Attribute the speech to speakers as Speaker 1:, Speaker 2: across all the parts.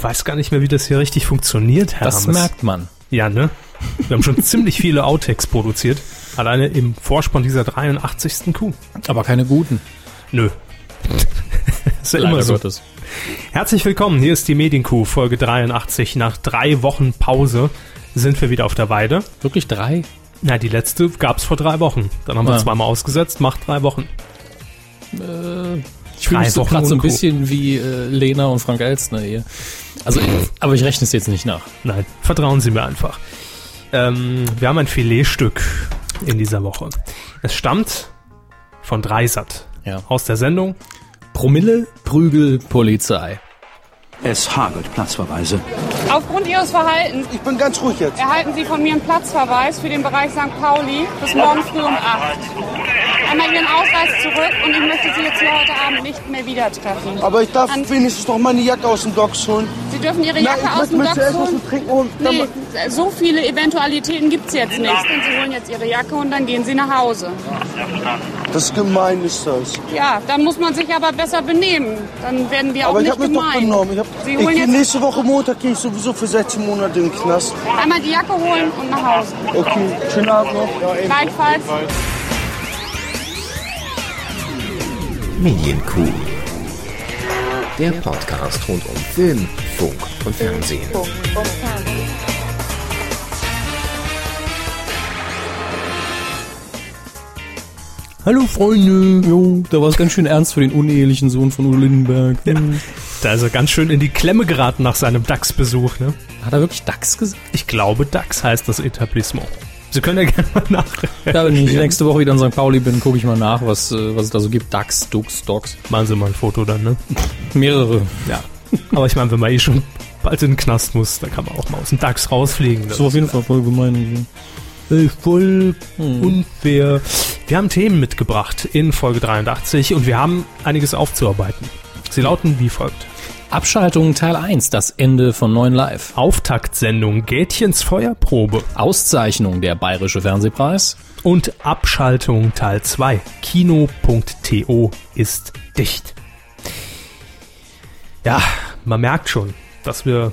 Speaker 1: weiß gar nicht mehr, wie das hier richtig funktioniert, Herr
Speaker 2: Das
Speaker 1: Hammes.
Speaker 2: merkt man.
Speaker 1: Ja, ne? Wir haben schon ziemlich viele Outtakes produziert. Alleine im Vorspann dieser 83. Kuh.
Speaker 2: Aber keine guten.
Speaker 1: Nö. ist ja immer so.
Speaker 2: Gottes.
Speaker 1: Herzlich willkommen, hier ist die Medienkuh, Folge 83. Nach drei Wochen Pause sind wir wieder auf der Weide.
Speaker 2: Wirklich drei?
Speaker 1: Na, die letzte gab's vor drei Wochen. Dann haben wir
Speaker 2: Ja.
Speaker 1: zweimal ausgesetzt, macht drei Wochen.
Speaker 2: Ich fühle
Speaker 1: Drei
Speaker 2: mich so
Speaker 1: Wochen
Speaker 2: gerade so ein
Speaker 1: ohne Kuh.
Speaker 2: bisschen wie äh, Lena und Frank Elstner hier. Also, ich- aber ich rechne es jetzt nicht nach.
Speaker 1: Nein, vertrauen Sie mir einfach. Ähm, wir haben ein Filetstück in dieser Woche. Es stammt von Dreisat.
Speaker 2: Ja.
Speaker 1: Aus der Sendung
Speaker 2: Promille, Prügel, Polizei.
Speaker 3: Es hagelt Platzverweise.
Speaker 4: Aufgrund Ihres Verhaltens
Speaker 5: Ich bin ganz ruhig jetzt.
Speaker 4: erhalten Sie von mir einen Platzverweis für den Bereich St. Pauli bis morgen früh um 8. Einmal Ihren Ausweis zurück und ich möchte Sie jetzt hier heute Abend nicht mehr wieder treffen.
Speaker 5: Aber ich darf
Speaker 4: An-
Speaker 5: wenigstens doch meine Jacke aus dem Docks holen.
Speaker 4: Sie dürfen Ihre Jacke
Speaker 5: ich
Speaker 4: aus
Speaker 5: möchte
Speaker 4: dem
Speaker 5: mir
Speaker 4: Dock
Speaker 5: zuerst was
Speaker 4: holen.
Speaker 5: zu trinken holen. Dann
Speaker 4: Nee, so viele Eventualitäten gibt es jetzt nicht. Und Sie holen jetzt Ihre Jacke und dann gehen Sie nach Hause.
Speaker 5: ma- Das ist gemein ist das.
Speaker 4: Ja, dann muss man sich aber besser benehmen. Dann werden wir auch
Speaker 5: Aber ich
Speaker 4: nicht
Speaker 5: habe mich doch
Speaker 4: gemein.
Speaker 5: benommen. Ich, hab,
Speaker 4: Sie
Speaker 5: ich
Speaker 4: holen
Speaker 5: gehe
Speaker 4: jetzt
Speaker 5: nächste Woche Montag gehe ich sowieso für 16 Monate in den Knast.
Speaker 4: einmal die Jacke holen und nach Hause.
Speaker 5: Okay, schönen Abend noch.
Speaker 4: Gleichfalls.
Speaker 6: Medienkuh. Der Podcast rund um Film, Funk und Fernsehen.
Speaker 2: Hallo, Freunde. Jo, da war es ganz schön ernst für den unehelichen Sohn von Udo Lindenberg. Hm.
Speaker 1: Da ist er ganz schön in die Klemme geraten nach seinem DAX-Besuch. Ne?
Speaker 2: Hat er wirklich DAX gesagt?
Speaker 1: Ich glaube, DAX heißt das Etablissement. Sie können ja gerne mal nach.
Speaker 2: Ja, wenn ich nächste Woche wieder in St. Pauli bin, gucke ich mal nach, was, äh, was es da so gibt. DAX, Dux, Docs.
Speaker 1: Machen Sie mal ein Foto dann, ne?
Speaker 2: Mehrere.
Speaker 1: Ja. Aber ich meine, wenn man eh schon bald in den Knast muss, dann kann man auch mal aus dem DAX rausfliegen. Ne?
Speaker 2: So auf jeden Fall voll gemein.
Speaker 1: Äh, voll unfair. Wir haben Themen mitgebracht in Folge 83 und wir haben einiges aufzuarbeiten. Sie lauten wie folgt.
Speaker 2: Abschaltung Teil 1, das Ende von 9 Live.
Speaker 1: Auftaktsendung Gätchens Feuerprobe
Speaker 2: Auszeichnung der Bayerische Fernsehpreis.
Speaker 1: und Abschaltung Teil 2. Kino.to ist dicht. Ja, man merkt schon, dass wir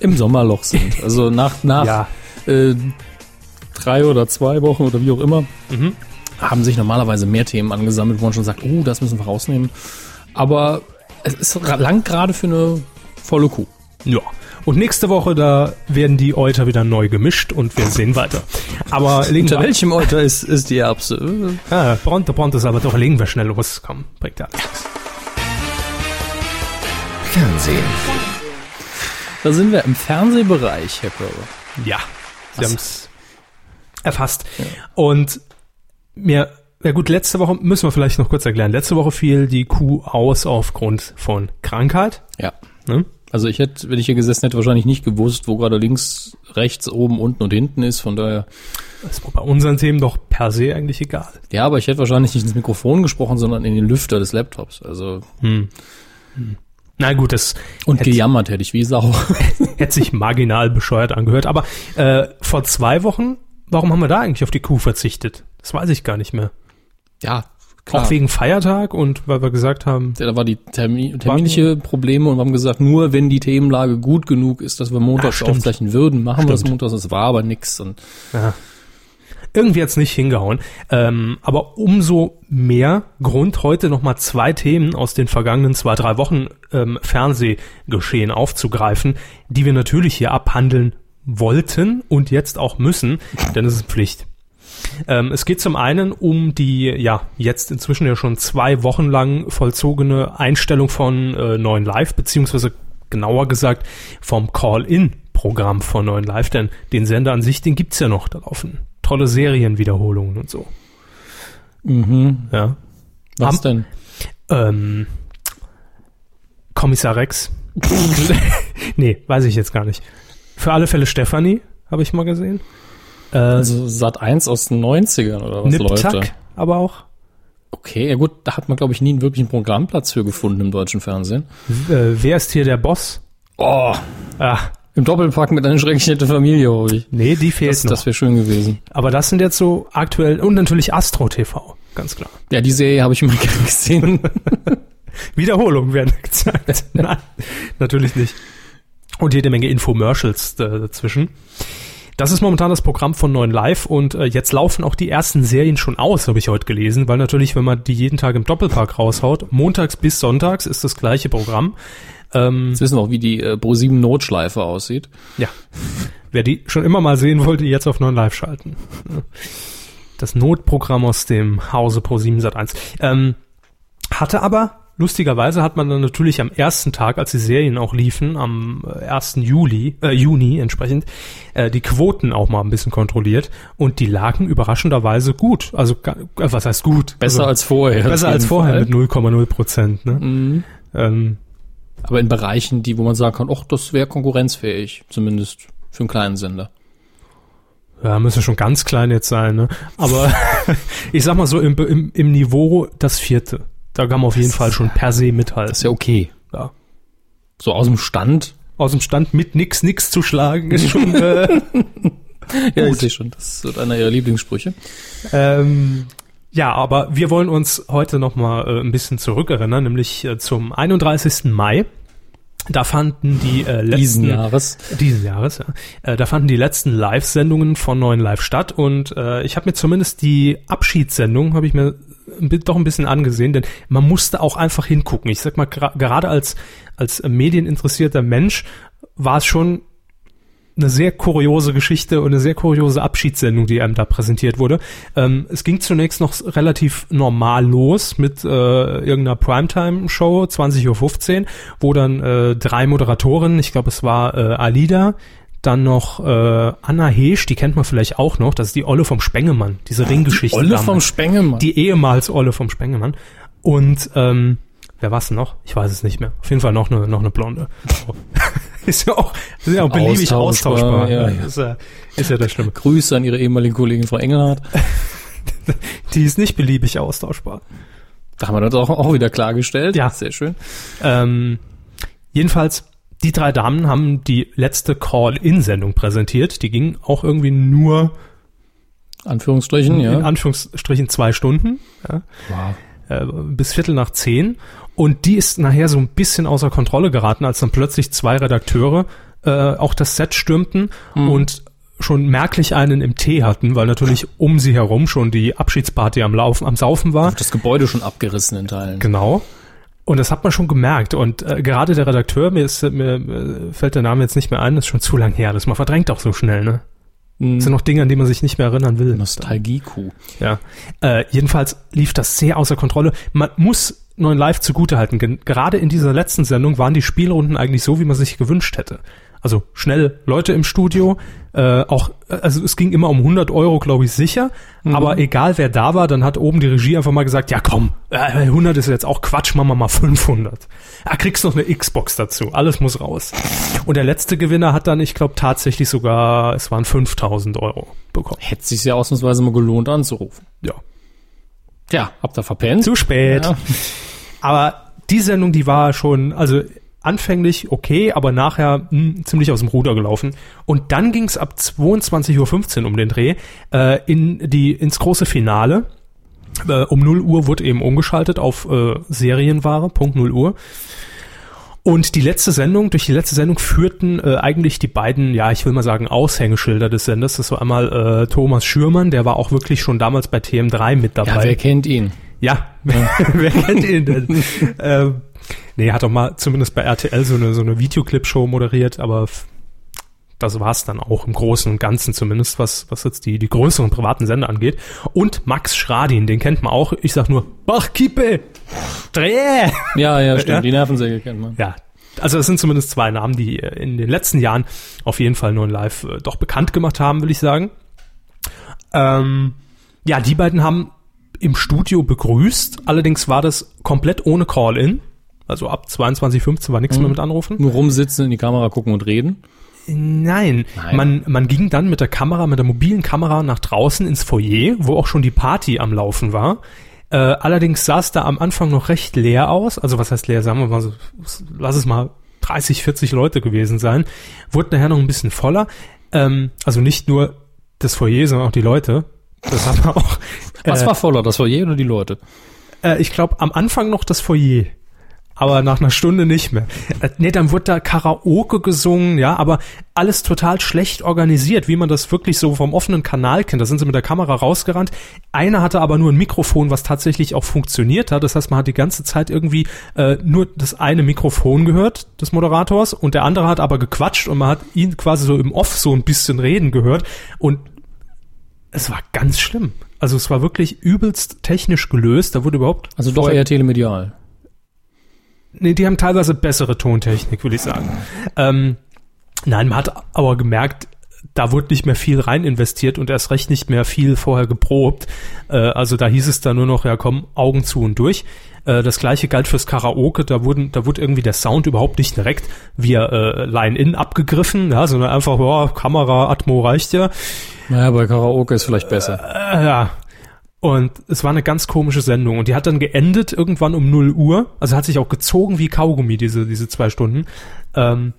Speaker 2: Im Sommerloch sind. Also nach, nach
Speaker 1: ja
Speaker 2: äh, drei oder zwei Wochen oder wie auch immer, Mhm. haben sich normalerweise mehr Themen angesammelt, wo man schon sagt, oh, das müssen wir rausnehmen. Aber es ist ra- lang gerade für eine volle Kuh.
Speaker 1: Ja. Und nächste Woche, da werden die Euter wieder neu gemischt und wir sehen weiter. Aber legen wir,
Speaker 2: welchem Euter ist, ist die Erbse?
Speaker 1: ah, pronto, pronto, aber doch legen wir schnell los. Komm, bringt ja alles.
Speaker 6: Fernsehen.
Speaker 2: Da sind wir im Fernsehbereich, Herr Körber.
Speaker 1: Ja, sie haben es erfasst. Und mir, ja gut, letzte Woche müssen wir vielleicht noch kurz erklären. Letzte Woche fiel die Kuh aus aufgrund von Krankheit.
Speaker 2: Ja.
Speaker 1: Ne?
Speaker 2: Also ich hätte, wenn ich hier gesessen hätte, wahrscheinlich nicht gewusst, wo gerade links, rechts, oben, unten und hinten ist. Von daher
Speaker 1: Das war bei unseren Themen doch per se eigentlich egal.
Speaker 2: Ja, aber ich hätte wahrscheinlich nicht ins Mikrofon gesprochen, sondern in den Lüfter des Laptops. Also
Speaker 1: Na gut, das
Speaker 2: und
Speaker 1: hätte,
Speaker 2: gejammert hätte ich wie Sau.
Speaker 1: hätte sich marginal bescheuert angehört. Aber äh, vor zwei Wochen, warum haben wir da eigentlich auf die Kuh verzichtet? Das weiß ich gar nicht mehr.
Speaker 2: ja, klar.
Speaker 1: Auch wegen Feiertag und weil wir gesagt haben,
Speaker 2: ja, da war die Termin, terminliche Probleme und wir haben gesagt, nur wenn die Themenlage gut genug ist, dass wir montags
Speaker 1: stimmt.
Speaker 2: aufzeichnen würden, machen wir das
Speaker 1: Stimmt.
Speaker 2: montags. Es war aber nix und
Speaker 1: irgendwie jetzt nicht hingehauen. Ähm, aber umso mehr Grund, heute nochmal zwei Themen aus den vergangenen zwei, drei Wochen ähm, Fernsehgeschehen aufzugreifen, die wir natürlich hier abhandeln wollten und jetzt auch müssen, denn es ist Pflicht. Ähm, es geht zum einen um die, ja, jetzt inzwischen ja schon zwei Wochen lang vollzogene Einstellung von äh, 9 Live, beziehungsweise genauer gesagt vom Call-In-Programm von 9 Live, denn den Sender an sich, den gibt's ja noch, da laufen tolle Serienwiederholungen und so. Mhm. Ja.
Speaker 2: was
Speaker 1: Am-
Speaker 2: denn?
Speaker 1: Ähm, Kommissar Rex. nee, weiß ich jetzt gar nicht. Für alle Fälle Stefanie, habe ich mal gesehen. Äh,
Speaker 2: Also Sat 1 aus den 90ern oder was läuft da?
Speaker 1: Nip-Tuck aber auch.
Speaker 2: Okay, ja gut, da hat man glaube ich nie einen wirklichen Programmplatz für gefunden im deutschen Fernsehen.
Speaker 1: Äh, wer ist hier der Boss?
Speaker 2: Oh,
Speaker 1: Ah,
Speaker 2: im Doppelpack mit einer schrecklich nette Familie, hoffe ich.
Speaker 1: nee, die fehlt
Speaker 2: Das,
Speaker 1: noch.
Speaker 2: das wäre schön gewesen.
Speaker 1: Aber das sind jetzt so aktuell und natürlich Astro TV, ganz klar.
Speaker 2: Ja, die Serie habe ich immer gern gesehen.
Speaker 1: Wiederholungen werden gezeigt. Nein, natürlich nicht. und jede Menge Infomercials äh, dazwischen. Das ist momentan das Programm von 9 Live und äh, jetzt laufen auch die ersten Serien schon aus, habe ich heute gelesen, weil natürlich, wenn man die jeden Tag im Doppelpark raushaut, montags bis sonntags ist das gleiche Programm.
Speaker 2: Jetzt wissen wir auch, wie die äh, Pro7 Notschleife aussieht.
Speaker 1: Ja. Wer die schon immer mal sehen wollte, jetzt auf 9 Live schalten. Das Notprogramm aus dem Hause Pro7 Sat1. Ähm, hatte aber, lustigerweise hat man dann natürlich am ersten Tag, als die Serien auch liefen, am äh, 1. Juli, äh, Juni entsprechend, äh, die Quoten auch mal ein bisschen kontrolliert und die lagen überraschenderweise gut. Also, ga- äh, was heißt gut?
Speaker 2: Besser
Speaker 1: also,
Speaker 2: als vorher. auf
Speaker 1: besser als
Speaker 2: jeden
Speaker 1: vorher
Speaker 2: Fall.
Speaker 1: mit 0,0 Prozent. Ne? Ähm,
Speaker 2: Aber in Bereichen, die, wo man sagen kann, ach, das wäre konkurrenzfähig, zumindest für einen kleinen Sender.
Speaker 1: Ja, müssen schon ganz klein jetzt sein, ne? Aber ich sag mal so, im, im, im Niveau das vierte. Da kann man auf jeden Fall schon per se mithalten.
Speaker 2: Ist ja okay.
Speaker 1: Ja.
Speaker 2: So aus dem Stand.
Speaker 1: Aus dem Stand mit nix, nix zu schlagen ist schon. Äh,
Speaker 2: Ja, ich sehe schon. Das wird einer ihrer Lieblingssprüche.
Speaker 1: ähm, ja, aber wir wollen uns heute nochmal äh, ein bisschen zurückerinnern, nämlich äh, zum 31. Mai. Da fanden die äh, letzten
Speaker 2: Diesen Jahres.
Speaker 1: Diesen Jahres, ja. Äh, da fanden die letzten Live-Sendungen von Neuen Live statt und äh, ich habe mir zumindest die Abschiedssendung, habe ich mir ein bi- doch ein bisschen angesehen, denn man musste auch einfach hingucken. Ich sag mal, gra- gerade als, als medieninteressierter Mensch war es schon eine sehr kuriose Geschichte und eine sehr kuriose Abschiedssendung, die einem da präsentiert wurde. Ähm, es ging zunächst noch s- relativ normal los mit äh, irgendeiner Primetime-Show, 20.15 Uhr, wo dann äh, drei Moderatoren, ich glaube es war äh, Alida, dann noch äh, Anna Heesch, die kennt man vielleicht auch noch, das ist die Olle vom Spengemann, diese Ringgeschichte.
Speaker 2: Ah, Olle vom
Speaker 1: damals.
Speaker 2: Spengemann.
Speaker 1: Die ehemals Olle vom Spengemann. Und ähm, wer war's denn noch? Ich weiß es nicht mehr. Auf jeden Fall noch eine, noch eine Blonde. ist ja auch, ist ja auch beliebig
Speaker 2: Austauschbar,
Speaker 1: austauschbar. ne?
Speaker 2: ja, ja.
Speaker 1: Ist, ja, ist ja das Schlimme.
Speaker 2: Grüße an ihre ehemalige Kollegin Frau Engelhardt.
Speaker 1: Die ist nicht beliebig austauschbar.
Speaker 2: Da haben wir das auch, auch wieder klargestellt.
Speaker 1: Ja.
Speaker 2: Sehr schön.
Speaker 1: Ähm, jedenfalls, die drei Damen haben die letzte Call-In-Sendung präsentiert. Die ging auch irgendwie nur
Speaker 2: Anführungsstrichen,
Speaker 1: in
Speaker 2: ja.
Speaker 1: Anführungsstrichen zwei Stunden. Ja.
Speaker 2: Wow.
Speaker 1: äh, bis Viertel nach zehn. Und die ist nachher so ein bisschen außer Kontrolle geraten, als dann plötzlich zwei Redakteure äh, auch das Set stürmten
Speaker 2: Mhm.
Speaker 1: und schon merklich einen im Tee hatten, weil natürlich um sie herum schon die Abschiedsparty am Laufen, am Saufen war.
Speaker 2: Das Gebäude schon abgerissen in Teilen.
Speaker 1: Genau. Und das hat man schon gemerkt. Und äh, gerade der Redakteur, mir, ist, mir äh, fällt der Name jetzt nicht mehr ein, das ist schon zu lang her. Das man verdrängt auch so schnell, ne?
Speaker 2: Mhm.
Speaker 1: Das sind noch Dinge, an die man sich nicht mehr erinnern will.
Speaker 2: Nostalgie-Kuh.
Speaker 1: Ja. Äh, jedenfalls lief das sehr außer Kontrolle. Man muss neuen Live zugutehalten. Gen- Gerade in dieser letzten Sendung waren die Spielrunden eigentlich so, wie man sich gewünscht hätte. Also schnell Leute im Studio, äh, auch, äh, also es ging immer um 100 Euro, glaube ich, sicher. Aber egal wer da war, dann hat oben die Regie einfach mal gesagt, ja komm, äh, 100 ist jetzt auch Quatsch, machen wir mal 500. Da kriegst noch eine Xbox dazu, alles muss raus. Und der letzte Gewinner hat dann, ich glaube, tatsächlich sogar, es waren 5000 Euro bekommen.
Speaker 2: Hätte sich ja ausnahmsweise mal gelohnt anzurufen.
Speaker 1: Ja.
Speaker 2: Tja, habt ihr verpennt?
Speaker 1: Zu spät.
Speaker 2: Ja.
Speaker 1: Aber die Sendung, die war schon, also anfänglich okay, aber nachher hm, ziemlich aus dem Ruder gelaufen. Und dann ging's ab 22.15 Uhr um den Dreh äh, in die, ins große Finale. Äh, um 0 Uhr wurde eben umgeschaltet auf äh, Serienware, Punkt 0 Uhr. Und die letzte Sendung, durch die letzte Sendung führten äh, eigentlich die beiden, ja, ich will mal sagen, Aushängeschilder des Senders. Das war einmal äh, Thomas Schürmann, der war auch wirklich schon damals bei TM3 mit dabei.
Speaker 2: Ja, wer kennt ihn?
Speaker 1: Ja, wer kennt ihn denn? ähm, nee, hat doch mal zumindest bei RTL so eine, so eine Videoclip-Show moderiert, aber f- das war's dann auch im Großen und Ganzen zumindest, was, was jetzt die, die größeren privaten Sender angeht. Und Max Schradin, den kennt man auch. Ich sag nur, Bach, Kippe, Dreh.
Speaker 2: Ja, ja, stimmt.
Speaker 1: Ja?
Speaker 2: Die Nervensäge kennt man.
Speaker 1: Ja, also das sind zumindest zwei Namen, die äh, in den letzten Jahren auf jeden Fall nur in Live äh, doch bekannt gemacht haben, will ich sagen. Ähm, ja, die beiden haben im Studio begrüßt, allerdings war das komplett ohne Call-In. Also ab 22.15 war nichts mehr mit Anrufen.
Speaker 2: Nur rumsitzen, in die Kamera gucken und reden.
Speaker 1: Nein,
Speaker 2: Nein.
Speaker 1: Man, man ging dann mit der Kamera, mit der mobilen Kamera nach draußen ins Foyer, wo auch schon die Party am Laufen war. Äh, allerdings sah es da am Anfang noch recht leer aus. Also was heißt leer? Sagen wir mal so, lass es mal 30, 40 Leute gewesen sein. Wurde nachher noch ein bisschen voller. Ähm, also nicht nur das Foyer, sondern auch die Leute. Das haben wir auch.
Speaker 2: Was
Speaker 1: äh,
Speaker 2: war voller, das Foyer oder die Leute?
Speaker 1: äh, ich glaube, am Anfang noch das Foyer. aber nach einer Stunde nicht mehr. Äh, nee, dann wird da Karaoke gesungen, ja, aber alles total schlecht organisiert, wie man das wirklich so vom offenen Kanal kennt. Da sind sie mit der Kamera rausgerannt. Einer hatte aber nur ein Mikrofon, was tatsächlich auch funktioniert hat. Das heißt, man hat die ganze Zeit irgendwie äh, nur das eine Mikrofon gehört des Moderators und der andere hat aber gequatscht und man hat ihn quasi so im Off so ein bisschen reden gehört und es war ganz schlimm. Also es war wirklich übelst technisch gelöst. Da wurde überhaupt
Speaker 2: Also doch
Speaker 1: vorher-
Speaker 2: eher telemedial.
Speaker 1: Nee, die haben teilweise bessere Tontechnik, würde ich sagen. Ähm, nein, man hat aber gemerkt, da wurde nicht mehr viel rein investiert und erst recht nicht mehr viel vorher geprobt. Äh, also da hieß es dann nur noch, ja komm, Augen zu und durch. Äh, das gleiche galt fürs Karaoke, da wurden, da wurde irgendwie der Sound überhaupt nicht direkt via äh, Line-In abgegriffen, ja, sondern einfach, ja, Kamera, Atmo reicht ja.
Speaker 2: Naja, bei Karaoke ist vielleicht
Speaker 1: Äh.
Speaker 2: besser.
Speaker 1: Ja. Und es war eine ganz komische Sendung. Und die hat dann geendet irgendwann um 0 Uhr. Also hat sich auch gezogen wie Kaugummi, diese, diese zwei Stunden. Ähm,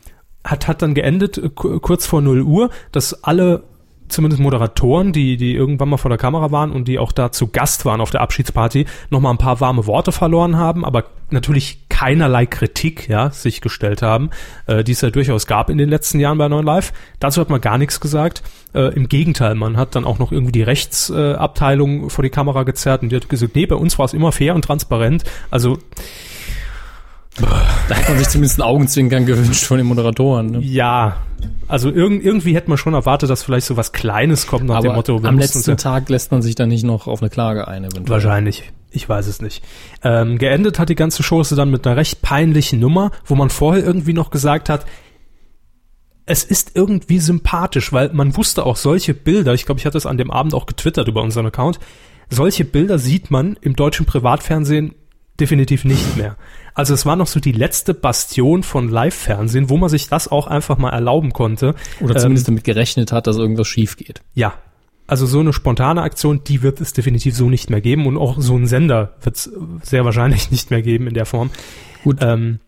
Speaker 1: hat, hat dann geendet äh, ku- kurz vor 0 Uhr, dass alle, zumindest Moderatoren, die, die irgendwann mal vor der Kamera waren und die auch da zu Gast waren auf der Abschiedsparty, nochmal ein paar warme Worte verloren haben, aber natürlich keinerlei Kritik, ja, sich gestellt haben, äh, die es ja durchaus gab in den letzten Jahren bei 9 Live. Dazu hat man gar nichts gesagt. Äh, Im Gegenteil, man hat dann auch noch irgendwie die Rechtsabteilung äh, Abteilung vor die Kamera gezerrt und die hat gesagt, nee, bei uns war es immer fair und transparent. Also
Speaker 2: Da hätte man sich zumindest einen Augenzwinkern gewünscht von den Moderatoren. Ne?
Speaker 1: ja, also irgend, irgendwie hätte man schon erwartet, dass vielleicht so was Kleines kommt nach dem
Speaker 2: Aber
Speaker 1: Motto, wir
Speaker 2: am
Speaker 1: mussten uns ja-
Speaker 2: letzten Tag lässt man sich dann nicht noch auf eine Klage ein. Eventuell.
Speaker 1: Wahrscheinlich. Ich weiß es nicht. Ähm, geendet hat die ganze Chance dann mit einer recht peinlichen Nummer, wo man vorher irgendwie noch gesagt hat, es ist irgendwie sympathisch, weil man wusste auch solche Bilder, ich glaube, ich hatte es an dem Abend auch getwittert über unseren Account, solche Bilder sieht man im deutschen Privatfernsehen definitiv nicht mehr. Also es war noch so die letzte Bastion von Live-Fernsehen, wo man sich das auch einfach mal erlauben konnte.
Speaker 2: Oder
Speaker 1: Ähm,
Speaker 2: zumindest damit gerechnet hat, dass irgendwas schief geht.
Speaker 1: ja. Also so eine spontane Aktion, die wird es definitiv so nicht mehr geben und auch so einen Sender wird es sehr wahrscheinlich nicht mehr geben in der Form.
Speaker 2: Gut.
Speaker 1: Ähm,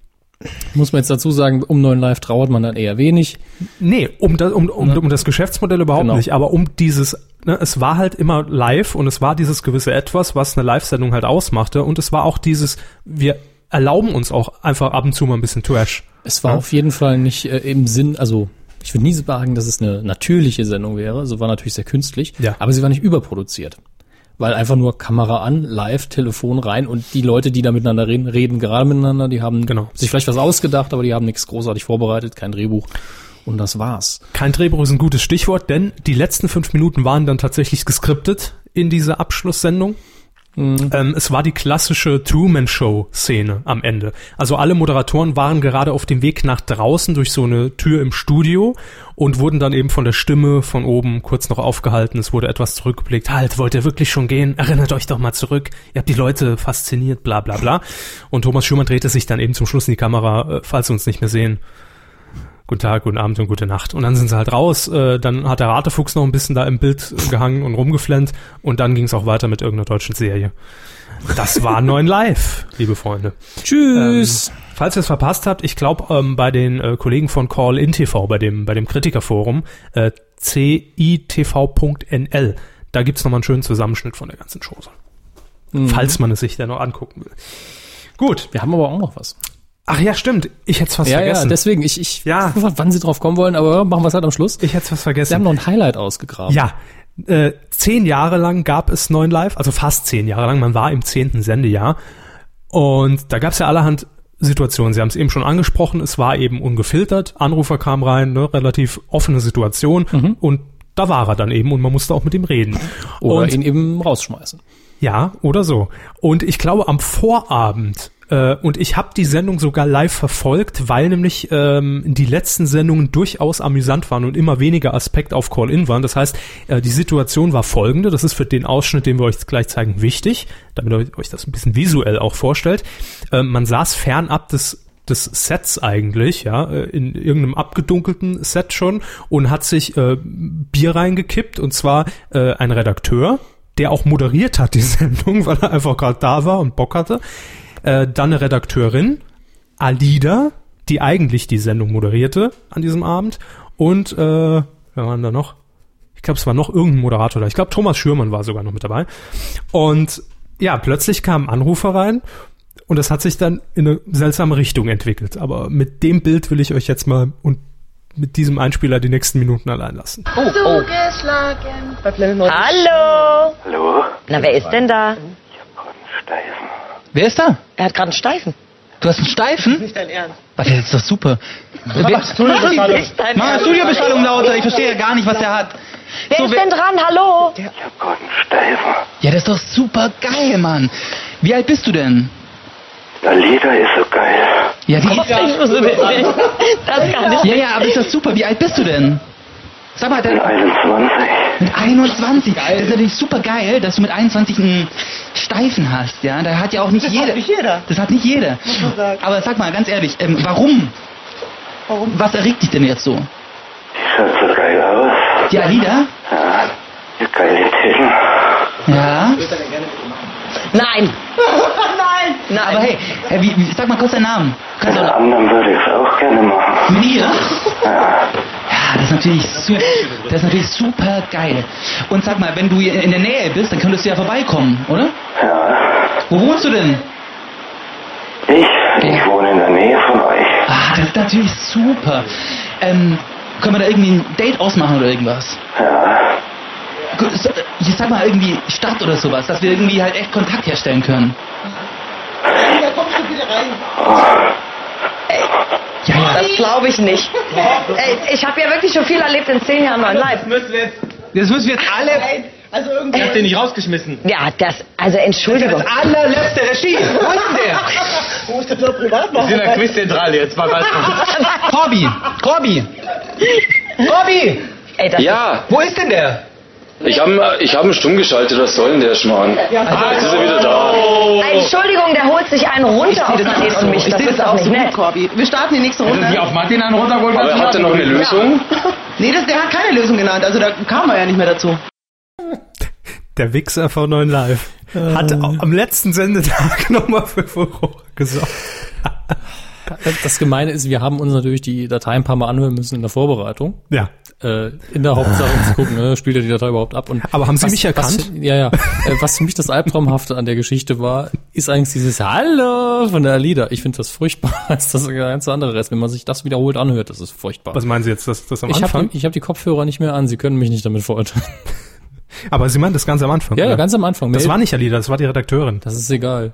Speaker 2: Muss man jetzt dazu sagen, um neuen Live trauert man dann eher wenig.
Speaker 1: nee, um das, um, um, um das Geschäftsmodell überhaupt
Speaker 2: Genau.
Speaker 1: nicht, aber um dieses, ne, es war halt immer live und es war dieses gewisse Etwas, was eine Live-Sendung halt ausmachte und es war auch dieses, wir erlauben uns auch einfach ab und zu mal ein bisschen Trash.
Speaker 2: Es war auf jeden Fall nicht äh, im Sinn, also ich würde nie sagen, dass es eine natürliche Sendung wäre. Sie war natürlich sehr künstlich,
Speaker 1: Ja.
Speaker 2: aber sie war nicht überproduziert. Weil einfach nur Kamera an, live, Telefon rein und die Leute, die da miteinander reden, reden gerade miteinander. Die haben
Speaker 1: Genau.
Speaker 2: sich vielleicht was ausgedacht, aber die haben nichts großartig vorbereitet, kein Drehbuch. Und das war's.
Speaker 1: Kein Drehbuch ist ein gutes Stichwort, denn die letzten fünf Minuten waren dann tatsächlich geskriptet in dieser Abschlusssendung. Ähm, es war die klassische Truman-Show-Szene am Ende. Also alle Moderatoren waren gerade auf dem Weg nach draußen durch so eine Tür im Studio und wurden dann eben von der Stimme von oben kurz noch aufgehalten. Es wurde etwas zurückgeblickt. Halt, wollt ihr wirklich schon gehen? Erinnert euch doch mal zurück. Ihr habt die Leute fasziniert, bla bla bla. Und Thomas Schumann drehte sich dann eben zum Schluss in die Kamera, äh, falls sie uns nicht mehr sehen guten Tag, guten Abend und gute Nacht. Und dann sind sie halt raus. Äh, dann hat der Ratefuchs noch ein bisschen da im Bild äh, gehangen und rumgeflennt. Und dann ging es auch weiter mit irgendeiner deutschen Serie. Das war 9 Live, liebe Freunde. Ähm,
Speaker 2: Tschüss.
Speaker 1: Falls ihr es verpasst habt, ich glaube, ähm, bei den äh, Kollegen von Call in TV, bei dem, bei dem Kritikerforum, äh, citv.nl, da gibt's nochmal einen schönen Zusammenschnitt von der ganzen Chose.
Speaker 2: Mhm.
Speaker 1: Falls man es sich dann noch angucken will. Gut.
Speaker 2: Wir haben aber auch noch was.
Speaker 1: Ach ja, stimmt. Ich hätte es fast
Speaker 2: Ja, ja,
Speaker 1: vergessen.
Speaker 2: deswegen, ich, ich
Speaker 1: Ja.
Speaker 2: weiß nicht, wann sie drauf kommen wollen, aber machen wir es halt am Schluss.
Speaker 1: ich hätte es fast
Speaker 2: Sie
Speaker 1: vergessen.
Speaker 2: haben noch ein Highlight ausgegraben.
Speaker 1: Ja, äh, zehn Jahre lang gab es Neun Live, also fast zehn Jahre lang, man war im zehnten Sendejahr. Und da gab es ja allerhand Situationen. Sie haben es eben schon angesprochen, es war eben ungefiltert, Anrufer kam rein, ne, relativ offene Situation und da war er dann eben und man musste auch mit ihm reden.
Speaker 2: Oder
Speaker 1: und,
Speaker 2: ihn eben rausschmeißen.
Speaker 1: ja, oder so. Und ich glaube am Vorabend, äh, und ich habe die Sendung sogar live verfolgt, weil nämlich ähm, die letzten Sendungen durchaus amüsant waren und immer weniger Aspekt auf Call-In waren. Das heißt, äh, die Situation war folgende, das ist für den Ausschnitt, den wir euch jetzt gleich zeigen, wichtig, damit ihr euch das ein bisschen visuell auch vorstellt. Ähm, man saß fernab des des Sets eigentlich, ja, äh, in irgendeinem abgedunkelten Set schon und hat sich äh, Bier reingekippt und zwar äh, ein Redakteur, der auch moderiert hat die Sendung, weil er einfach gerade da war und Bock hatte. Äh, dann eine Redakteurin, Alida, die eigentlich die Sendung moderierte an diesem Abend und äh, wer war denn da noch? Ich glaube, es war noch irgendein Moderator da. Ich glaube, Thomas Schürmann war sogar noch mit dabei. Und ja, plötzlich kam ein Anrufer rein Und das hat sich dann in eine seltsame Richtung entwickelt. Aber mit dem Bild will ich euch jetzt mal und mit diesem Einspieler die nächsten Minuten allein lassen.
Speaker 7: Zugeschlagen.
Speaker 8: Hallo.
Speaker 9: Hallo,
Speaker 8: Na, wer ist denn da?
Speaker 9: Steifen.
Speaker 10: Wer ist da?
Speaker 8: Er hat gerade einen Steifen.
Speaker 10: Du hast einen Steifen?
Speaker 7: Nicht dein Ernst.
Speaker 10: Was, das ist doch super.
Speaker 7: Studiobeschallung.
Speaker 10: Mach Studiobeschallung lauter, ich verstehe ja gar nicht, was der hat.
Speaker 8: Wer
Speaker 10: So,
Speaker 8: ist
Speaker 10: wer-
Speaker 8: denn dran? Hallo?
Speaker 9: Ich hab gerade einen Steifen.
Speaker 10: Ja, das ist doch super geil, Mann. Wie alt bist du denn?
Speaker 9: Der Lieder ist so geil.
Speaker 10: Ja, wie, ja,
Speaker 8: Das kann nicht.
Speaker 10: ja, aber ist das super. Wie alt bist du denn? Sag mal,
Speaker 9: Bin
Speaker 10: dann
Speaker 9: 21.
Speaker 10: mit 21. Das ist natürlich super geil, dass du mit 21 einen Steifen hast. Ja, da hat ja auch nicht
Speaker 7: Das hat
Speaker 10: jeder.
Speaker 7: nicht jeder.
Speaker 10: Das hat nicht jeder.
Speaker 7: Muss man sagen.
Speaker 10: Aber sag mal, ganz ehrlich, ähm, warum?
Speaker 7: Warum?
Speaker 10: Was erregt dich denn jetzt so?
Speaker 9: Die schaut so geil aus.
Speaker 10: Die Alida?
Speaker 9: Ja, die geile Titten.
Speaker 10: Ja.
Speaker 8: Nein.
Speaker 10: Na, aber hey, hey wie, wie, sag mal kurz deinen Namen. Kannst
Speaker 9: Den
Speaker 10: du auch
Speaker 9: anderen würde ich es auch gerne machen.
Speaker 10: mit ihr? Ja, das ist natürlich, su das ist natürlich super geil. Und sag mal, wenn du hier in der Nähe bist, dann könntest du ja vorbeikommen, oder?
Speaker 9: Ja.
Speaker 10: Wo wohnst du denn?
Speaker 9: Ich, ich wohne in der Nähe von euch.
Speaker 10: Ah, das ist natürlich super. Ähm, können wir da irgendwie ein Date ausmachen oder irgendwas?
Speaker 9: Ja.
Speaker 10: Gut, so- Ich sag mal irgendwie Stadt oder sowas, dass wir irgendwie halt echt Kontakt herstellen können.
Speaker 7: Da kommst du wieder rein.
Speaker 10: Ja, ja.
Speaker 8: Das glaube ich nicht. Ey, ich habe ja wirklich schon viel erlebt in zehn Jahren mein Live.
Speaker 7: müssen wir jetzt.
Speaker 10: Das müssen wir jetzt alle.
Speaker 7: Nein. Also irgendwie.
Speaker 10: den nicht rausgeschmissen.
Speaker 8: Ja, das, also Entschuldigung.
Speaker 10: allerletzte Regie. Wo ist denn der?
Speaker 7: Ruf das doch privat machen.
Speaker 10: Quizzentrale jetzt mal was. Corby, Corby, Corby,
Speaker 8: Ey, das
Speaker 11: Ja,
Speaker 10: wo ist denn der?
Speaker 11: ich habe ich hab ihn stumm geschaltet, was soll denn der Schmarrn? Jetzt ist er wieder da.
Speaker 8: Entschuldigung, der holt sich einen runter auf Marleen und mich.
Speaker 7: Ich
Speaker 8: Das
Speaker 7: sehe
Speaker 8: ist
Speaker 7: das
Speaker 8: auch nicht
Speaker 7: so
Speaker 8: nett.
Speaker 7: gut, Corby. Wir starten die nächste
Speaker 11: Hätte
Speaker 7: Runde.
Speaker 11: sie auf Martin einen runtergeholt, Aber hat er noch eine Lösung?
Speaker 7: Nee, das, der hat keine Lösung genannt. Also da kam man ja nicht mehr dazu.
Speaker 1: Der Wichser von 9 Live
Speaker 2: Äh.
Speaker 1: hat au- am letzten Sendetag nochmal für Furore gesorgt.
Speaker 2: Das Gemeine ist, wir haben uns natürlich die Datei ein paar Mal anhören müssen in der Vorbereitung.
Speaker 1: Ja.
Speaker 2: Äh, in der Hauptsache, um zu gucken, ne, spielt er die Datei überhaupt ab. Und
Speaker 1: Aber haben Sie mich erkannt?
Speaker 2: Was, ja, ja. Äh, was für mich das Albtraumhafte an der Geschichte war, ist eigentlich dieses Hallo von der Alida. Ich finde das furchtbar als das ganze andere Rest. Wenn man sich das wiederholt anhört, das ist furchtbar.
Speaker 1: Was meinen Sie jetzt, dass das am
Speaker 2: ich habe
Speaker 1: Anfang?
Speaker 2: ich hab die Kopfhörer nicht mehr an, Sie können mich nicht damit verurteilen.
Speaker 1: Aber Sie meinen das ganz am Anfang.
Speaker 2: Ja, ja,
Speaker 1: oder?
Speaker 2: ganz am Anfang.
Speaker 1: Das
Speaker 2: Mel-
Speaker 1: war nicht Alida, das war die Redakteurin.
Speaker 2: das ist egal.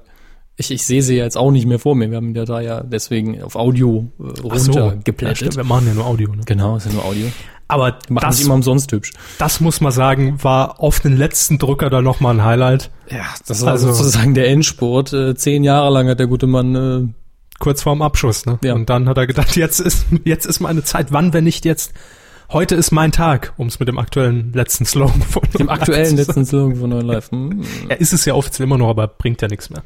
Speaker 2: Ich, ich sehe sie ja jetzt auch nicht mehr vor mir. Wir haben die Datei ja deswegen auf Audio äh,
Speaker 1: Ja,
Speaker 2: runtergeplättet.
Speaker 1: stimmt, wir machen ja nur Audio. Ne?
Speaker 2: genau, ist ja nur Audio.
Speaker 1: Aber
Speaker 2: Machen
Speaker 1: das,
Speaker 2: sich immer umsonst hübsch.
Speaker 1: das muss man sagen, war auf den letzten Drücker da nochmal ein Highlight.
Speaker 2: Ja, das war
Speaker 1: Also-
Speaker 2: sozusagen der Endsport. Äh, zehn Jahre lang hat der gute Mann äh,
Speaker 1: Kurz vorm Abschuss. Ne?
Speaker 2: Ja.
Speaker 1: Und dann hat er gedacht, jetzt ist, jetzt ist meine Zeit. Wann, wenn nicht jetzt? Heute ist mein Tag, um es mit dem aktuellen letzten Slogan von
Speaker 2: äh, im aktuellen
Speaker 1: letzten.
Speaker 2: letzten Slogan von Neuen Live hm,
Speaker 1: Er ist es ja offiziell immer noch, aber bringt ja nichts mehr.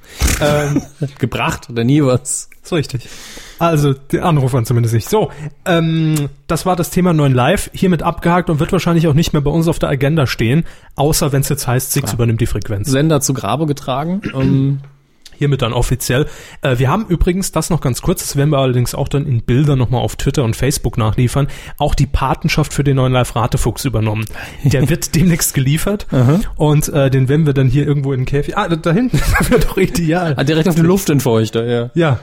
Speaker 2: gebracht oder nie was.
Speaker 1: Ist richtig. Also, den Anrufern zumindest nicht. So, ähm, das war das Thema 9 Live. Hiermit abgehakt und wird wahrscheinlich auch nicht mehr bei uns auf der Agenda stehen. Außer wenn es jetzt heißt, Six übernimmt die Frequenz.
Speaker 2: Sender zu Grabe getragen. Ähm,
Speaker 1: Hiermit dann offiziell. Äh, wir haben übrigens, das noch ganz kurz, das werden wir allerdings auch dann in Bildern nochmal auf Twitter und Facebook nachliefern, auch die Patenschaft für den neuen Live-Ratefuchs übernommen. Der wird demnächst geliefert und äh, den werden wir dann hier irgendwo in den Käfig... Ah, da, da hinten, das wäre doch ideal.
Speaker 2: ah, direkt auf den Luftentfeuchter, ja.
Speaker 1: Ja,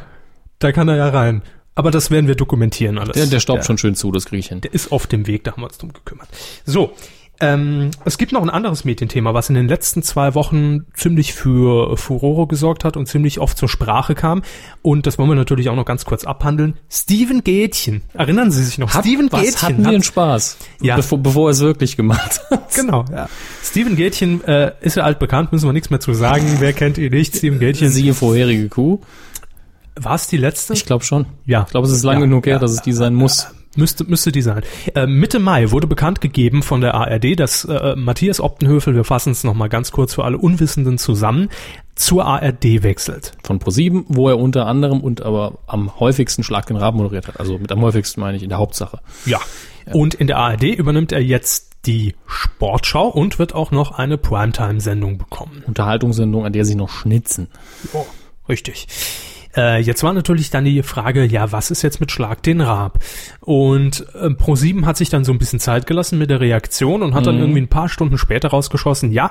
Speaker 1: da kann er ja rein. Aber das werden wir dokumentieren alles.
Speaker 2: Der, der staubt schon schön zu, das kriege ich hin.
Speaker 1: Der ist auf dem Weg, da haben wir uns drum gekümmert. So, ähm, es gibt noch ein anderes Medienthema, was in den letzten zwei Wochen ziemlich für Furore gesorgt hat und ziemlich oft zur Sprache kam. Und das wollen wir natürlich auch noch ganz kurz abhandeln. Steven Gätchen. Erinnern Sie sich noch? Steven
Speaker 2: was hatten wir
Speaker 1: hat-
Speaker 2: einen Spaß?
Speaker 1: Ja.
Speaker 2: Bevor, bevor er es wirklich gemacht hat.
Speaker 1: Genau, ja. Steven Gätchen äh, ist ja altbekannt, müssen wir nichts mehr zu sagen. Wer kennt ihn nicht? Steven Gätchen.
Speaker 2: Siehe vorherige Kuh.
Speaker 1: War es die letzte?
Speaker 2: Ich glaube schon.
Speaker 1: Ja.
Speaker 2: Ich glaube, es ist lang
Speaker 1: Ja,
Speaker 2: genug her,
Speaker 1: ja,
Speaker 2: dass es die sein muss.
Speaker 1: Müsste, müsste die sein. Äh, Mitte Mai wurde bekannt gegeben von der ARD, dass äh, Matthias Optenhöfel, wir fassen es nochmal ganz kurz für alle Unwissenden zusammen, zur ARD wechselt.
Speaker 2: Von ProSieben, wo er unter anderem und aber am häufigsten Schlag den Raben moderiert hat. Also mit am häufigsten meine ich in der Hauptsache.
Speaker 1: Ja. Und in der ARD übernimmt er jetzt die Sportschau und wird auch noch eine Primetime-Sendung bekommen.
Speaker 2: Unterhaltungssendung, an der sie noch schnitzen.
Speaker 1: Oh, richtig. Äh, jetzt war natürlich dann die Frage, ja, was ist jetzt mit Schlag den Raab? Und äh, Pro7 hat sich dann so ein bisschen Zeit gelassen mit der Reaktion und hat dann irgendwie ein paar Stunden später rausgeschossen, ja,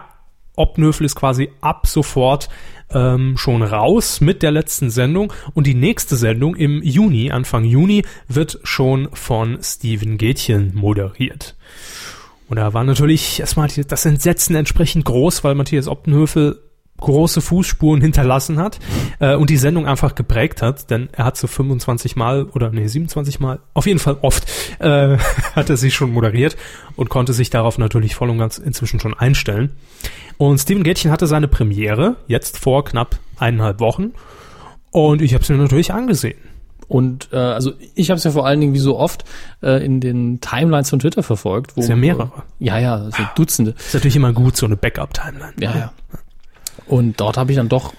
Speaker 1: Obnöfel ist quasi ab sofort ähm, schon raus mit der letzten Sendung und die nächste Sendung im Juni, Anfang Juni, wird schon von Steven Gätchen moderiert. Und da war natürlich erstmal die- das Entsetzen entsprechend groß, weil Matthias Optenhöfel große Fußspuren hinterlassen hat äh, und die Sendung einfach geprägt hat, denn er hat so 25 Mal oder nee 27 Mal, auf jeden Fall oft, äh, hat er sie schon moderiert und konnte sich darauf natürlich voll und ganz inzwischen schon einstellen. Und Steven Gätchen hatte seine Premiere jetzt vor knapp eineinhalb Wochen und ich habe es mir natürlich angesehen.
Speaker 2: Und äh, also ich habe es ja vor allen Dingen wie so oft äh, in den Timelines von Twitter verfolgt. Wo,
Speaker 1: Ist ja mehrere.
Speaker 2: Ja, ja, also Dutzende.
Speaker 1: Ist natürlich immer gut, so eine Backup-Timeline.
Speaker 2: Ja, ja. Und dort habe ich dann doch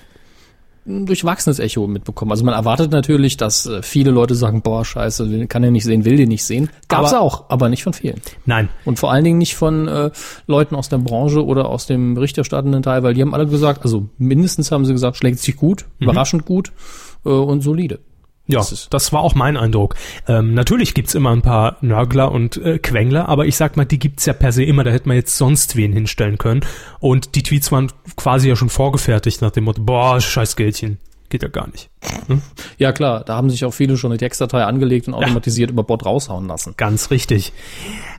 Speaker 2: ein durchwachsenes Echo mitbekommen. Also man erwartet natürlich, dass äh, viele Leute sagen, boah, scheiße, will- kann er nicht sehen, will den nicht sehen. Gab's
Speaker 1: Aber-
Speaker 2: auch, aber nicht von vielen.
Speaker 1: Nein,
Speaker 2: Und vor allen Dingen nicht von äh, Leuten aus der Branche oder aus dem berichterstattenden Teil, weil die haben alle gesagt, also mindestens haben sie gesagt, schlägt sich gut,
Speaker 1: Mhm.
Speaker 2: überraschend gut äh, und solide.
Speaker 1: Ja, das, war auch mein Eindruck. Ähm, natürlich gibt's immer ein paar Nörgler und äh, Quengler, aber ich sag mal, die gibt's ja per se immer. Da hätte man jetzt sonst wen hinstellen können. Und die Tweets waren quasi ja schon vorgefertigt nach dem Motto, boah, scheiß Geldchen. Geht ja gar nicht.
Speaker 2: Ja klar, da haben sich auch viele schon eine Textdatei angelegt und automatisiert über Bord raushauen lassen.
Speaker 1: Ganz richtig.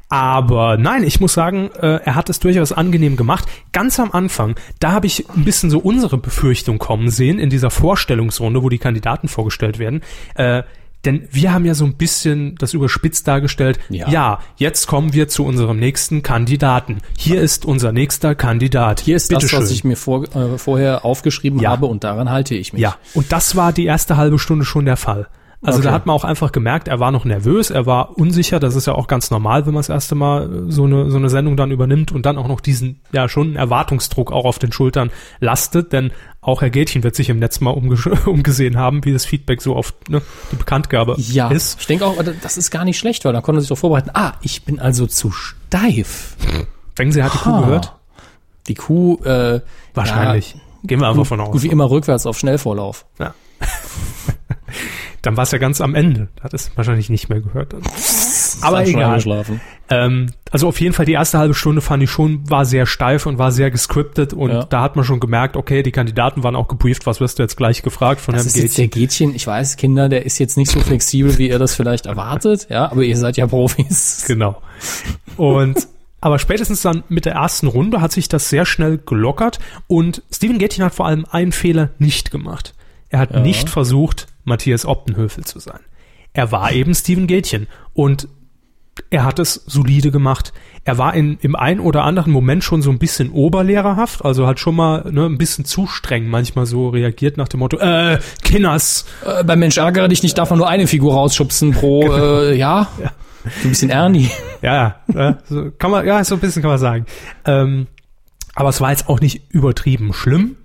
Speaker 1: Aber nein, ich muss sagen, äh, er hat es durchaus angenehm gemacht. Ganz am Anfang, da habe ich ein bisschen so unsere Befürchtung kommen sehen in dieser Vorstellungsrunde, wo die Kandidaten vorgestellt werden. Äh, denn wir haben ja so ein bisschen das überspitzt dargestellt.
Speaker 2: Ja.
Speaker 1: Ja. jetzt kommen wir zu unserem nächsten Kandidaten. Hier ist unser nächster Kandidat.
Speaker 2: Hier ist das,
Speaker 1: Bitteschön.
Speaker 2: was ich mir vor, äh, vorher aufgeschrieben
Speaker 1: Ja.
Speaker 2: habe und daran halte ich mich.
Speaker 1: Ja, und das war die erste halbe Stunde schon der Fall. Also da
Speaker 2: Okay.
Speaker 1: hat man auch einfach gemerkt, er war noch nervös, er war unsicher, das ist ja auch ganz normal, wenn man das erste Mal äh, so eine, so eine Sendung dann übernimmt und dann auch noch diesen, ja schon Erwartungsdruck auch auf den Schultern lastet, denn auch Herr Gätchen wird sich im Netz mal umgesch- umgesehen haben, wie das Feedback so oft, ne, die Bekanntgabe
Speaker 2: Ja,
Speaker 1: ist.
Speaker 2: ich denke auch, äh, das ist gar nicht schlecht, weil da konnte sich doch vorbereiten. Ah, ich bin also zu steif.
Speaker 1: Fengse hat die Kuh
Speaker 2: Ha.
Speaker 1: gehört?
Speaker 2: Die Kuh, äh,
Speaker 1: Wahrscheinlich. Gehen wir
Speaker 2: Ja,
Speaker 1: einfach
Speaker 2: gut,
Speaker 1: von aus.
Speaker 2: gut wie immer rückwärts auf Schnellvorlauf.
Speaker 1: Ja. dann war es ja ganz am Ende. Da hat es wahrscheinlich nicht mehr gehört. Dann. Aber
Speaker 2: Dann schon
Speaker 1: egal.
Speaker 2: eingeschlafen.
Speaker 1: Ähm, also auf jeden Fall die erste halbe Stunde fand ich schon, war sehr steif und war sehr gescriptet und
Speaker 2: Ja.
Speaker 1: da hat man schon gemerkt, okay, die Kandidaten waren auch gebrieft, was wirst du jetzt gleich gefragt von
Speaker 2: Das
Speaker 1: Herrn
Speaker 2: ist jetzt
Speaker 1: Gätchen.
Speaker 2: der Gätchen, ich weiß, Kinder, der ist jetzt nicht so flexibel, wie ihr das vielleicht erwartet, ja, aber ihr seid ja Profis.
Speaker 1: Genau. Und aber spätestens dann mit der ersten Runde hat sich das sehr schnell gelockert und Steven Gätchen hat vor allem einen Fehler nicht gemacht. Er hat nicht versucht, Matthias Optenhöfel zu sein. Er war eben Steven Gätchen und er hat es solide gemacht. Er war in, im einen oder anderen Moment schon so ein bisschen oberlehrerhaft, also hat schon mal ne, ein bisschen zu streng manchmal so reagiert nach dem Motto, äh, Kinders,
Speaker 2: Äh, beim Mensch ärgere dich nicht, darf man nur eine Figur rausschubsen pro, äh, ja, so ein bisschen Ernie.
Speaker 1: Genau. Ja, ja, ja, so kann man, ja, so ein bisschen kann man sagen. Ähm, aber es war jetzt auch nicht übertrieben schlimm.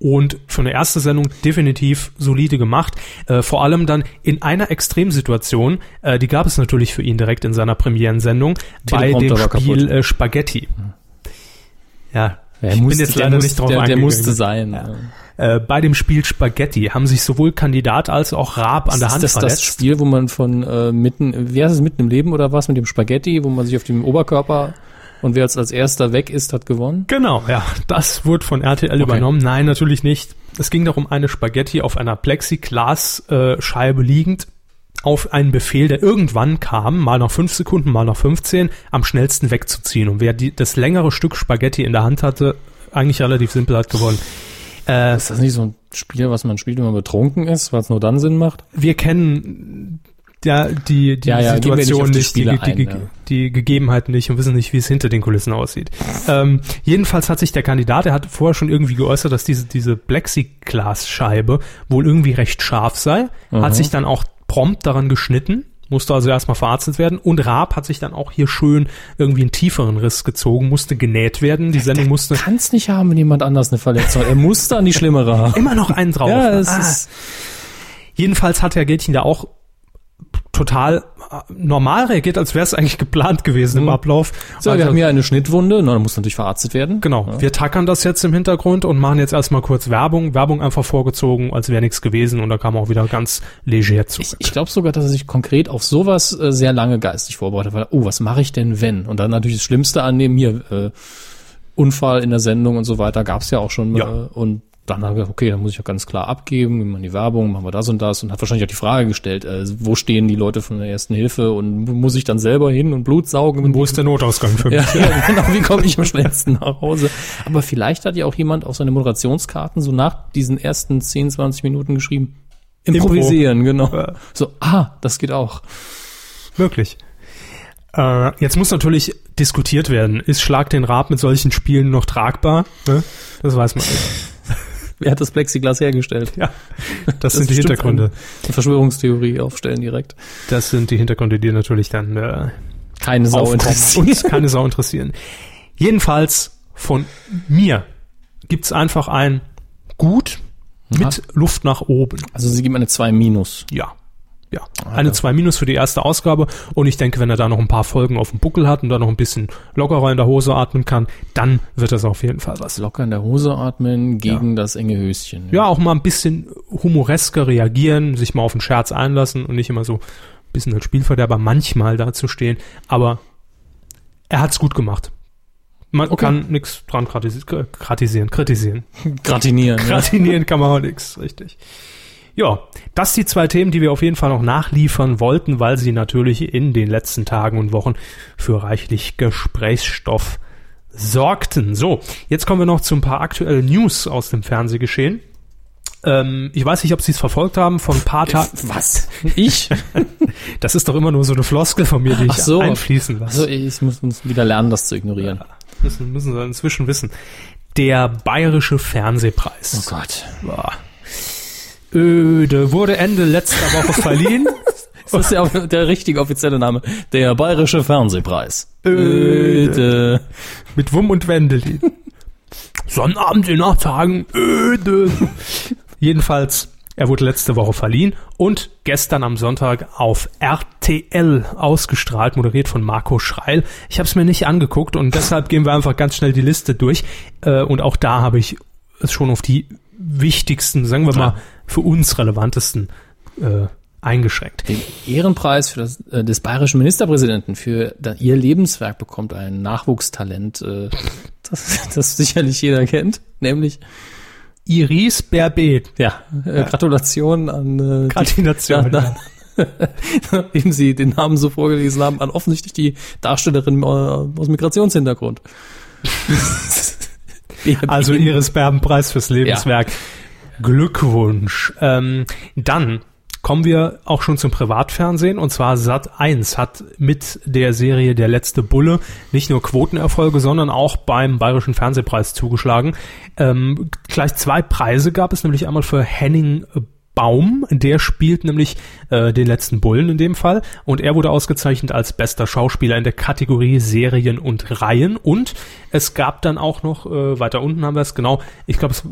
Speaker 1: Und für eine erste Sendung definitiv solide gemacht. Äh, vor allem dann in einer Extremsituation, äh, die gab es natürlich für ihn direkt in seiner Premierensendung, bei dem
Speaker 2: Teleprompter war
Speaker 1: Spiel
Speaker 2: kaputt.
Speaker 1: äh, Spaghetti. Ja,
Speaker 2: Der
Speaker 1: ich
Speaker 2: musste-
Speaker 1: bin jetzt
Speaker 2: der
Speaker 1: leider
Speaker 2: musste-
Speaker 1: nicht drauf
Speaker 2: der, der
Speaker 1: eingegangen.
Speaker 2: musste sein. Ja.
Speaker 1: Äh, bei dem Spiel Spaghetti haben sich sowohl Kandidat als auch Raab an der Hand
Speaker 2: ist das
Speaker 1: verletzt.
Speaker 2: das Spiel, wo man von äh, mitten, wie heißt es, mitten im Leben oder was, mit dem Spaghetti, wo man sich auf dem Oberkörper und wer jetzt als erster weg ist, hat gewonnen?
Speaker 1: Genau, ja, das wurde von RTL übernommen. Nein, natürlich nicht. Es ging darum, eine Spaghetti auf einer Plexiglas-Scheibe liegend auf einen Befehl, der irgendwann kam, mal nach 5 Sekunden, mal nach 15, am schnellsten wegzuziehen. Und wer die, das längere Stück Spaghetti in der Hand hatte, eigentlich relativ simpel hat Äh, gewonnen.
Speaker 2: Ist das nicht so ein Spiel, was man spielt, wenn man betrunken ist, weil es nur dann Sinn macht?
Speaker 1: Wir kennen ja, die, die
Speaker 2: Ja, ja, gehen wir nicht auf
Speaker 1: Situation
Speaker 2: die
Speaker 1: nicht, die,
Speaker 2: Spiele
Speaker 1: die, die,
Speaker 2: ein, ja.
Speaker 1: die Gegebenheiten nicht und wissen nicht, wie es hinter den Kulissen aussieht. Ähm, jedenfalls hat sich der Kandidat, er hat vorher schon irgendwie geäußert, dass diese, diese Plexiglasscheibe wohl irgendwie recht scharf sei,
Speaker 2: Mhm.
Speaker 1: hat sich dann auch prompt daran geschnitten, musste also erstmal verarztet werden und Raab hat sich dann auch hier schön irgendwie einen tieferen Riss gezogen, musste genäht werden, die Sendung musste
Speaker 2: Kann es nicht haben, wenn jemand anders eine Verletzung hat. Er muss dann die schlimmere haben.
Speaker 1: immer noch einen drauf.
Speaker 2: Ja, es
Speaker 1: Ah.
Speaker 2: ist,
Speaker 1: Jedenfalls hat Herr Gätchen da auch total äh, normal reagiert, als wäre es eigentlich geplant gewesen im
Speaker 2: Mhm.
Speaker 1: Ablauf.
Speaker 2: so, wir
Speaker 1: Also,
Speaker 2: haben hier eine Schnittwunde, na, dann muss natürlich verarztet werden.
Speaker 1: genau, wir tackern das jetzt im Hintergrund und machen jetzt erstmal kurz Werbung. Werbung einfach vorgezogen, als wäre nichts gewesen und da kam auch wieder ganz leger zu.
Speaker 2: Ich glaube sogar, dass er sich konkret auf sowas äh, sehr lange geistig vorbereitet, weil, oh, was mache ich denn, wenn? Und dann natürlich das Schlimmste annehmen, hier, äh, Unfall in der Sendung und so weiter gab es ja auch schon mal. Und dann haben wir gesagt, okay, dann muss ich ja ganz klar abgeben, gehen wir in die Werbung, machen wir das und das und hat wahrscheinlich auch die Frage gestellt, äh, wo stehen die Leute von der ersten Hilfe und muss ich dann selber hin und Blut saugen?
Speaker 1: Wo ist der Notausgang für mich?
Speaker 2: Ja, ja genau, wie komme ich am schnellsten nach Hause? Aber vielleicht hat ja auch jemand auf seine Moderationskarten so nach diesen ersten 10, 20 Minuten geschrieben,
Speaker 1: Impro.
Speaker 2: improvisieren, genau.
Speaker 1: Ja.
Speaker 2: So, ah, das geht auch.
Speaker 1: Wirklich. Äh, jetzt muss natürlich diskutiert werden. Ist Schlag den Rab mit solchen Spielen noch tragbar? Ne? Das weiß man.
Speaker 2: Wer hat das Plexiglas hergestellt?
Speaker 1: Ja, das,
Speaker 2: Das,
Speaker 1: sind die Hintergründe.
Speaker 2: Eine Verschwörungstheorie aufstellen direkt.
Speaker 1: Das sind die Hintergründe, die natürlich dann äh,
Speaker 2: Keine Sau
Speaker 1: aufkommen.
Speaker 2: interessiert.
Speaker 1: Uns keine Sau interessieren. Jedenfalls von mir gibt's einfach ein gut mit Luft nach oben.
Speaker 2: Also sie geben eine 2 minus.
Speaker 1: Ja. Ja. Eine 2 minus für die erste Ausgabe. Und ich denke, wenn er da noch ein paar Folgen auf dem Buckel hat und da noch ein bisschen lockerer in der Hose atmen kann, dann wird das auf jeden Fall was.
Speaker 2: Locker in der Hose atmen gegen das enge Höschen.
Speaker 1: Ja, auch mal ein bisschen humoresker reagieren, sich mal auf einen Scherz einlassen und nicht immer so ein bisschen als Spielverderber manchmal dazustehen. Aber er hat's gut gemacht. Man kann nix dran kratis- k- kritisieren, kritisieren.
Speaker 2: Gratinieren. ja.
Speaker 1: Gratinieren kann man auch nix, richtig. Ja, das die zwei Themen, die wir auf jeden Fall noch nachliefern wollten, weil sie natürlich in den letzten Tagen und Wochen für reichlich Gesprächsstoff sorgten. So, jetzt kommen wir noch zu ein paar aktuellen News aus dem Fernsehgeschehen. Ähm, ich weiß nicht, ob Sie es verfolgt haben, von ein paar Tagen.
Speaker 2: Was? Ich?
Speaker 1: Das ist doch immer nur so eine Floskel von mir, die ich
Speaker 2: Ach so.
Speaker 1: einfließen lasse.
Speaker 2: Also ich muss uns wieder lernen, das zu ignorieren.
Speaker 1: müssen, müssen Sie inzwischen wissen. Der Bayerische Fernsehpreis.
Speaker 2: Oh Gott.
Speaker 1: Boah. Öde wurde Ende letzter Woche verliehen.
Speaker 2: Das ist ja auch der richtige offizielle Name. Der Bayerische Fernsehpreis.
Speaker 1: Öde.
Speaker 2: Öde.
Speaker 1: Mit Wumm und Wendelin. Sonnabend in acht Tagen. Öde. Jedenfalls, er wurde letzte Woche verliehen und gestern am Sonntag auf RTL ausgestrahlt, moderiert von Marco Schreil. Ich habe es mir nicht angeguckt und deshalb gehen wir einfach ganz schnell die Liste durch. Äh, Und auch da habe ich es schon auf die wichtigsten, sagen wir mal, für uns relevantesten äh, eingeschränkt.
Speaker 2: Den Ehrenpreis für das, äh, des bayerischen Ministerpräsidenten für da, ihr Lebenswerk bekommt ein Nachwuchstalent, äh, das, das sicherlich jeder kennt, nämlich
Speaker 1: Iris Berbet.
Speaker 2: ja, äh, Gratulation an äh,
Speaker 1: Gratulation,
Speaker 2: Die, na, na, nachdem Sie den Namen so vorgelesen haben, an offensichtlich die Darstellerin äh, aus Migrationshintergrund.
Speaker 1: Also Iris Berben, Preis fürs Lebenswerk. Glückwunsch. Ähm, dann kommen wir auch schon zum Privatfernsehen und zwar Sat 1 hat mit der Serie Der letzte Bulle nicht nur Quotenerfolge, sondern auch beim Bayerischen Fernsehpreis zugeschlagen. Ähm, gleich zwei Preise gab es, nämlich einmal für Henning Baum, der spielt nämlich äh, den letzten Bullen in dem Fall und er wurde ausgezeichnet als bester Schauspieler in der Kategorie Serien und Reihen und es gab dann auch noch, äh, weiter unten haben wir es genau, ich glaube es äh,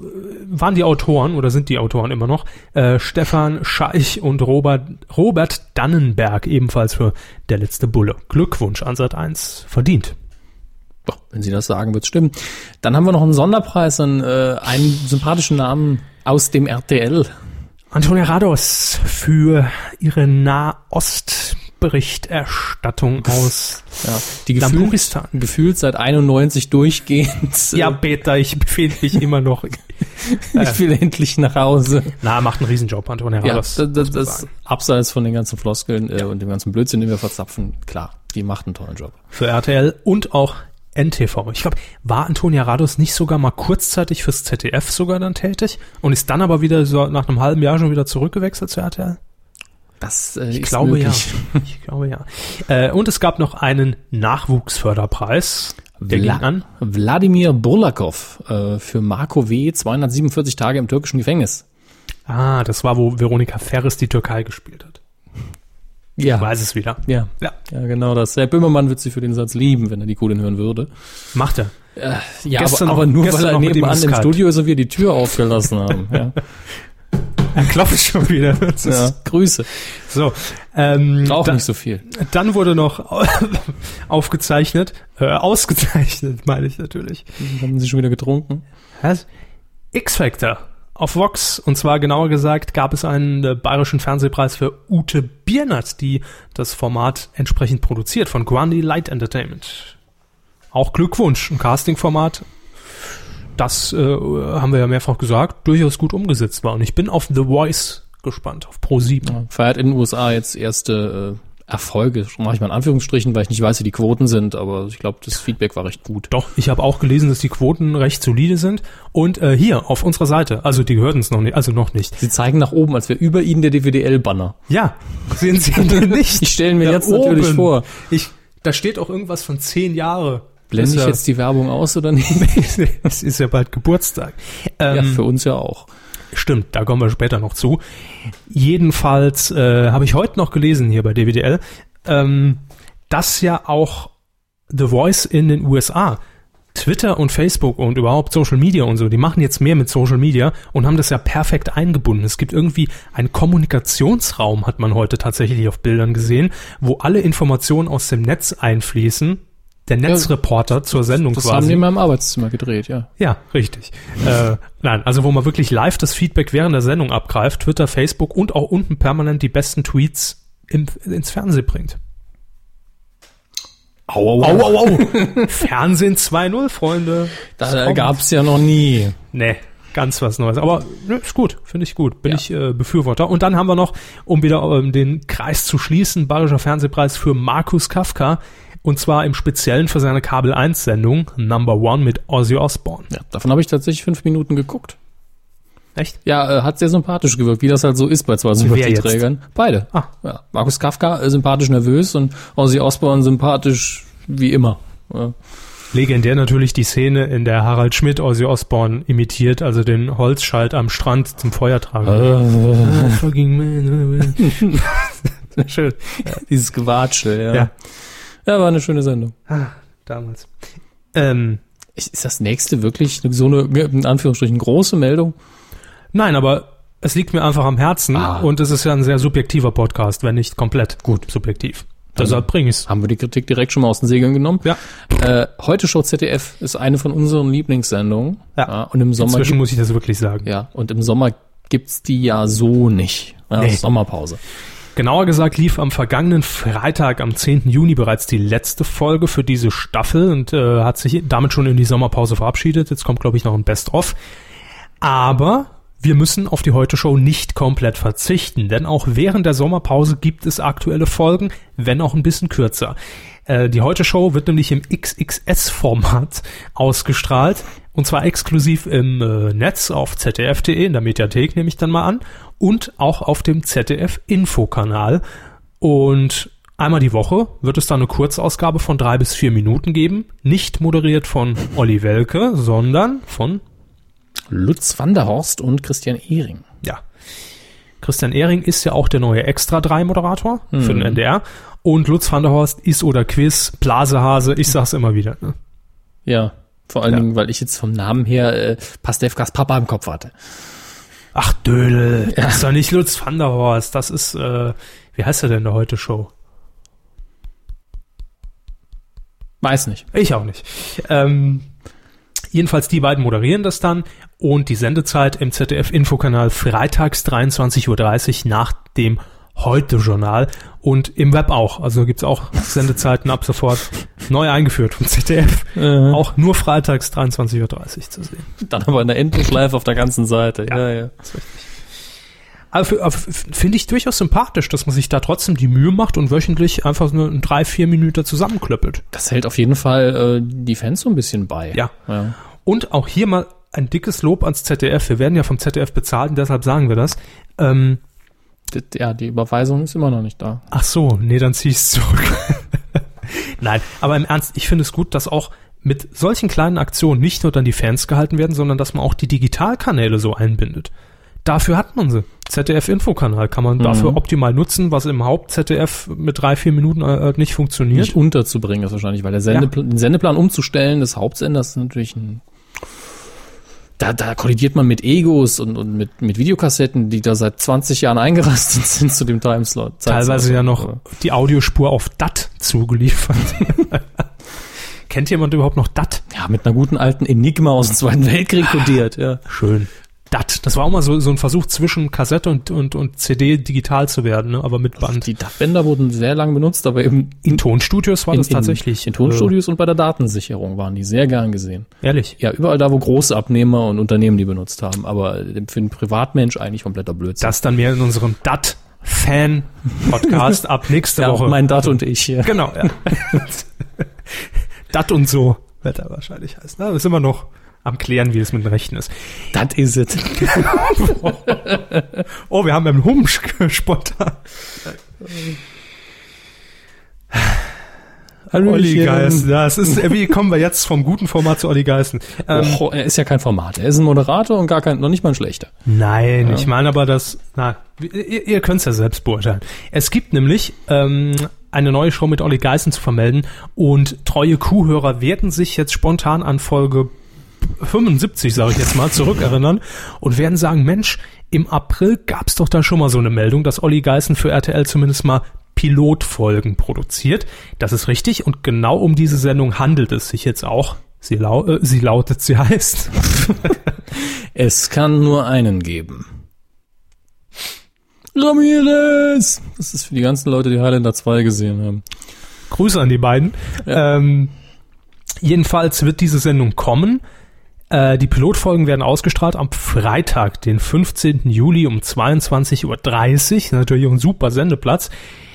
Speaker 1: waren die Autoren oder sind die Autoren immer noch, äh, Stefan Scheich und Robert, Robert Dannenberg ebenfalls für Der letzte Bulle. Glückwunsch an Sat 1, verdient.
Speaker 2: Boah, wenn Sie das sagen, wird's stimmen. Dann haben wir noch einen Sonderpreis, einen, äh, einen sympathischen Namen aus dem RTL.
Speaker 1: Antonia Rados für ihre Nahostberichterstattung aus
Speaker 2: Ja, die gefühlt,
Speaker 1: Lamburistan.
Speaker 2: gefühlt seit 91 durchgehend.
Speaker 1: Ja,
Speaker 2: äh,
Speaker 1: Peter, ich befehle dich immer noch.
Speaker 2: ich äh, will endlich nach Hause.
Speaker 1: Na, macht einen Riesenjob, Antonia
Speaker 2: Ja,
Speaker 1: Rados.
Speaker 2: das, das, das abseits von den ganzen Floskeln äh, und dem ganzen Blödsinn, den wir verzapfen, klar, die macht einen tollen Job.
Speaker 1: Für RTL und auch NTV. Ich glaube, war Antonia Rados nicht sogar mal kurzzeitig fürs ZDF sogar dann tätig und ist dann aber wieder so nach einem halben Jahr schon wieder zurückgewechselt zu RTL?
Speaker 2: Das äh,
Speaker 1: Ich
Speaker 2: ist
Speaker 1: glaube
Speaker 2: möglich.
Speaker 1: ja. Ich glaube ja. Äh, und es gab noch einen Nachwuchsförderpreis. Der
Speaker 2: Vla-
Speaker 1: ging an.
Speaker 2: Wladimir Burlakov äh, für Marco W. 247 Tage im türkischen Gefängnis.
Speaker 1: Ah, das war, wo Veronika Ferris die Türkei gespielt hat.
Speaker 2: Ja,
Speaker 1: Weiß es wieder.
Speaker 2: ja,
Speaker 1: Ja.
Speaker 2: ja, genau das. Herr Böhmermann wird sie für den Satz lieben, wenn er die Kudin hören würde.
Speaker 1: Macht er.
Speaker 2: Ja,
Speaker 1: Gestern noch-
Speaker 2: aber, aber nur
Speaker 1: gestern
Speaker 2: weil er
Speaker 1: noch mit ihm
Speaker 2: nebenan im
Speaker 1: geskypt.
Speaker 2: Studio ist und wir die Tür aufgelassen haben. Ja.
Speaker 1: Er klopft schon wieder. Das ist-
Speaker 2: Grüße.
Speaker 1: So. Ähm,
Speaker 2: Braucht
Speaker 1: da-
Speaker 2: nicht so viel.
Speaker 1: Dann wurde noch aufgezeichnet, äh, ausgezeichnet, meine ich natürlich.
Speaker 2: Haben Sie schon wieder getrunken?
Speaker 1: Was? X-Factor auf Vox. Und zwar genauer gesagt gab es einen äh, bayerischen Fernsehpreis für Ute Biernert, die das Format entsprechend produziert von Grundy Light Entertainment. Auch Glückwunsch, ein Castingformat, das äh, haben wir ja mehrfach gesagt, durchaus gut umgesetzt war. Und ich bin auf The Voice gespannt, auf Pro 7. Ja,
Speaker 2: feiert in den USA jetzt erste äh, Erfolge, mache ich mal in Anführungsstrichen, weil ich nicht weiß, wie die Quoten sind, aber ich glaube, das Feedback war recht gut.
Speaker 1: Doch, ich habe auch gelesen, dass die Quoten recht solide sind. Und äh, hier auf unserer Seite, also die hörten es noch nicht, also noch nicht.
Speaker 2: Sie zeigen nach oben, als wäre über ihnen der DWDL-Banner.
Speaker 1: Ja, sehen Sie den nicht.
Speaker 2: Ich stelle mir
Speaker 1: Da
Speaker 2: jetzt natürlich
Speaker 1: oben.
Speaker 2: vor.
Speaker 1: Ich, da steht auch irgendwas von zehn Jahre.
Speaker 2: Blende ich
Speaker 1: Das
Speaker 2: jetzt die Werbung aus oder nicht?
Speaker 1: ist ja- Es ist ja bald Geburtstag.
Speaker 2: ja,
Speaker 1: Ähm,
Speaker 2: für uns ja auch.
Speaker 1: Stimmt, da kommen wir später noch zu. Jedenfalls äh, habe ich heute noch gelesen hier bei DWDL, ähm, dass ja auch The Voice in den USA, Twitter und Facebook und überhaupt Social Media und so, die machen jetzt mehr mit Social Media und haben das ja perfekt eingebunden. Es gibt irgendwie einen Kommunikationsraum, hat man heute tatsächlich auf Bildern gesehen, wo alle Informationen aus dem Netz einfließen. Der Netzreporter zur Sendung
Speaker 2: Das
Speaker 1: quasi.
Speaker 2: haben die in meinem Arbeitszimmer gedreht, ja.
Speaker 1: Ja, richtig. äh, nein, also wo man wirklich live das Feedback während der Sendung abgreift, Twitter, Facebook und auch unten permanent die besten Tweets im, ins Fernsehen bringt. Au,
Speaker 2: Au,
Speaker 1: au, au. Fernsehen 2.0, Freunde.
Speaker 2: Da,
Speaker 1: Es
Speaker 2: da
Speaker 1: kommt.
Speaker 2: gab's ja noch nie.
Speaker 1: Nee, ganz was Neues. Aber ne, ist gut, finde ich gut. Bin ich äh, Befürworter. Und dann haben wir noch, um wieder ähm, den Kreis zu schließen, Bayerischer Fernsehpreis für Markus Kafka. Und zwar im Speziellen für seine Kabel 1 Sendung Number One mit Ozzy Osbourne.
Speaker 2: Ja, davon habe ich tatsächlich fünf Minuten geguckt.
Speaker 1: Echt?
Speaker 2: Ja, äh, hat sehr sympathisch gewirkt, wie das halt so ist bei zwei Sympathieträgern. Beide.
Speaker 1: Ah.
Speaker 2: Ja. Markus Kafka äh, sympathisch nervös und Ozzy Osbourne sympathisch wie immer. Ja.
Speaker 1: Legendär natürlich die Szene, in der Harald Schmidt Ozzy Osbourne imitiert, also den Holzschalt am Strand zum Feuer tragen. Oh, fucking man. Schön.
Speaker 2: Dieses Gewatsche, ja.
Speaker 1: Ja.
Speaker 2: ja. war eine schöne Sendung.
Speaker 1: Damals. Ähm,
Speaker 2: Ist ist das nächste wirklich so eine, in Anführungsstrichen, große Meldung?
Speaker 1: nein, aber es liegt mir einfach am Herzen
Speaker 2: Ah.
Speaker 1: und es ist ja ein sehr subjektiver Podcast, wenn nicht komplett gut subjektiv. Deshalb bring ich's.
Speaker 2: Haben wir die Kritik direkt schon mal aus den Segeln genommen?
Speaker 1: Ja.
Speaker 2: Äh, Heute Show ZDF ist eine von unseren Lieblingssendungen.
Speaker 1: Ja.
Speaker 2: und im Sommer
Speaker 1: Inzwischen muss ich das wirklich sagen.
Speaker 2: Ja, und im Sommer gibt's die ja so nicht. Ja,
Speaker 1: Nee.
Speaker 2: Sommerpause.
Speaker 1: Genauer gesagt lief am vergangenen Freitag, am 10. Juni bereits die letzte Folge für diese Staffel und äh, hat sich damit schon in die Sommerpause verabschiedet. Jetzt kommt, glaube ich, noch ein Best-of. Aber wir müssen auf die Heute-Show nicht komplett verzichten, denn auch während der Sommerpause gibt es aktuelle Folgen, wenn auch ein bisschen kürzer. Äh, die Heute-Show wird nämlich im XXS-Format ausgestrahlt und zwar exklusiv im äh, Netz auf ZDF.de, E, in der Mediathek nehme ich dann mal an und auch auf dem ZDF-Info-Kanal. Und einmal die Woche wird es dann eine Kurzausgabe von drei bis vier Minuten geben, nicht moderiert von Olli Welke, sondern von
Speaker 2: Lutz Wanderhorst und Christian Ehring.
Speaker 1: ja. Christian Ehring ist ja auch der neue Extra 3 Moderator für den NDR. Und Lutz van der Horst ist oder Quiz, Blasehase, ich sag's immer wieder. Ne?
Speaker 2: Ja, vor allen
Speaker 1: Ja.
Speaker 2: Dingen, weil ich jetzt vom Namen her äh, Pastewkas Papa im Kopf hatte.
Speaker 1: Ach Dödel, das ist doch nicht Lutz van der Horst, das ist, äh, wie heißt er denn in der heute Show?
Speaker 2: Weiß nicht.
Speaker 1: Ich auch nicht. Ähm, jedenfalls die beiden moderieren das dann und die Sendezeit im ZDF-Infokanal freitags 23.30 Uhr nach dem Heute-Journal und im Web auch. Also gibt's auch Sendezeiten ab sofort neu eingeführt vom ZDF. Auch nur freitags 23.30 Uhr zu sehen.
Speaker 2: Dann aber in der Endschleife auf der ganzen Seite. Ja, ja.
Speaker 1: Aber für- aber f- finde ich durchaus sympathisch, dass man sich da trotzdem die Mühe macht und wöchentlich einfach nur in drei, vier Minuten zusammenklöppelt.
Speaker 2: Das hält auf jeden Fall äh, die Fans so ein bisschen bei.
Speaker 1: Ja.
Speaker 2: ja.
Speaker 1: Und auch hier mal ein dickes Lob ans ZDF. Wir werden ja vom ZDF bezahlt und deshalb sagen wir das. Ähm,
Speaker 2: D- Ja, die Überweisung ist immer noch nicht da.
Speaker 1: Ach so, nee, dann zieh ich's zurück. Nein, aber im Ernst, ich finde es gut, dass auch mit solchen kleinen Aktionen nicht nur dann die Fans gehalten werden, sondern dass man auch die Digitalkanäle so einbindet. Dafür hat man sie. ZDF-Infokanal kann man dafür optimal nutzen, was im Haupt-ZDF mit drei, vier Minuten äh, nicht funktioniert.
Speaker 2: Nicht unterzubringen ist wahrscheinlich, weil der Sendeplan, den Sendeplan umzustellen des Hauptsenders ist natürlich ein. Da, da kollidiert man mit Egos und, und mit, mit Videokassetten, die da seit 20 Jahren eingerastet sind zu dem Timeslot.
Speaker 1: Teilweise
Speaker 2: Zeitslot.
Speaker 1: ja noch die Audiospur auf DAT zugeliefert. Kennt jemand überhaupt noch DAT? Ah,
Speaker 2: Ja, mit einer guten alten Enigma aus dem Zweiten Weltkrieg kodiert, ja.
Speaker 1: Schön. DAT. Das war auch mal so, so ein Versuch zwischen Kassette und, und, und CD digital zu werden, ne? aber mit Band.
Speaker 2: Die DAT-Bänder wurden sehr lang benutzt, aber eben
Speaker 1: in Tonstudios war Ah,
Speaker 2: in,
Speaker 1: das tatsächlich. äh,
Speaker 2: In, in Tonstudios und bei der Datensicherung waren die sehr gern gesehen.
Speaker 1: Ehrlich?
Speaker 2: Ja, überall da, wo große Abnehmer und Unternehmen die benutzt haben, aber äh, für den Privatmensch eigentlich kompletter Blödsinn.
Speaker 1: Das dann mehr in unserem DAT. Fan-Podcast ab nächste
Speaker 2: ja,
Speaker 1: Woche.
Speaker 2: mein DAT und ich. Ja.
Speaker 1: Genau, ja. Dat und so wird er wahrscheinlich heißen. Na, das sind wir noch am klären, wie es mit den Rechten ist.
Speaker 2: Dat is it.
Speaker 1: Oh, wir haben beim Humsch spontan. Olli Geißen, das ist, äh, wie kommen wir jetzt vom guten Format zu Olli Geißen? Ähm,
Speaker 2: Oh, er ist ja kein Format. Er ist ein Moderator und gar kein, noch nicht mal ein schlechter.
Speaker 1: Nein, ich meine aber, dass, na, ihr, ihr könnt es ja selbst beurteilen. Es gibt nämlich ähm, eine neue Show mit Olli Geißen zu vermelden und treue Kuhhörer werden sich jetzt spontan an Folge 75, sage ich jetzt mal, zurückerinnern und werden sagen, Mensch, im April gab es doch da schon mal so eine Meldung, dass Olli Geißen für RTL zumindest mal Pilotfolgen produziert. Das ist richtig und genau um diese Sendung handelt es sich jetzt auch. Sie, lau äh, sie lautet, sie heißt.
Speaker 2: Es kann nur einen geben. Ramirez! Das ist für die ganzen Leute, die Highlander 2 gesehen haben.
Speaker 1: Grüße an die beiden. Ähm, jedenfalls wird diese Sendung kommen. Äh, die Pilotfolgen werden ausgestrahlt am Freitag, den 15. Juli um 22.30 Uhr. Natürlich auch ein super Sendeplatz.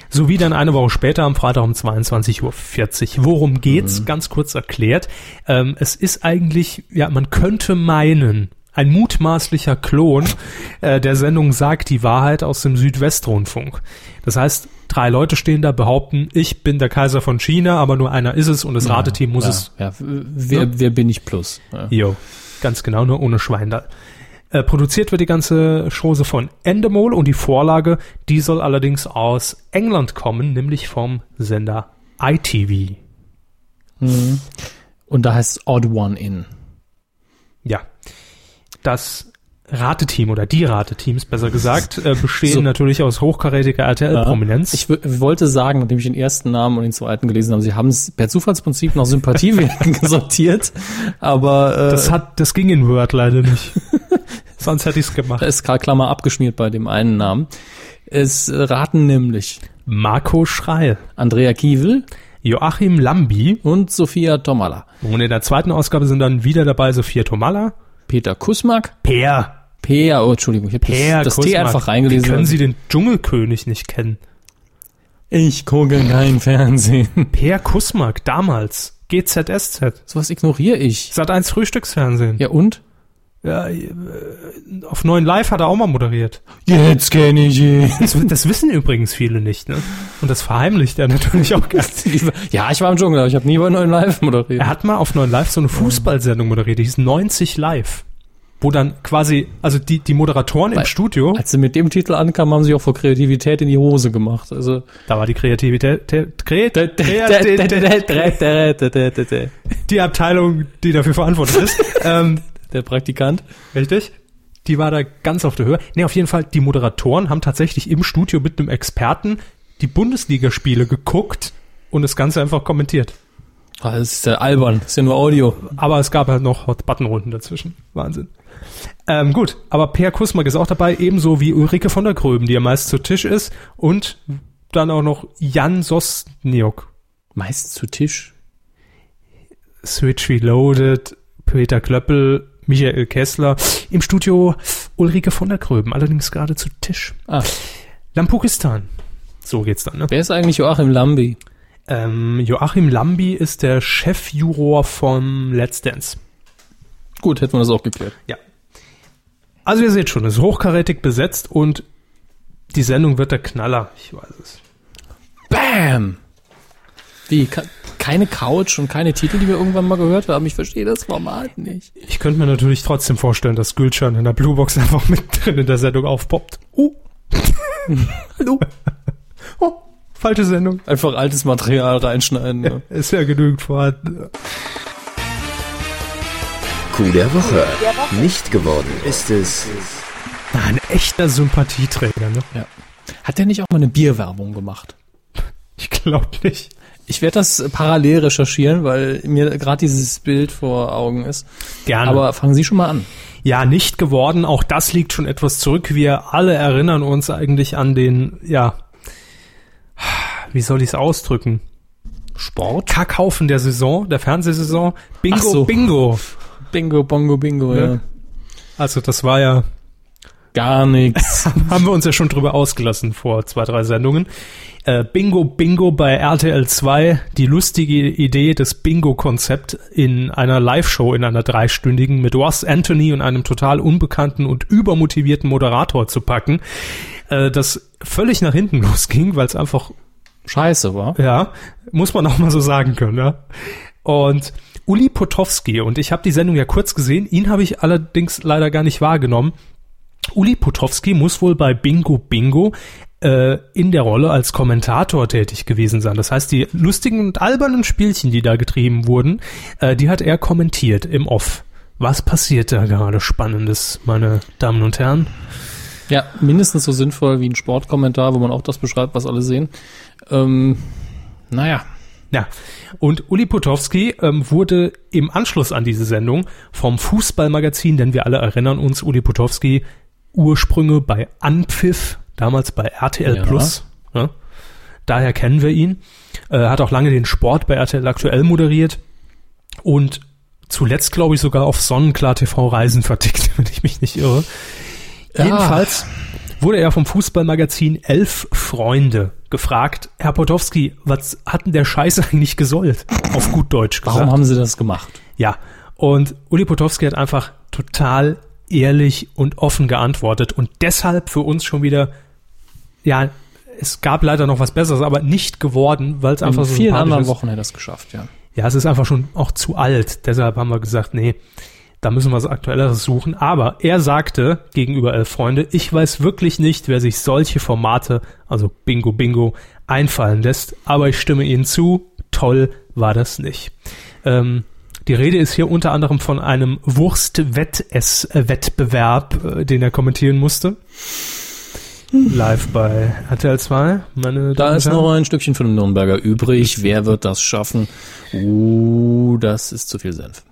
Speaker 1: Sowie dann eine Woche später am Freitag um 22.40 Uhr. Worum
Speaker 2: Mhm.
Speaker 1: geht's? Ganz kurz erklärt. Ähm, es ist eigentlich, ja, man könnte meinen, ein mutmaßlicher Klon äh, der Sendung sagt die Wahrheit aus dem Südwestrundfunk. Das heißt, drei Leute stehen da, behaupten, ich bin der Kaiser von China, aber nur einer ist es und das Rateteam muss
Speaker 2: ja,
Speaker 1: es.
Speaker 2: ja. Wer, wer bin ich plus? Ja.
Speaker 1: Jo, ganz genau, nur ohne Schweindall. Äh, produziert wird die ganze Chose von Endemol und die Vorlage, die soll allerdings aus England kommen, nämlich vom Sender ITV.
Speaker 2: Und da heißt Odd One In.
Speaker 1: Ja. Das Rateteam oder die Rateteams, besser gesagt, äh, bestehen
Speaker 2: So.
Speaker 1: natürlich aus hochkarätiger RTL-Prominenz.
Speaker 2: Ich w- wollte sagen, nachdem ich den ersten Namen und den zweiten gelesen habe, sie haben es per Zufallsprinzip nach Sympathiewerten sortiert, aber äh,
Speaker 1: Das hat, das ging in Word leider nicht. Sonst hätte ich's
Speaker 2: da
Speaker 1: gemacht.
Speaker 2: ist Karl Klammer abgeschmiert bei dem einen Namen. Es äh, raten nämlich
Speaker 1: Marco Schreil,
Speaker 2: Andrea Kiewel
Speaker 1: Joachim Lambi
Speaker 2: und Sophia Tomala.
Speaker 1: und in der zweiten Ausgabe sind dann wieder dabei Sophia Tomalla,
Speaker 2: Peter Kusmak,
Speaker 1: Per,
Speaker 2: Peer, oh, Entschuldigung, ich
Speaker 1: Per
Speaker 2: habe das, das T
Speaker 1: Kusmark.
Speaker 2: einfach
Speaker 1: Wie können
Speaker 2: reingelesen.
Speaker 1: Sie den Dschungelkönig nicht kennen?
Speaker 2: ich gucke kein Fernsehen.
Speaker 1: Per Kusmark, damals, GZSZ,
Speaker 2: Sowas ignoriere ich.
Speaker 1: Sat 1 Frühstücksfernsehen.
Speaker 2: Ja und?
Speaker 1: Ja, äh, auf 9 Live hat er auch mal moderiert.
Speaker 2: Jetzt kenne ich ihn.
Speaker 1: Das, das wissen übrigens viele nicht, ne? Und das verheimlicht er natürlich auch gar nicht.
Speaker 2: Ja, ich war im Dschungel, aber ich habe nie bei neuen Live moderiert.
Speaker 1: Er hat mal auf 9 Live so eine Fußballsendung moderiert, die hieß 90 Live. Wo dann quasi, also die, die Moderatoren im Studio,
Speaker 2: Als sie mit dem Titel ankamen, haben sie auch vor Kreativität in die Hose gemacht. Also
Speaker 1: da war die Kreativität, Kreativität,
Speaker 2: der
Speaker 1: die Abteilung, die dafür verantwortlich ist, ähm,
Speaker 2: Praktikant.
Speaker 1: richtig? Die war da ganz auf der Höhe. Nee, auf jeden Fall, die Moderatoren haben tatsächlich im Studio mit einem Experten die Bundesligaspiele geguckt und das Ganze einfach kommentiert.
Speaker 2: Ah, Das ist ja albern, das ist ja nur Audio.
Speaker 1: Aber es gab halt noch Hot-Button-Runden dazwischen. Wahnsinn. Ähm, gut, aber Per Kusmark ist auch dabei, ebenso wie Ulrike von der Gröben, die ja meist zu Tisch ist. Und dann auch noch Jan Sosniok.
Speaker 2: Meist zu Tisch.
Speaker 1: Switch Reloaded, Peter Klöppel, Michael Kessler. Im Studio Ulrike von der Gröben, allerdings gerade zu Tisch.
Speaker 2: Ah,
Speaker 1: Lampukistan. So geht's dann, ne?
Speaker 2: wer ist eigentlich Joachim Lambi?
Speaker 1: Ähm, Joachim Lambi ist der Chefjuror vom Let's Dance.
Speaker 2: Gut, hätten wir das auch geklärt.
Speaker 1: Ja. Also ihr seht schon, es ist hochkarätig besetzt und die Sendung wird der Knaller. Ich weiß es.
Speaker 2: Bam! Wie? ke- Keine Couch und keine Titel, die wir irgendwann mal gehört haben. Ich verstehe das Format nicht.
Speaker 1: Ich könnte mir natürlich trotzdem vorstellen, dass Gülcan in der Bluebox einfach mit drin in der Sendung aufpoppt. Oh. Hallo. oh, falsche Sendung.
Speaker 2: Einfach altes Material reinschneiden. ne?
Speaker 1: Ist ja genügend vorhanden.
Speaker 6: Coup der Woche. Nicht geworden ist es
Speaker 1: Na, ein echter Sympathieträger, ne?
Speaker 2: Ja. Hat der nicht auch mal eine Bierwerbung gemacht?
Speaker 1: Ich glaube. Unglaublich.
Speaker 2: Ich werde das parallel recherchieren, weil mir gerade dieses Bild vor Augen ist.
Speaker 1: Gerne.
Speaker 2: Aber fangen Sie schon mal an.
Speaker 1: ja nicht geworden. Auch das liegt schon etwas zurück. Wir alle erinnern uns eigentlich an den, ja, wie soll ich es ausdrücken? Sport? Kackhaufen der Saison, der Fernsehsaison. Bingo,
Speaker 2: Ach so.
Speaker 1: bingo.
Speaker 2: Bingo, bongo, bingo,
Speaker 1: Ne? Also das war ja,
Speaker 2: Gar nichts.
Speaker 1: haben wir uns ja schon drüber ausgelassen vor zwei, drei Sendungen. Äh, Bingo, Bingo bei RTL 2. Die lustige Idee des Bingo-Konzept in einer Live-Show, in einer dreistündigen, mit Ross Anthony und einem total unbekannten und übermotivierten Moderator zu packen. Äh, das völlig nach hinten losging, weil es einfach
Speaker 2: Scheiße, war.
Speaker 1: ja, muss man auch mal so sagen können, ja. Und Uli Potowski, und ich habe die Sendung ja kurz gesehen, ihn habe ich allerdings leider gar nicht wahrgenommen. Uli Potowski muss wohl bei Bingo Bingo äh, in der Rolle als Kommentator tätig gewesen sein. Das heißt, die lustigen und albernen Spielchen, die da getrieben wurden, äh, die hat er kommentiert im Off. Was passiert da gerade Spannendes, meine Damen und Herren?
Speaker 2: Ja, mindestens so sinnvoll wie ein Sportkommentar, wo man auch das beschreibt, was alle sehen. Ähm, naja,
Speaker 1: Ja, und Uli Potowski ähm, wurde im Anschluss an diese Sendung vom Fußballmagazin, denn wir alle erinnern uns, Uli Potowski, Ursprünge bei Anpfiff, damals bei RTL
Speaker 2: Ja.
Speaker 1: Plus. Ne? Daher kennen wir ihn. Äh, hat auch lange den Sport bei RTL aktuell moderiert und zuletzt, glaube ich, sogar auf Sonnenklar TV Reisen vertickt, wenn ich mich nicht irre. Jedenfalls wurde er vom Fußballmagazin Elf Freunde gefragt, Herr Potowski, was hat denn der Scheiß eigentlich gesollt? Auf gut Deutsch gesagt.
Speaker 2: warum haben sie das gemacht?
Speaker 1: Ja, und Uli Potowski hat einfach total ehrlich und offen geantwortet und deshalb für uns schon wieder, ja, es gab leider noch was Besseres, aber nicht geworden, weil es einfach
Speaker 2: In
Speaker 1: so
Speaker 2: vielen
Speaker 1: sympathisch
Speaker 2: anderen
Speaker 1: ist.
Speaker 2: Wochen hätte das geschafft, ja.
Speaker 1: Ja, es ist einfach schon auch zu alt. Deshalb haben wir gesagt, nee, da müssen wir was Aktuelleres suchen. Aber er sagte gegenüber Elf Freunde, ich weiß wirklich nicht, wer sich solche Formate, also Bingo Bingo, einfallen lässt. Aber ich stimme Ihnen zu, toll war das nicht. Ähm, die Rede ist hier unter anderem von einem Wurstwettess-Wettbewerb, äh, den er kommentieren musste. Live bei RTL 2. Meine Damen
Speaker 2: Hm. Da
Speaker 1: und
Speaker 2: ist
Speaker 1: Herren.
Speaker 2: noch ein Stückchen von dem Nürnberger übrig. Wer wird das schaffen? Uh, das ist zu viel Senf.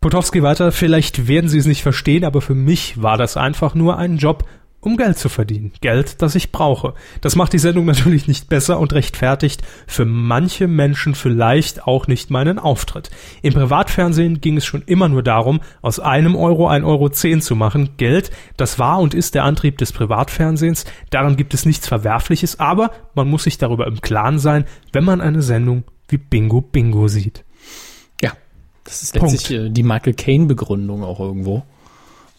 Speaker 1: Potowski weiter, vielleicht werden Sie es nicht verstehen, aber für mich war das einfach nur ein Job, um Geld zu verdienen. Geld, das ich brauche. Das macht die Sendung natürlich nicht besser und rechtfertigt für manche Menschen vielleicht auch nicht meinen Auftritt. Im Privatfernsehen ging es schon immer nur darum, aus einem Euro ein Euro zehn zu machen. Geld, das war und ist der Antrieb des Privatfernsehens. Daran gibt es nichts Verwerfliches, aber man muss sich darüber im Klaren sein, wenn man eine Sendung wie Bingo Bingo sieht.
Speaker 2: Ja, das ist
Speaker 1: Punkt.
Speaker 2: letztlich äh, die Michael Caine-Begründung auch irgendwo.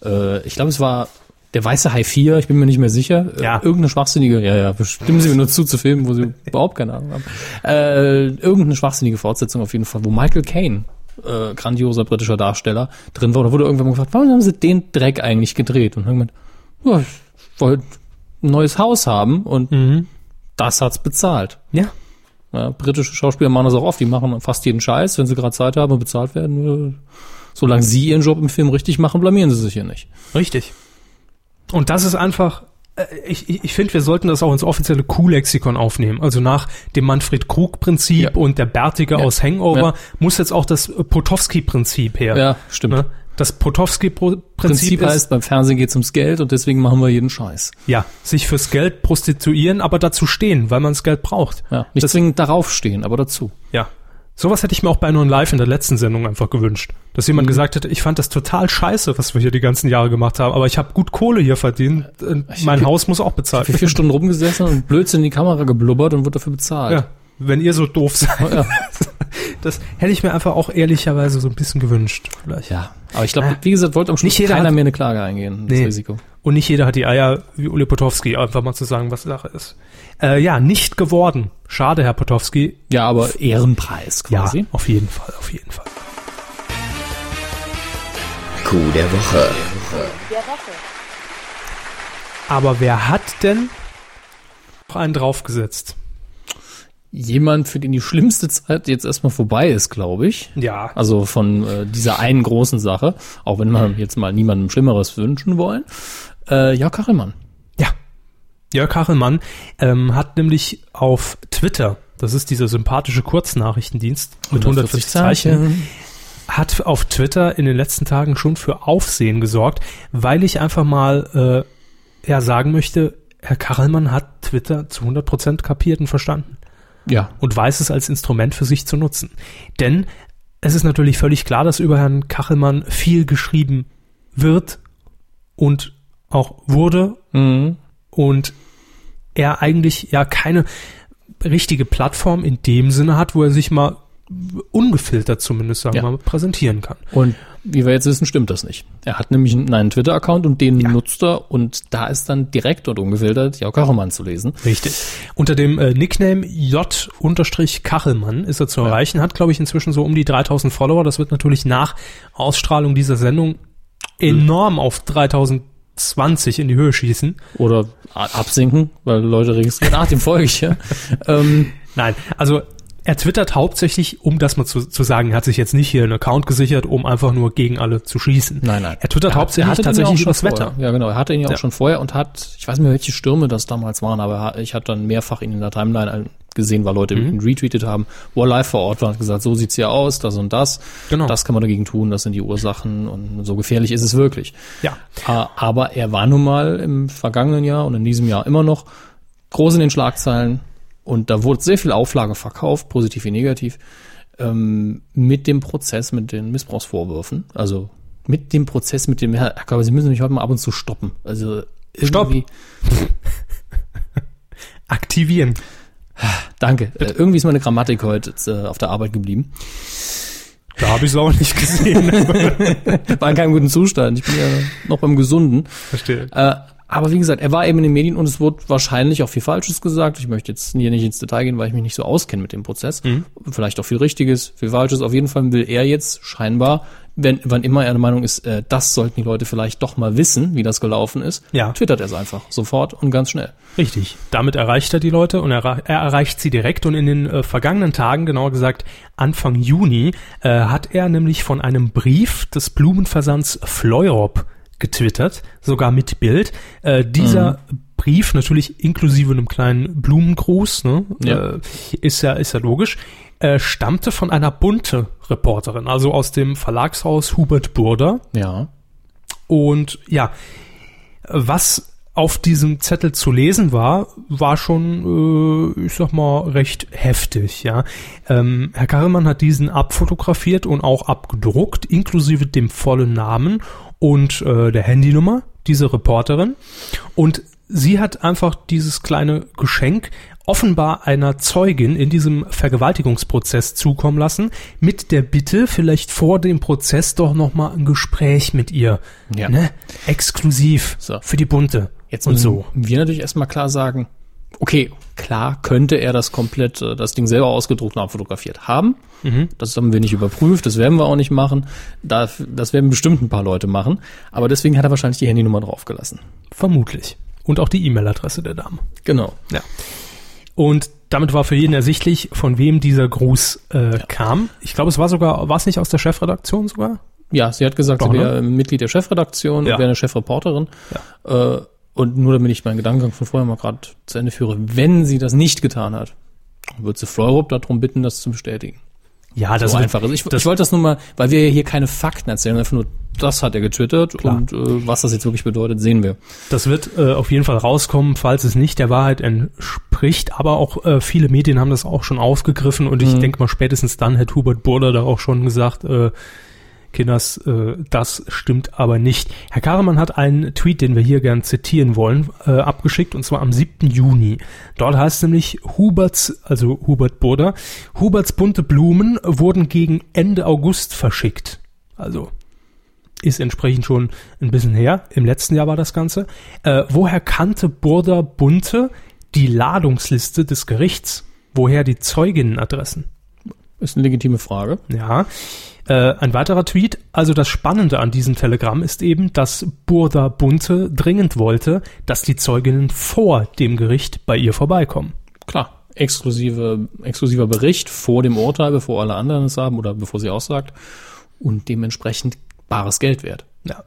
Speaker 2: Äh, ich glaube, es war der weiße Hai 4, ich bin mir nicht mehr sicher. Äh,
Speaker 1: Ja.
Speaker 2: Irgendeine schwachsinnige, ja, ja, bestimmen Sie mir nur zu, zu filmen, wo Sie überhaupt keine Ahnung haben. Äh, irgendeine schwachsinnige Fortsetzung auf jeden Fall, wo Michael Caine, äh, grandioser britischer Darsteller, drin war. Und da wurde irgendwann mal gefragt, warum haben Sie den Dreck eigentlich gedreht? Und irgendwann, ja, ich wollte ein neues Haus haben und das hat's bezahlt.
Speaker 1: Mhm. Ja,
Speaker 2: Ja, britische Schauspieler machen das auch oft. Die machen fast jeden Scheiß, wenn sie gerade Zeit haben und bezahlt werden. äh, Solange sie ihren Job im Film richtig machen, blamieren sie sich hier nicht.
Speaker 1: Richtig. Und das ist einfach, äh, ich, ich, ich finde, wir sollten das auch ins offizielle Kuh-Lexikon aufnehmen. Also nach dem Manfred-Krug-Prinzip
Speaker 2: Ja.
Speaker 1: und der Bärtige
Speaker 2: Ja.
Speaker 1: aus Hangover
Speaker 2: Ja.
Speaker 1: muss jetzt auch das äh, Potowski-Prinzip her.
Speaker 2: Ja, stimmt.
Speaker 1: Ne? Das Potowski-Prinzip
Speaker 2: Prinzip
Speaker 1: ist,
Speaker 2: heißt, beim Fernsehen geht's ums Geld und deswegen machen wir jeden Scheiß.
Speaker 1: ja, sich fürs Geld prostituieren, aber dazu stehen, weil man das Geld braucht.
Speaker 2: Ja, nicht zwingend darauf stehen, aber dazu.
Speaker 1: Ja. Sowas hätte ich mir auch bei Non Live in der letzten Sendung einfach gewünscht. Dass
Speaker 2: Mhm.
Speaker 1: jemand gesagt hätte, ich fand das total scheiße, was wir hier die ganzen Jahre gemacht haben, aber ich habe gut Kohle hier verdient. äh, Mein Haus muss auch bezahlt
Speaker 2: Für vier Stunden rumgesessen und Blödsinn in die Kamera geblubbert und wurde dafür bezahlt.
Speaker 1: Ja, wenn ihr so doof seid.
Speaker 2: Ja.
Speaker 1: Das hätte ich mir einfach auch ehrlicherweise so ein bisschen gewünscht. Vielleicht.
Speaker 2: Ja, aber ich glaube, wie gesagt, wollte am Schluss
Speaker 1: Nicht jeder
Speaker 2: keiner
Speaker 1: hat-
Speaker 2: mehr eine Klage eingehen.
Speaker 1: Nee. Und nicht jeder hat die Eier wie Uli Potowski, einfach mal zu sagen, was Sache ist. Äh, ja, nicht geworden. Schade, Herr Potowski.
Speaker 2: Ja, aber Ehrenpreis quasi.
Speaker 1: Ja, auf jeden Fall, auf jeden Fall.
Speaker 6: Kuh der Woche.
Speaker 1: Aber wer hat denn noch einen draufgesetzt?
Speaker 2: Jemand, für den die schlimmste Zeit jetzt erstmal vorbei ist, glaube ich.
Speaker 1: Ja. Also,
Speaker 2: Also von äh, dieser einen großen Sache, auch wenn wir jetzt mal niemandem Schlimmeres wünschen wollen. Äh, ja, Kachelmann.
Speaker 1: ja. Jörg Hachelmann ähm, hat nämlich auf Twitter das ist dieser sympathische Kurznachrichtendienst mit 140
Speaker 2: 140
Speaker 1: Zeichen,
Speaker 2: Zeichen.
Speaker 1: hat auf Twitter in den letzten Tagen schon für Aufsehen gesorgt, weil ich einfach mal äh, ja, sagen möchte, Herr Karlmann hat Twitter zu 100% kapiert und verstanden
Speaker 2: Ja.
Speaker 1: und weiß es als Instrument für sich zu nutzen. Denn es ist natürlich völlig klar, dass über Herrn Kachelmann viel geschrieben wird und auch wurde und er eigentlich ja keine richtige Plattform in dem Sinne hat, wo er sich mal ungefiltert zumindest sagen
Speaker 2: Ja.
Speaker 1: wir mal präsentieren kann.
Speaker 2: Und wie wir jetzt wissen, stimmt das nicht. Er hat nämlich einen, einen Twitter-Account und den nutzt er und da ist dann direkt und ungefiltert Jörg Kachelmann zu lesen.
Speaker 1: Richtig. Unter dem äh, Nickname J-Kachelmann ist er zu erreichen, hat, glaube ich, inzwischen so um die 3000 Follower. Das wird natürlich nach Ausstrahlung dieser Sendung enorm auf 3020 in die Höhe schießen.
Speaker 2: Oder a- absinken, weil Leute registrieren, ach, dem folge ich ja. ähm,
Speaker 1: Nein, also er twittert hauptsächlich, um das mal zu, zu sagen, er hat sich jetzt nicht hier einen Account gesichert, um einfach nur gegen alle zu schießen.
Speaker 2: Nein, nein.
Speaker 1: Er twittert
Speaker 2: Er
Speaker 1: hauptsächlich
Speaker 2: hatte den
Speaker 1: tatsächlich
Speaker 2: ja auch
Speaker 1: über das
Speaker 2: schon
Speaker 1: Wetter.
Speaker 2: vorher. Ja, genau. Er hatte ihn ja auch
Speaker 1: Ja.
Speaker 2: schon vorher und hat, ich weiß nicht mehr, welche Stürme das damals waren, aber er hat- ich hatte dann mehrfach ihn in der Timeline ein- gesehen, weil Leute
Speaker 1: Mhm.
Speaker 2: ihn retweetet haben, wo er live vor Ort war und gesagt, so sieht's hier aus, das und das.
Speaker 1: Genau.
Speaker 2: Das kann man dagegen tun, das sind die Ursachen und so gefährlich ist es wirklich.
Speaker 1: Ja.
Speaker 2: Äh, Aber er war nun mal im vergangenen Jahr und in diesem Jahr immer noch groß in den Schlagzeilen und da wurde sehr viel Auflage verkauft, positiv wie negativ, ähm, mit dem Prozess, mit den Missbrauchsvorwürfen. Also mit dem Prozess, mit dem, Herr Acker, Sie müssen mich heute mal ab und zu stoppen. Also
Speaker 1: Stopp.
Speaker 2: irgendwie-
Speaker 1: Aktivieren.
Speaker 2: Danke. Äh, irgendwie ist meine Grammatik heute äh, auf der Arbeit geblieben.
Speaker 1: Da habe ich es auch nicht gesehen.
Speaker 2: War in keinem guten Zustand. Ich bin ja noch beim Gesunden.
Speaker 1: Verstehe.
Speaker 2: Äh, aber wie gesagt, er war eben in den Medien und es wurde wahrscheinlich auch viel Falsches gesagt. Ich möchte jetzt hier nicht ins Detail gehen, weil ich mich nicht so auskenne mit dem Prozess. Vielleicht auch viel Richtiges, viel Falsches. Auf jeden Fall will er jetzt scheinbar, wenn, wann immer er der Meinung ist, äh, das sollten die Leute vielleicht doch mal wissen, wie das gelaufen ist,
Speaker 1: Ja.
Speaker 2: twittert er es einfach sofort und ganz schnell.
Speaker 1: Richtig. Damit erreicht er die Leute und er, er erreicht sie direkt. Und in den äh, vergangenen Tagen, genauer gesagt Anfang Juni, äh, hat er nämlich von einem Brief des Blumenversands Fleurop getwittert, sogar mit Bild. Äh, dieser Brief, natürlich inklusive einem kleinen Blumengruß, ne,
Speaker 2: Ja.
Speaker 1: äh, ist, ja, ist ja logisch, äh, stammte von einer bunte Reporterin, also aus dem Verlagshaus Hubert Burda.
Speaker 2: Ja.
Speaker 1: Und ja, was auf diesem Zettel zu lesen war, war schon, äh, ich sag mal, recht heftig. Ja, ähm, Herr Karremann hat diesen abfotografiert und auch abgedruckt, inklusive dem vollen Namen und äh, der Handynummer dieser Reporterin. Und sie hat einfach dieses kleine Geschenk offenbar einer Zeugin in diesem Vergewaltigungsprozess zukommen lassen, mit der Bitte, vielleicht vor dem Prozess doch nochmal ein Gespräch mit ihr.
Speaker 2: Ja.
Speaker 1: Ne? Exklusiv
Speaker 2: So.
Speaker 1: für die Bunte.
Speaker 2: Jetzt
Speaker 1: und
Speaker 2: müssen
Speaker 1: so.
Speaker 2: wir natürlich erstmal klar sagen, okay, klar könnte er das komplett, äh, das Ding selber ausgedruckt und abfotografiert haben. Das haben wir nicht überprüft, das werden wir auch nicht machen. Da- Das werden bestimmt ein paar Leute machen. Aber deswegen hat er wahrscheinlich die Handynummer draufgelassen.
Speaker 1: Vermutlich. Und auch die E-Mail-Adresse der Dame.
Speaker 2: Genau.
Speaker 1: Ja. Und damit war für jeden ersichtlich, von wem dieser Gruß äh, kam. Ich glaube, es war sogar, war es nicht aus der Chefredaktion sogar?
Speaker 2: Ja, sie hat gesagt,
Speaker 1: Doch,
Speaker 2: sie
Speaker 1: ne?
Speaker 2: wäre Mitglied der Chefredaktion
Speaker 1: Ja.
Speaker 2: und wäre eine Chefreporterin. Äh, Und nur damit ich meinen Gedankengang von vorher mal gerade zu Ende führe, wenn sie das nicht getan hat, wird sie Freurup darum bitten, das zu bestätigen.
Speaker 1: Ja, das
Speaker 2: so
Speaker 1: wird-
Speaker 2: einfach ist. Ich,
Speaker 1: das-
Speaker 2: ich wollte das nur mal, weil wir ja hier keine Fakten erzählen, einfach nur, das hat er getwittert und äh, was das jetzt wirklich bedeutet, sehen wir.
Speaker 1: Das wird äh, auf jeden Fall rauskommen, falls es nicht der Wahrheit entspricht. Aber auch äh, viele Medien haben das auch schon aufgegriffen und ich denke mal, spätestens dann hätte Hubert Burda da auch schon gesagt, äh, Kinders, äh, das stimmt aber nicht. Herr Kahremann hat einen Tweet, den wir hier gern zitieren wollen, äh, abgeschickt und zwar am 7. Juni. Dort heißt es nämlich Huberts, also Hubert Burda, Huberts bunte Blumen wurden gegen Ende August verschickt. Also ist entsprechend schon ein bisschen her. Im letzten Jahr war das Ganze. Äh, woher kannte Burda Bunte die Ladungsliste des Gerichts? Woher die Zeuginnenadressen?
Speaker 2: Ist eine legitime Frage.
Speaker 1: Ja. Äh, ein weiterer Tweet. Also das Spannende an diesem Telegramm ist eben, dass Burda Bunte dringend wollte, dass die Zeuginnen vor dem Gericht bei ihr vorbeikommen.
Speaker 2: Klar. Exklusive, exklusiver Bericht vor dem Urteil, bevor alle anderen es haben oder bevor sie aussagt und dementsprechend bares Geld wert.
Speaker 1: Ja.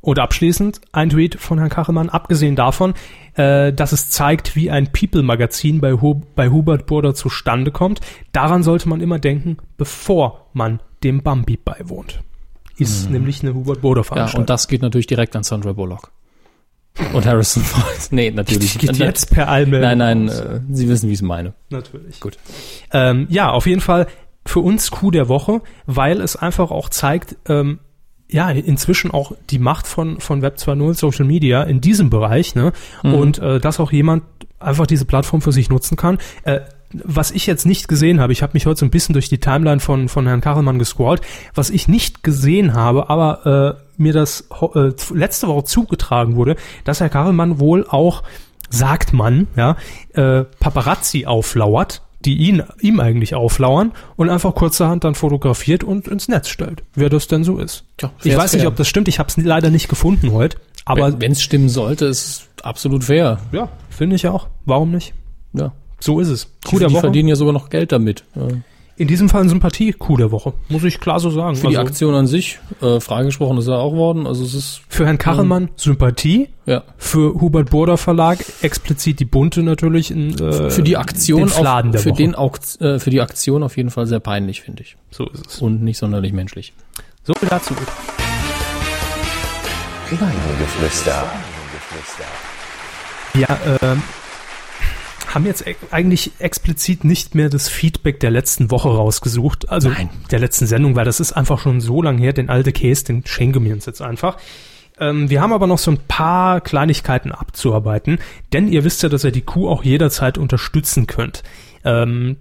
Speaker 1: Und abschließend ein Tweet von Herrn Kachelmann, abgesehen davon, äh, dass es zeigt, wie ein People-Magazin bei, Hu bei Hubert Burda zustande kommt. Daran sollte man immer denken, bevor man dem Bambi beiwohnt. Ist nämlich eine Hubert Burda
Speaker 2: Mhm. Ja,
Speaker 1: Veranstaltung.
Speaker 2: und das geht natürlich direkt an Sandra Bullock. Und Harrison Ford. Nee, natürlich.
Speaker 1: Geht jetzt per Allmeldung
Speaker 2: Nein, nein,
Speaker 1: raus.
Speaker 2: äh, Sie wissen, wie ich es meine.
Speaker 1: Natürlich.
Speaker 2: Gut.
Speaker 1: Ähm, ja, auf jeden Fall für uns Coup der Woche, weil es einfach auch zeigt, ähm, ja, inzwischen auch die Macht von, von Web 2.0 Social Media in diesem Bereich, ne?
Speaker 2: Mhm.
Speaker 1: Und äh, dass auch jemand einfach diese Plattform für sich nutzen kann. Äh, was ich jetzt nicht gesehen habe, ich habe mich heute so ein bisschen durch die Timeline von, von Herrn Kachelmann gescrollt, was ich nicht gesehen habe, aber äh, mir das ho- äh, zu- letzte Woche zugetragen wurde, dass Herr Kachelmann wohl auch, sagt man, ja, äh, Paparazzi auflauert, die ihn, ihm eigentlich auflauern und einfach kurzerhand dann fotografiert und ins Netz stellt, wer das denn so ist. ich
Speaker 2: fair
Speaker 1: weiß
Speaker 2: ist
Speaker 1: nicht,
Speaker 2: fair.
Speaker 1: ob das stimmt, ich habe es leider nicht gefunden heute, aber
Speaker 2: Wenn es stimmen sollte, ist es absolut fair.
Speaker 1: ja, finde ich auch. Warum nicht?
Speaker 2: Ja.
Speaker 1: So ist es.
Speaker 2: Die, die verdienen ja sogar noch Geld damit. Ja.
Speaker 1: In diesem Fall ein Sympathie-Coup der Woche, muss ich klar so sagen. Also
Speaker 2: Für die Aktion an sich, äh, freigesprochen ist er auch worden. Also es ist,
Speaker 1: für Herrn Kachelmann Sympathie,
Speaker 2: ja.
Speaker 1: für Hubert Burda Verlag explizit die Bunte natürlich. In, äh,
Speaker 2: Für die Aktion,
Speaker 1: den
Speaker 2: auf-
Speaker 1: Fladen der
Speaker 2: für,
Speaker 1: Woche.
Speaker 2: den Aukt- äh, für die Aktion auf jeden Fall sehr peinlich, finde ich.
Speaker 1: so ist es.
Speaker 2: Und nicht sonderlich menschlich.
Speaker 1: So viel dazu.
Speaker 6: Weidengeflüster.
Speaker 1: Ja, ähm, haben jetzt e- eigentlich explizit nicht mehr das Feedback der letzten Woche rausgesucht, also der letzten Sendung, weil das ist einfach schon so lang her, den alte Case, den schenken wir uns jetzt einfach. Ähm, wir haben aber noch so ein paar Kleinigkeiten abzuarbeiten, denn ihr wisst ja, dass ihr die Kuh auch jederzeit unterstützen könnt. Ähm,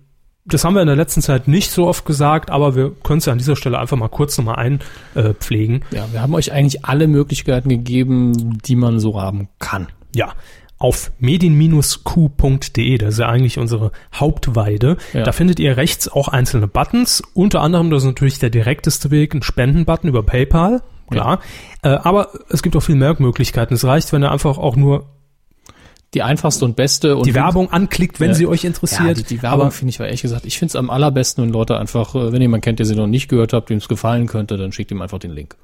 Speaker 1: das haben wir in der letzten Zeit nicht so oft gesagt, aber wir können es ja an dieser Stelle einfach mal kurz nochmal einpflegen. Äh, pflegen.
Speaker 2: Ja, wir haben euch eigentlich alle Möglichkeiten gegeben, die man so haben kann.
Speaker 1: Ja, auf medien-q.de, das ist ja eigentlich unsere Hauptweide.
Speaker 2: Ja.
Speaker 1: Da findet ihr rechts auch einzelne Buttons. Unter anderem, das ist natürlich der direkteste Weg, ein Spendenbutton über PayPal. Klar. Äh, aber es gibt auch viel mehr Möglichkeiten. Es reicht, wenn ihr einfach auch nur
Speaker 2: Die einfachste und beste und
Speaker 1: die Werbung anklickt, wenn
Speaker 2: Ja.
Speaker 1: sie euch
Speaker 2: Ja,
Speaker 1: interessiert.
Speaker 2: die, die Werbung
Speaker 1: aber
Speaker 2: finde ich, war ehrlich gesagt, ich finde es am allerbesten, wenn Leute einfach, äh, wenn jemand kennt, der sie noch nicht gehört hat, dem es gefallen könnte, dann schickt ihm einfach den Link.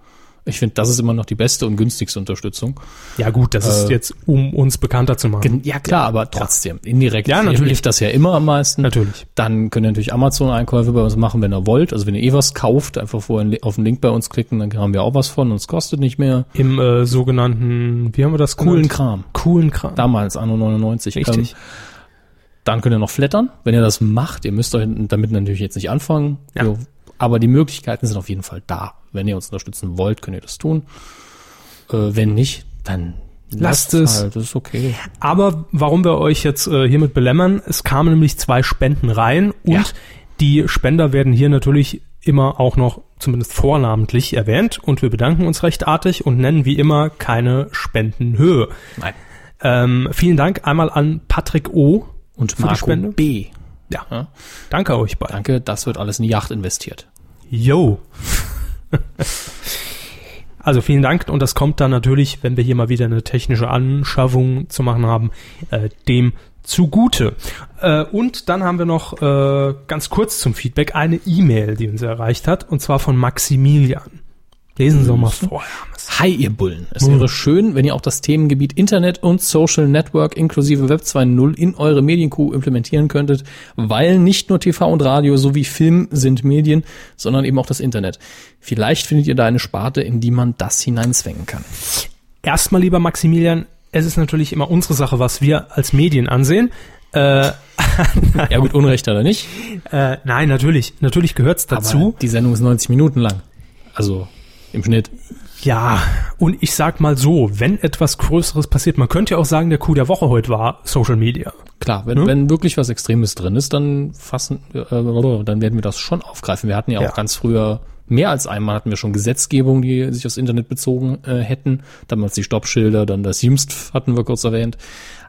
Speaker 2: Ich finde, das ist immer noch die beste und günstigste Unterstützung.
Speaker 1: ja gut, das ist
Speaker 2: Äh,
Speaker 1: jetzt, um uns bekannter zu machen.
Speaker 2: Ja, klar, aber trotzdem, indirekt
Speaker 1: Ja, natürlich.
Speaker 2: hilft das ja immer am meisten.
Speaker 1: Natürlich.
Speaker 2: Dann könnt ihr natürlich Amazon-Einkäufe bei uns machen, wenn ihr wollt. Also wenn ihr eh was kauft, einfach vorher li- auf den Link bei uns klicken, dann haben wir auch was von und es kostet nicht mehr.
Speaker 1: Im äh, sogenannten, wie haben wir das
Speaker 2: Coolen
Speaker 1: genannt?
Speaker 2: Kram.
Speaker 1: Coolen Kram.
Speaker 2: Damals, Anno 99.
Speaker 1: Genau. Richtig.
Speaker 2: Ähm, dann könnt ihr noch flattern. Wenn ihr das macht, ihr müsst euch damit natürlich jetzt nicht anfangen.
Speaker 1: Ja.
Speaker 2: Jo. Aber die Möglichkeiten sind auf jeden Fall da. Wenn ihr uns unterstützen wollt, könnt ihr das tun. Äh, wenn nicht, dann
Speaker 1: Lasst
Speaker 2: lasst's
Speaker 1: es.
Speaker 2: Halt. Das ist okay.
Speaker 1: Aber warum wir euch jetzt äh, hiermit belämmern, es kamen nämlich zwei Spenden rein und
Speaker 2: Ja.
Speaker 1: die Spender werden hier natürlich immer auch noch zumindest vornamentlich erwähnt und wir bedanken uns recht artig und nennen wie immer keine Spendenhöhe.
Speaker 2: Nein.
Speaker 1: Ähm, vielen Dank einmal an Patrick O.
Speaker 2: Und
Speaker 1: die
Speaker 2: Marco
Speaker 1: Spende?
Speaker 2: B.
Speaker 1: Ja.
Speaker 2: Ja.
Speaker 1: Danke euch beiden.
Speaker 2: Danke, das wird alles in die Yacht investiert.
Speaker 1: Yo. Also vielen Dank und das kommt dann natürlich, wenn wir hier mal wieder eine technische Anschaffung zu machen haben, äh, dem zugute. Äh, und dann haben wir noch äh, ganz kurz zum Feedback eine E-Mail, die uns erreicht hat, und zwar von Maximilian. Lesen Sie mal vor.
Speaker 2: Hi, ihr Bullen. Es wäre schön, wenn ihr auch das Themengebiet Internet und Social Network inklusive Web 2.0 in eure Medienkuh implementieren könntet, weil nicht nur TV und Radio sowie Film sind Medien, sondern eben auch das Internet. Vielleicht findet ihr da eine Sparte, in die man das hineinzwängen kann.
Speaker 1: Erstmal, lieber Maximilian, es ist natürlich immer unsere Sache, was wir als Medien ansehen. Äh,
Speaker 2: Ja gut, Unrecht hat er nicht.
Speaker 1: äh, nein, natürlich. Natürlich gehört's dazu.
Speaker 2: Aber die Sendung ist 90 Minuten lang. Also im Schnitt.
Speaker 1: Ja, und ich sag mal so, wenn etwas Größeres passiert, man könnte ja auch sagen, der Coup der Woche heute war Social Media.
Speaker 2: Klar, wenn,
Speaker 1: Ne?
Speaker 2: wenn wirklich was Extremes drin ist, dann fassen, äh, dann werden wir das schon aufgreifen. Wir hatten ja,
Speaker 1: Ja.
Speaker 2: auch ganz früher mehr als einmal hatten wir schon Gesetzgebung, die sich aufs Internet bezogen äh, hätten. Damals die Stoppschilder, dann das Jimst hatten wir kurz erwähnt.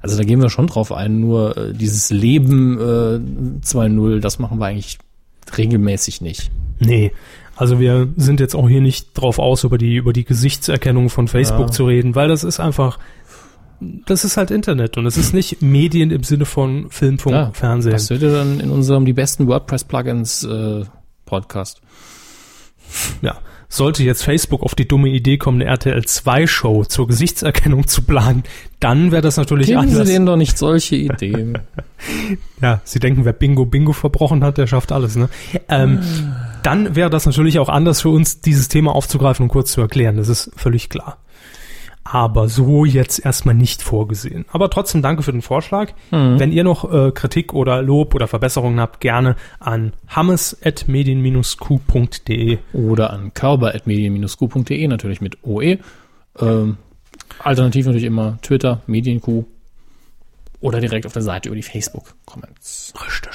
Speaker 2: Also da gehen wir schon drauf ein. Nur äh, dieses Leben äh, 2.0, das machen wir eigentlich regelmäßig nicht.
Speaker 1: Nee. Also wir sind jetzt auch hier nicht drauf aus, über die, über die Gesichtserkennung von Facebook zu reden, weil das ist einfach, das ist halt Internet und es ist nicht Medien im Sinne von Film, Funk,
Speaker 2: Ja,
Speaker 1: Oh, Fernsehen.
Speaker 2: Das hört ihr dann in unserem die besten WordPress-Plugins äh, Podcast.
Speaker 1: Ja, Sollte jetzt Facebook auf die dumme Idee kommen, eine RTL 2 Show zur Gesichtserkennung zu planen, dann wäre das natürlich
Speaker 2: Geben Sie
Speaker 1: anders.
Speaker 2: denen doch nicht solche Ideen.
Speaker 1: Ja, Sie denken, wer Bingo Bingo verbrochen hat, der schafft alles. Ne? Ähm, dann wäre das natürlich auch anders für uns, dieses Thema aufzugreifen und kurz zu erklären. Das ist völlig klar. Aber so jetzt erstmal nicht vorgesehen. Aber trotzdem danke für den Vorschlag.
Speaker 2: Mhm.
Speaker 1: Wenn ihr noch äh, Kritik oder Lob oder Verbesserungen habt, gerne an hammes.medien-q.de.
Speaker 2: Oder an körper.medien-q.de natürlich mit OE. Ähm, alternativ natürlich immer Twitter, Medienq oder direkt auf der Seite über die Facebook-Comments.
Speaker 1: Richtig.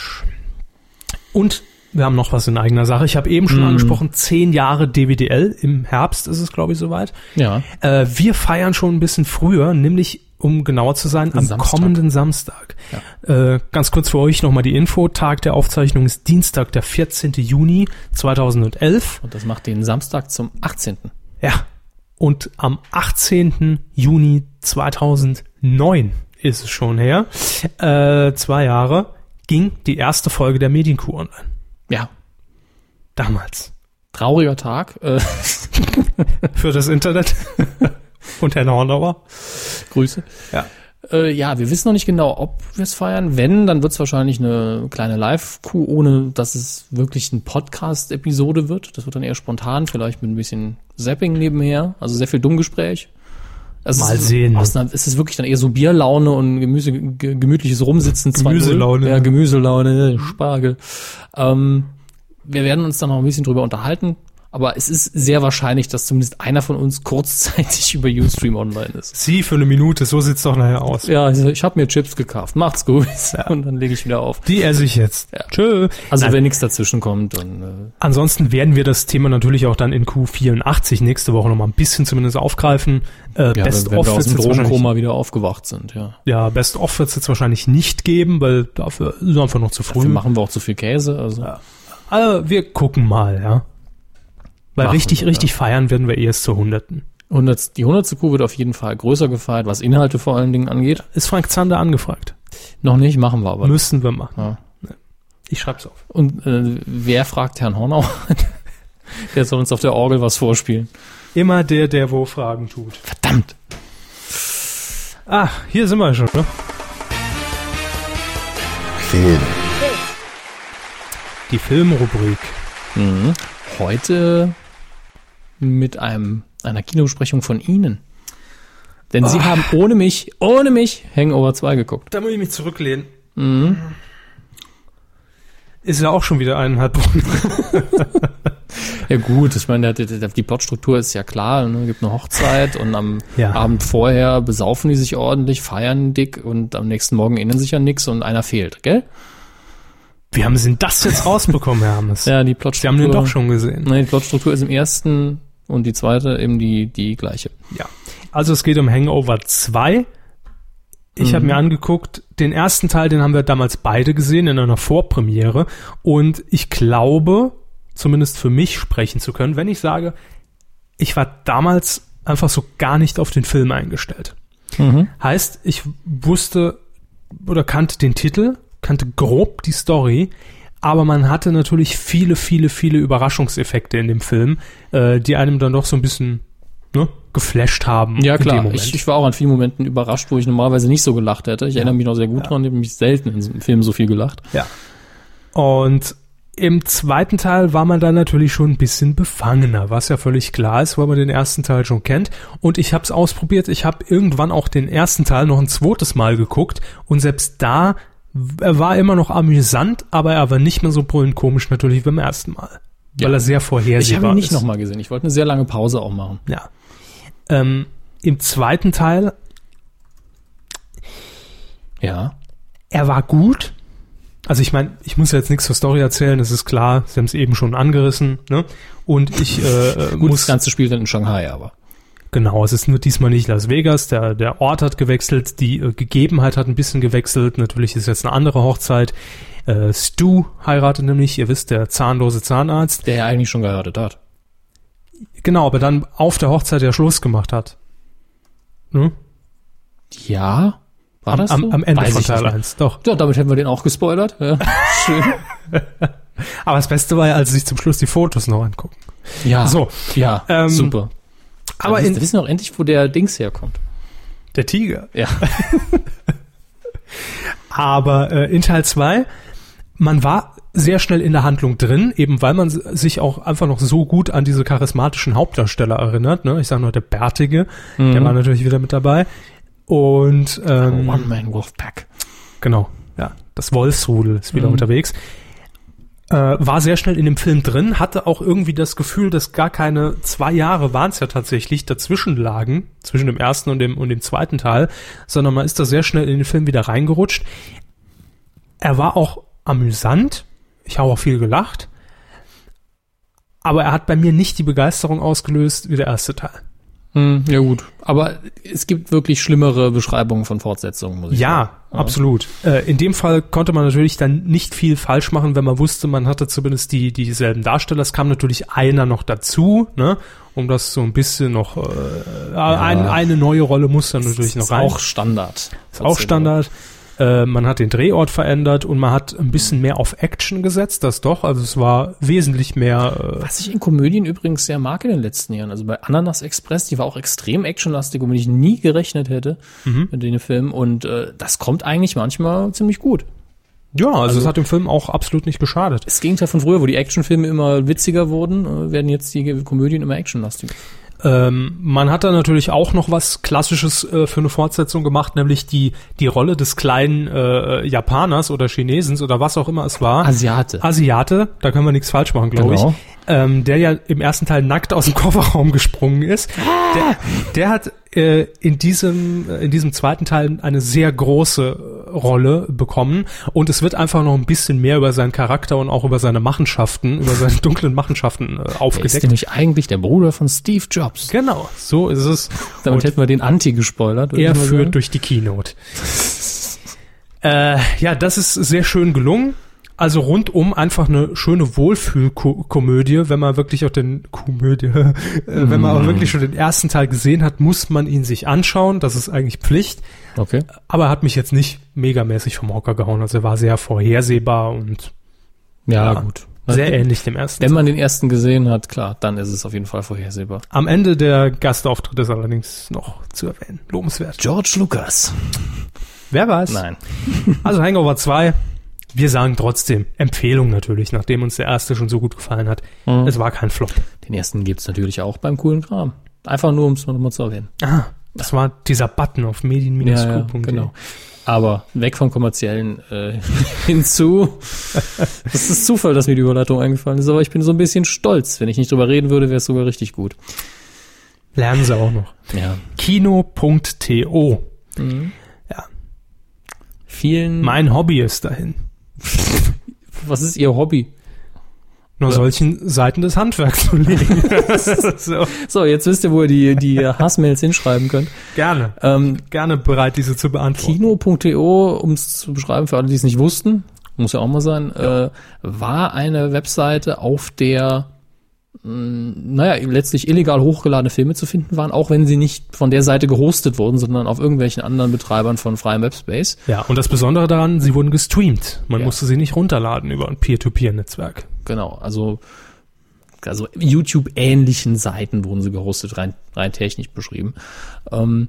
Speaker 1: Und wir haben noch was in eigener Sache. Ich habe eben schon angesprochen, zehn Jahre DWDL. Im Herbst ist es, glaube ich, soweit.
Speaker 2: Ja.
Speaker 1: Äh, wir feiern schon ein bisschen früher, nämlich um genauer zu sein, am
Speaker 2: Samstag.
Speaker 1: kommenden Samstag. Äh, ganz kurz für euch nochmal die Info. Tag der Aufzeichnung ist Dienstag, der 14. Juni 2011.
Speaker 2: Und das macht den Samstag zum 18.
Speaker 1: Ja. Und am 18. Juni 2009 ist es schon her, äh, zwei Jahre, ging die erste Folge der Medienkuh online.
Speaker 2: Ja.
Speaker 1: Damals.
Speaker 2: Trauriger Tag. Äh,
Speaker 1: Für das Internet. Und Herrn Hornauer.
Speaker 2: Grüße.
Speaker 1: Ja.
Speaker 2: Äh, ja, wir wissen noch nicht genau, ob wir es feiern. Wenn, dann wird es wahrscheinlich eine kleine Live-Coup, ohne dass es wirklich eine Podcast-Episode wird. Das wird dann eher spontan, vielleicht mit ein bisschen Zapping nebenher. Also sehr viel Dummgespräch. Es
Speaker 1: Mal
Speaker 2: ist,
Speaker 1: sehen.
Speaker 2: Aus einer, es ist wirklich dann eher so Bierlaune und Gemüse, ge, gemütliches Rumsitzen. 2-0.
Speaker 1: Gemüselaune.
Speaker 2: Ja, Gemüselaune, äh, Spargel. Ähm, wir werden uns dann noch ein bisschen drüber unterhalten. Aber es ist sehr wahrscheinlich, dass zumindest einer von uns kurzzeitig über Ustream online ist.
Speaker 1: Sie für eine Minute, so sieht's doch nachher aus.
Speaker 2: Ja, also ich, ich habe mir Chips gekauft. Macht's gut. Und dann lege ich wieder auf.
Speaker 1: Die esse ich jetzt. Tschö.
Speaker 2: Also
Speaker 1: Nein.
Speaker 2: wenn nichts dazwischen kommt, dann äh,
Speaker 1: Ansonsten werden wir das Thema natürlich auch dann in Q84 nächste Woche nochmal ein bisschen zumindest aufgreifen. Äh,
Speaker 2: äh, ja,
Speaker 1: Best
Speaker 2: wenn, wenn
Speaker 1: of
Speaker 2: wir aus
Speaker 1: wird's
Speaker 2: dem
Speaker 1: jetzt wahrscheinlich,
Speaker 2: Drogenkoma wieder aufgewacht sind. Ja.
Speaker 1: ja, Best of wird's jetzt wahrscheinlich nicht geben, weil dafür ist einfach noch zu früh.
Speaker 2: Dafür machen wir auch zu viel Käse. Also
Speaker 1: Aber wir gucken mal, ja. Weil
Speaker 2: Machen
Speaker 1: richtig,
Speaker 2: wir,
Speaker 1: richtig feiern werden wir erst zu Hunderten.
Speaker 2: 100, die 100. Kuh wird auf jeden Fall größer gefeiert, was Inhalte vor allen Dingen angeht.
Speaker 1: Ist Frank Zander angefragt?
Speaker 2: Noch nicht, machen wir aber.
Speaker 1: Müssen wir machen.
Speaker 2: Ja.
Speaker 1: Ich schreib's auf.
Speaker 2: Und äh, wer fragt Herrn Hornau? Der soll uns auf der Orgel was vorspielen.
Speaker 1: Immer der, der wo Fragen tut.
Speaker 2: Verdammt.
Speaker 1: Ah, hier sind wir schon, ne?
Speaker 6: Film.
Speaker 1: Die Filmrubrik.
Speaker 2: Heute mit einem, einer Kinobesprechung von Ihnen. Denn
Speaker 1: Ah.
Speaker 2: Sie haben ohne mich, ohne mich Hangover 2 geguckt.
Speaker 1: Da muss ich mich zurücklehnen.
Speaker 2: Mhm.
Speaker 1: Ist ja auch schon wieder eineinhalb Wochen.
Speaker 2: Ja gut, ich meine, der- der- die Plotstruktur ist ja klar, ne? gibt eine Hochzeit und am
Speaker 1: Ja.
Speaker 2: Abend vorher besaufen die sich ordentlich, feiern dick und am nächsten Morgen erinnern sich an nichts und einer fehlt, gell?
Speaker 1: Wie haben Sie denn das jetzt rausbekommen, Herr Hammes?
Speaker 2: Ja, die
Speaker 1: Sie
Speaker 2: Plotstruktur.
Speaker 1: haben den doch schon gesehen.
Speaker 2: Nein, die Plotstruktur ist im ersten und die zweite eben die, die gleiche.
Speaker 1: Ja. Also es geht um Hangover 2. Ich
Speaker 2: Mhm.
Speaker 1: habe mir angeguckt, den ersten Teil, den haben wir damals beide gesehen in einer Vorpremiere. Und ich glaube, zumindest für mich sprechen zu können, wenn ich sage, ich war damals einfach so gar nicht auf den Film eingestellt.
Speaker 2: Mhm.
Speaker 1: Heißt, ich wusste oder kannte den Titel, kannte grob die Story, aber man hatte natürlich viele, viele, viele Überraschungseffekte in dem Film, äh, die einem dann doch so ein bisschen ne, geflasht haben.
Speaker 2: Ja
Speaker 1: In dem
Speaker 2: klar,
Speaker 1: Moment.
Speaker 2: ich, ich war auch an vielen Momenten überrascht, wo ich normalerweise nicht so gelacht hätte. Ich erinnere mich noch sehr gut dran, ich habe mich selten in so einem Film so viel gelacht.
Speaker 1: Ja. Und im zweiten Teil war man dann natürlich schon ein bisschen befangener, was ja völlig klar ist, weil man den ersten Teil schon kennt. Und ich habe es ausprobiert. Ich habe irgendwann auch den ersten Teil noch ein zweites Mal geguckt. Und selbst da, w- er war immer noch amüsant, aber er war nicht mehr so brüllend komisch natürlich wie beim ersten Mal. Weil er sehr vorhersehbar ist.
Speaker 2: Ich habe ihn nicht nochmal gesehen, ich wollte eine sehr lange Pause auch machen.
Speaker 1: Ja. Ähm, Im zweiten Teil,
Speaker 2: Ja.
Speaker 1: er war gut. Also ich meine, ich muss ja jetzt nichts zur Story erzählen, das ist klar, sie haben es eben schon angerissen, ne? Und ich äh,
Speaker 2: Gut, das
Speaker 1: muss
Speaker 2: ganze Spiel dann in Shanghai aber.
Speaker 1: Genau, es ist nur diesmal nicht Las Vegas. Der, der Ort hat gewechselt, die äh, Gegebenheit hat ein bisschen gewechselt. Natürlich ist jetzt eine andere Hochzeit. Äh, Stu heiratet nämlich, ihr wisst, der zahnlose Zahnarzt.
Speaker 2: Der ja eigentlich schon geheiratet hat.
Speaker 1: Genau, aber dann auf der Hochzeit ja Schluss gemacht hat. Ne?
Speaker 2: Ja. War
Speaker 1: Am,
Speaker 2: das
Speaker 1: am,
Speaker 2: so?
Speaker 1: am Ende
Speaker 2: Weiß
Speaker 1: von
Speaker 2: ich nicht
Speaker 1: Teil
Speaker 2: mehr.
Speaker 1: 1, doch.
Speaker 2: Ja, damit hätten wir den auch gespoilert. Ja. Schön.
Speaker 1: Aber das Beste war ja, als sie sich zum Schluss die Fotos noch angucken.
Speaker 2: Ja.
Speaker 1: So.
Speaker 2: Ja,
Speaker 1: Ähm,
Speaker 2: super.
Speaker 1: aber
Speaker 2: wir wissen-
Speaker 1: in-
Speaker 2: wir wissen auch endlich, wo der Dings herkommt.
Speaker 1: Der Tiger.
Speaker 2: Ja.
Speaker 1: Aber äh, in Teil 2, man war sehr schnell in der Handlung drin, eben weil man s- sich auch einfach noch so gut an diese charismatischen Hauptdarsteller erinnert. Ne? Ich sage nur der Bärtige,
Speaker 2: Mhm.
Speaker 1: der war natürlich wieder mit dabei. Und ähm,
Speaker 2: One-Man-Wolfpack.
Speaker 1: Genau, ja. Das Wolfsrudel ist wieder
Speaker 2: Mhm.
Speaker 1: unterwegs. Äh, war sehr schnell in dem Film drin, hatte auch irgendwie das Gefühl, dass gar keine zwei Jahre waren es ja tatsächlich dazwischen lagen, zwischen dem ersten und dem, und dem zweiten Teil, sondern man ist da sehr schnell in den Film wieder reingerutscht. Er war auch amüsant. Ich habe auch viel gelacht. Aber er hat bei mir nicht die Begeisterung ausgelöst wie der erste Teil.
Speaker 2: Hm, ja gut, aber es gibt wirklich schlimmere Beschreibungen von Fortsetzungen, muss ich
Speaker 1: Ja, absolut. Äh, in dem Fall konnte man natürlich dann nicht viel falsch machen, wenn man wusste, man hatte zumindest die dieselben Darsteller. Es kam natürlich einer noch dazu, ne? Um das so ein bisschen noch äh, ein, eine neue Rolle muss dann natürlich
Speaker 2: sagen.
Speaker 1: noch
Speaker 2: Ist
Speaker 1: rein.
Speaker 2: auch Standard.
Speaker 1: Ist auch Standard. Äh, man hat den Drehort verändert und man hat ein bisschen mehr auf Action gesetzt, das doch. Also es war wesentlich mehr. äh,
Speaker 2: Was ich in Komödien übrigens sehr mag in den letzten Jahren. Also bei Ananas Express, die war auch extrem actionlastig, womit ich nie gerechnet hätte mit den Filmen. Und äh, das kommt eigentlich manchmal ziemlich gut.
Speaker 1: Äh, ja, also, es hat dem Film auch absolut nicht geschadet.
Speaker 2: Das Gegenteil von früher, wo die Actionfilme immer witziger wurden, äh, werden jetzt die Komödien immer actionlastiger.
Speaker 1: Ähm, man hat da natürlich auch noch was Klassisches äh, für eine Fortsetzung gemacht, nämlich die, die Rolle des kleinen äh, Japaners oder Chinesens oder was auch immer es war.
Speaker 2: Asiate.
Speaker 1: Asiate, da können wir nichts falsch machen, glaube
Speaker 2: Genau.
Speaker 1: ich. Ähm, der ja im ersten Teil nackt aus dem Kofferraum gesprungen ist. Der, der hat äh, in, diesem, äh, in diesem zweiten Teil eine sehr große äh, Rolle bekommen und es wird einfach noch ein bisschen mehr über seinen Charakter und auch über seine Machenschaften, über seine dunklen Machenschaften äh,
Speaker 2: Der ist
Speaker 1: aufgedeckt.
Speaker 2: nämlich eigentlich der Bruder von Steve Jobs.
Speaker 1: Genau, so ist es.
Speaker 2: Damit
Speaker 1: Und
Speaker 2: hätten wir den Anti gespoilert. würde
Speaker 1: er
Speaker 2: ich mal sagen.
Speaker 1: führt durch die Keynote. äh, ja, das ist sehr schön gelungen. Also rundum einfach eine schöne Wohlfühlkomödie, wenn man wirklich auch den Komödie, äh, wenn man auch wirklich schon den ersten Teil gesehen hat, muss man ihn sich anschauen. Das ist eigentlich Pflicht.
Speaker 2: Okay.
Speaker 1: Aber er hat mich jetzt nicht megamäßig vom Hocker gehauen. Also er war sehr vorhersehbar und
Speaker 2: Ja,
Speaker 1: Ja.
Speaker 2: gut.
Speaker 1: sehr ähnlich dem ersten.
Speaker 2: Wenn man den ersten gesehen hat, klar, dann ist es auf jeden Fall vorhersehbar.
Speaker 1: Am Ende der Gastauftritt ist allerdings noch zu erwähnen. Lobenswert.
Speaker 2: George Lucas.
Speaker 1: Wer weiß?
Speaker 2: Nein.
Speaker 1: Also Hangover 2, wir sagen trotzdem, Empfehlung natürlich, nachdem uns der erste schon so gut gefallen hat. Es war kein Flop.
Speaker 2: Den ersten gibt's natürlich auch beim coolen Kram. Einfach nur, um es nochmal zu erwähnen.
Speaker 1: Ah, das war dieser Button auf medien
Speaker 2: Scoop.de.
Speaker 1: E.
Speaker 2: genau. Aber weg vom kommerziellen äh, hinzu. Es ist Zufall, dass mir die Überleitung eingefallen ist, aber ich bin so ein bisschen stolz. Wenn ich nicht drüber reden würde, wäre es sogar richtig gut.
Speaker 1: Lernen sie auch noch.
Speaker 2: Ja.
Speaker 1: Kino.to.
Speaker 2: Vielen.
Speaker 1: Mein Hobby ist dahin.
Speaker 2: was ist Ihr Hobby?
Speaker 1: Nur solchen Seiten des Handwerks zu legen. so,
Speaker 2: So, jetzt wisst ihr, wo ihr die, die Hassmails hinschreiben könnt.
Speaker 1: gerne.
Speaker 2: Ähm,
Speaker 1: Gerne bereit, diese zu beantworten.
Speaker 2: Kino.to, um es zu beschreiben, für alle, die es nicht wussten, muss ja auch mal sein, äh, war eine Webseite, auf der mh, naja, letztlich illegal hochgeladene Filme zu finden waren, auch wenn sie nicht von der Seite gehostet wurden, sondern auf irgendwelchen anderen Betreibern von freiem Webspace.
Speaker 1: Ja, und das Besondere daran, sie wurden gestreamt. Man
Speaker 2: Ja.
Speaker 1: musste sie nicht runterladen über ein Peer-to-Peer-Netzwerk.
Speaker 2: Genau, also, also YouTube-ähnlichen Seiten wurden sie gehostet, rein, rein technisch beschrieben. Ähm,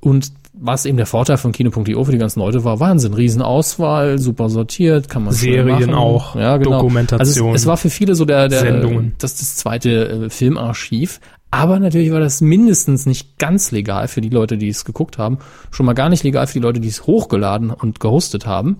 Speaker 2: und was eben der Vorteil von Kino.io für die ganzen Leute war, Wahnsinn, Riesenauswahl, super sortiert, kann man schnell
Speaker 1: Serien
Speaker 2: machen.
Speaker 1: auch,
Speaker 2: ja, genau.
Speaker 1: Dokumentation,
Speaker 2: Also es, es war für viele so der, der
Speaker 1: Sendungen.
Speaker 2: das, das zweite äh, Filmarchiv. Aber natürlich war das mindestens nicht ganz legal für die Leute, die es geguckt haben. Schon mal gar nicht legal für die Leute, die es hochgeladen und gehostet haben.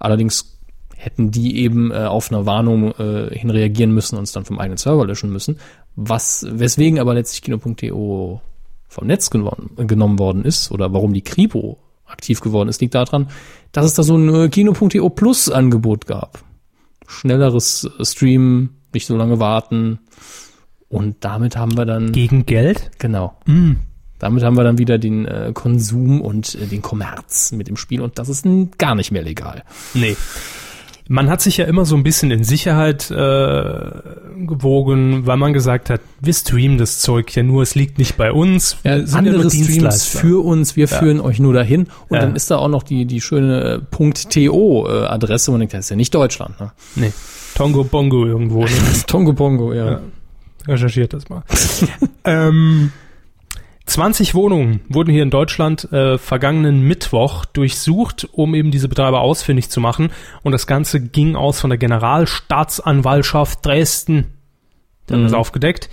Speaker 2: Allerdings hätten die eben äh, auf eine Warnung äh, hin reagieren müssen und es dann vom eigenen Server löschen müssen. Was, weswegen aber letztlich Kino.to vom Netz genommen, genommen worden ist oder warum die Kripo aktiv geworden ist, liegt daran, dass es da so ein äh, Kino.to Plus Angebot gab. Schnelleres äh, Streamen, nicht so lange warten. Und damit haben wir dann,
Speaker 1: Gegen Geld?
Speaker 2: genau,
Speaker 1: Mm.
Speaker 2: damit haben wir dann wieder den äh, Konsum und äh, den Kommerz mit im Spiel und das ist n- gar nicht mehr legal.
Speaker 1: Nee. Man hat sich ja immer so ein bisschen in Sicherheit äh, gewogen, weil man gesagt hat, wir streamen das Zeug ja nur, es liegt nicht bei uns.
Speaker 2: Ja,
Speaker 1: wir sind ja nur
Speaker 2: andere Streams
Speaker 1: Dienstleister.
Speaker 2: für uns, wir führen euch nur dahin. Und
Speaker 1: Ja.
Speaker 2: dann ist da auch noch die, die schöne äh, .to-Adresse, wo man denkt, das ist ja nicht Deutschland. Ne?
Speaker 1: Nee. Tongo Bongo irgendwo. Ne?
Speaker 2: Tongo Bongo, ja.
Speaker 1: recherchiert das mal. ähm, 20 Wohnungen wurden hier in Deutschland äh, vergangenen Mittwoch durchsucht, um eben diese Betreiber ausfindig zu machen. Und das Ganze ging aus von der Generalstaatsanwaltschaft Dresden. Die
Speaker 2: Mhm.
Speaker 1: haben das aufgedeckt.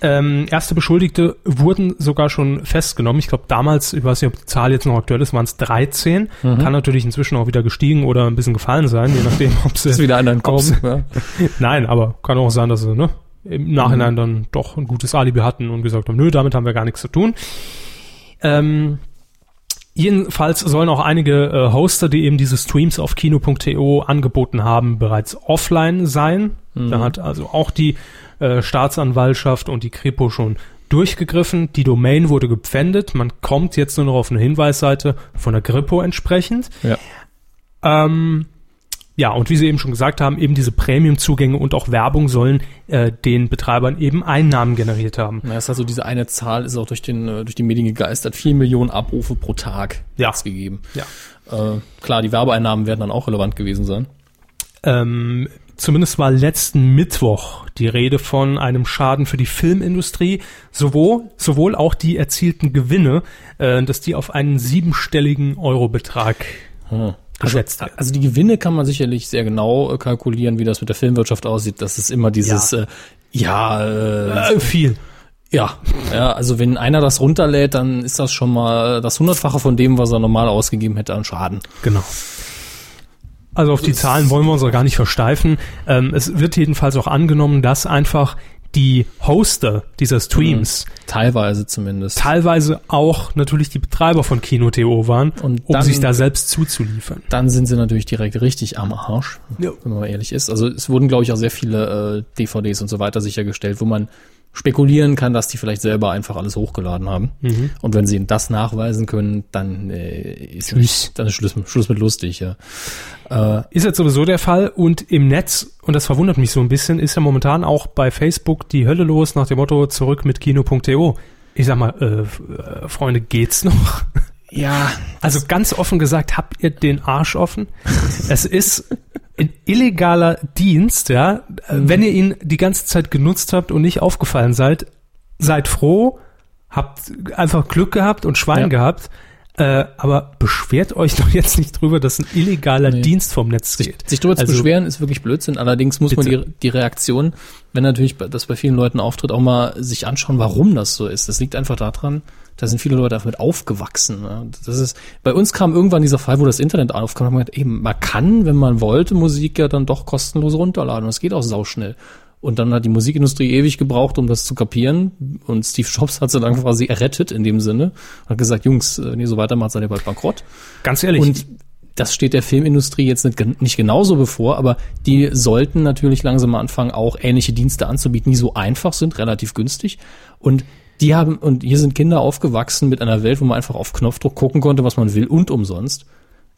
Speaker 1: Ähm, erste Beschuldigte wurden sogar schon festgenommen. Ich glaube damals, ich weiß nicht, ob die Zahl jetzt noch aktuell ist, waren es 13.
Speaker 2: Mhm.
Speaker 1: Kann natürlich inzwischen auch wieder gestiegen oder ein bisschen gefallen sein, je nachdem, ob sie
Speaker 2: Ist wieder einer entkommen.
Speaker 1: ob's-
Speaker 2: Ja.
Speaker 1: Nein, aber kann auch sein, dass sie ne, im Nachhinein dann doch ein gutes Alibi hatten und gesagt haben, nö, damit haben wir gar nichts zu tun. Ähm, jedenfalls sollen auch einige äh, Hoster, die eben diese Streams auf kino.to angeboten haben, bereits offline sein. Da hat also auch die äh, Staatsanwaltschaft und die Kripo schon durchgegriffen. Die Domain wurde gepfändet. Man kommt jetzt nur noch auf eine Hinweisseite von der Kripo entsprechend.
Speaker 2: Ja.
Speaker 1: Ähm, ja, und wie Sie eben schon gesagt haben, eben diese Premium-Zugänge und auch Werbung sollen äh, den Betreibern eben Einnahmen generiert haben.
Speaker 2: Na, ist also diese eine Zahl ist auch durch, den, äh, durch die Medien gegeistert. Vier Millionen Abrufe pro Tag
Speaker 1: Ja.
Speaker 2: hat's gegeben.
Speaker 1: Ja.
Speaker 2: Äh, klar, die Werbeeinnahmen werden dann auch relevant gewesen sein.
Speaker 1: Ähm, zumindest war letzten Mittwoch die Rede von einem Schaden für die Filmindustrie, sowohl, sowohl auch die erzielten Gewinne, äh, dass die auf einen siebenstelligen Eurobetrag
Speaker 2: Hm.
Speaker 1: geschätzt werden.
Speaker 2: Also die Gewinne kann man sicherlich sehr genau äh, kalkulieren, wie das mit der Filmwirtschaft aussieht. Das ist immer dieses
Speaker 1: Ja.
Speaker 2: ja, äh, ja, äh,
Speaker 1: Äh, viel.
Speaker 2: ja, ja, also wenn einer das runterlädt, dann ist das schon mal das hundertfache von dem, was er normal ausgegeben hätte an Schaden.
Speaker 1: Genau. Also auf die Zahlen wollen wir uns auch gar nicht versteifen. Ähm, es wird jedenfalls auch angenommen, dass einfach die Hoster dieser
Speaker 2: Hm.
Speaker 1: Streams
Speaker 2: Teilweise zumindest.
Speaker 1: teilweise auch natürlich die Betreiber von Kino.to waren,
Speaker 2: Und
Speaker 1: um
Speaker 2: dann-
Speaker 1: sich da selbst zuzuliefern.
Speaker 2: dann sind sie natürlich direkt richtig am Arsch,
Speaker 1: Ja.
Speaker 2: wenn man mal ehrlich ist. Also es wurden, glaube ich, auch sehr viele äh, DVDs und so weiter sichergestellt, wo man spekulieren kann, dass die vielleicht selber einfach alles hochgeladen haben. Und wenn sie ihnen das nachweisen können, dann äh, ist Schluss. Dann ist Schluss, Schluss mit lustig. Ja.
Speaker 1: Ist jetzt sowieso der Fall und im Netz, und das verwundert mich so ein bisschen, ist ja momentan auch bei Facebook die Hölle los nach dem Motto zurück mit Kino.to. Ich sag mal, äh, f- äh, Freunde, geht's noch?
Speaker 2: ja.
Speaker 1: Also ganz offen gesagt, habt ihr den Arsch offen? Es ist ein illegaler Dienst, ja. Wenn ihr ihn die ganze Zeit genutzt habt und nicht aufgefallen seid, seid froh, habt einfach Glück gehabt und Schwein
Speaker 2: Ja.
Speaker 1: gehabt. Äh, aber beschwert euch doch jetzt nicht drüber, dass ein illegaler Dienst vom Netz
Speaker 2: Sich,
Speaker 1: geht.
Speaker 2: sich darüber
Speaker 1: Also,
Speaker 2: zu beschweren ist wirklich Blödsinn. Allerdings muss
Speaker 1: Bitte.
Speaker 2: man die, die Reaktion, wenn natürlich bei- das bei vielen Leuten auftritt, auch mal sich anschauen, warum das so ist. Das liegt einfach daran, da sind viele Leute einfach mit aufgewachsen. ne? Das ist, bei uns kam irgendwann dieser Fall, wo das Internet aufkam, und man hat eben, man kann, wenn man wollte, Musik ja dann doch kostenlos runterladen. Und es geht auch sauschnell. Und dann hat die Musikindustrie ewig gebraucht, um das zu kapieren. Und Steve Jobs hat sie dann quasi errettet in dem Sinne. Hat gesagt, Jungs, äh, wenn ihr so weitermacht, seid ihr bald bankrott.
Speaker 1: Ganz ehrlich,
Speaker 2: Und das steht der Filmindustrie jetzt nicht, gen- nicht genauso bevor, aber die sollten natürlich langsam mal anfangen, auch ähnliche Dienste anzubieten, die so einfach sind, relativ günstig. Und die haben, und hier sind Kinder aufgewachsen mit einer Welt, wo man einfach auf Knopfdruck gucken konnte, was man will und umsonst.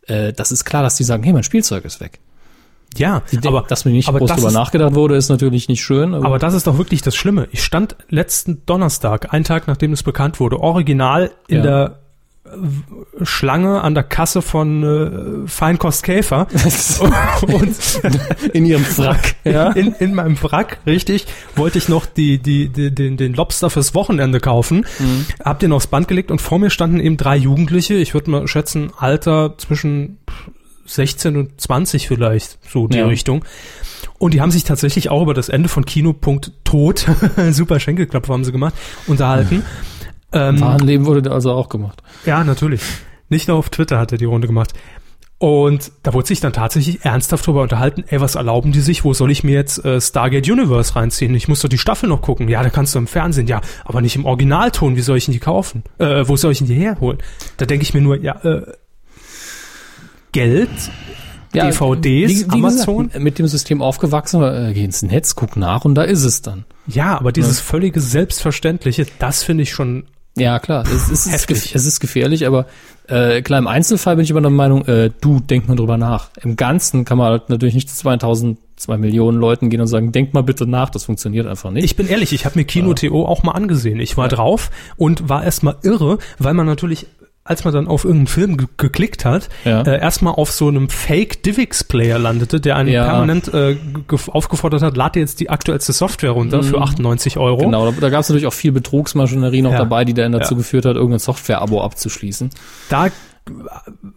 Speaker 2: Äh, das ist klar, dass die sagen, hey, mein Spielzeug ist weg.
Speaker 1: ja,
Speaker 2: Die-
Speaker 1: aber
Speaker 2: dass mir nicht
Speaker 1: aber
Speaker 2: groß
Speaker 1: das
Speaker 2: drüber
Speaker 1: ist,
Speaker 2: nachgedacht wurde, ist natürlich nicht schön.
Speaker 1: Aber das ist doch wirklich das Schlimme. Ich stand letzten Donnerstag, einen Tag nachdem es bekannt wurde, original in
Speaker 2: Ja.
Speaker 1: der äh, Schlange an der Kasse von äh, Feinkost Käfer und
Speaker 2: in ihrem Frack.
Speaker 1: ja. in, in meinem Wrack, richtig, wollte ich noch die, die, die, den, den Lobster fürs Wochenende kaufen, hab den aufs Band gelegt und vor mir standen eben drei Jugendliche, ich würde mal schätzen, Alter zwischen 16 und 20 vielleicht, so die
Speaker 2: Ja.
Speaker 1: Richtung. Und die haben sich tatsächlich auch über das Ende von Kinopunkt Tod, super Schenkelklopfer haben sie gemacht, unterhalten. Ähm,
Speaker 2: Warenleben wurde da also auch gemacht.
Speaker 1: ja, natürlich. Nicht nur auf Twitter hat er die Runde gemacht. Und da wurde sich dann tatsächlich ernsthaft drüber unterhalten, ey, was erlauben die sich? Wo soll ich mir jetzt äh, Stargate Universe reinziehen? Ich muss doch die Staffel noch gucken. Ja, da kannst du im Fernsehen, ja, aber nicht im Originalton. Wie soll ich denn die kaufen? Äh, wo soll ich denn die herholen? Da denke ich mir nur, ja, äh, Geld? DVDs, Amazon?
Speaker 2: Gesagt, mit dem System aufgewachsen, äh, geh ins Netz, guck nach und da ist es dann.
Speaker 1: Ja, aber dieses völlige Selbstverständliche, das finde ich schon,
Speaker 2: Ja, klar, es ist, es
Speaker 1: Heftig.
Speaker 2: ist, es ist gefährlich, aber äh, klar, im Einzelfall bin ich immer der Meinung, äh, du, denkt mal drüber nach. Im Ganzen kann man halt natürlich nicht zu 2000, 2 Millionen Leuten gehen und sagen, denkt mal bitte nach, das funktioniert einfach nicht.
Speaker 1: ich bin ehrlich, ich habe mir Kino.to auch mal angesehen. Ich war drauf und war erstmal irre, weil man natürlich als man dann auf irgendeinen Film ge geklickt hat,
Speaker 2: Ja.
Speaker 1: äh, erstmal auf so einem Fake-Divix-Player landete, der einen
Speaker 2: Ja.
Speaker 1: permanent äh, ge- aufgefordert hat, lad dir jetzt die aktuellste Software runter
Speaker 2: Mhm.
Speaker 1: für 98 Euro.
Speaker 2: Genau, da, da gab es natürlich auch viel Betrugsmaschinerie noch
Speaker 1: Ja.
Speaker 2: dabei, die dann dazu
Speaker 1: Ja.
Speaker 2: geführt hat, irgendein Software-Abo abzuschließen.
Speaker 1: da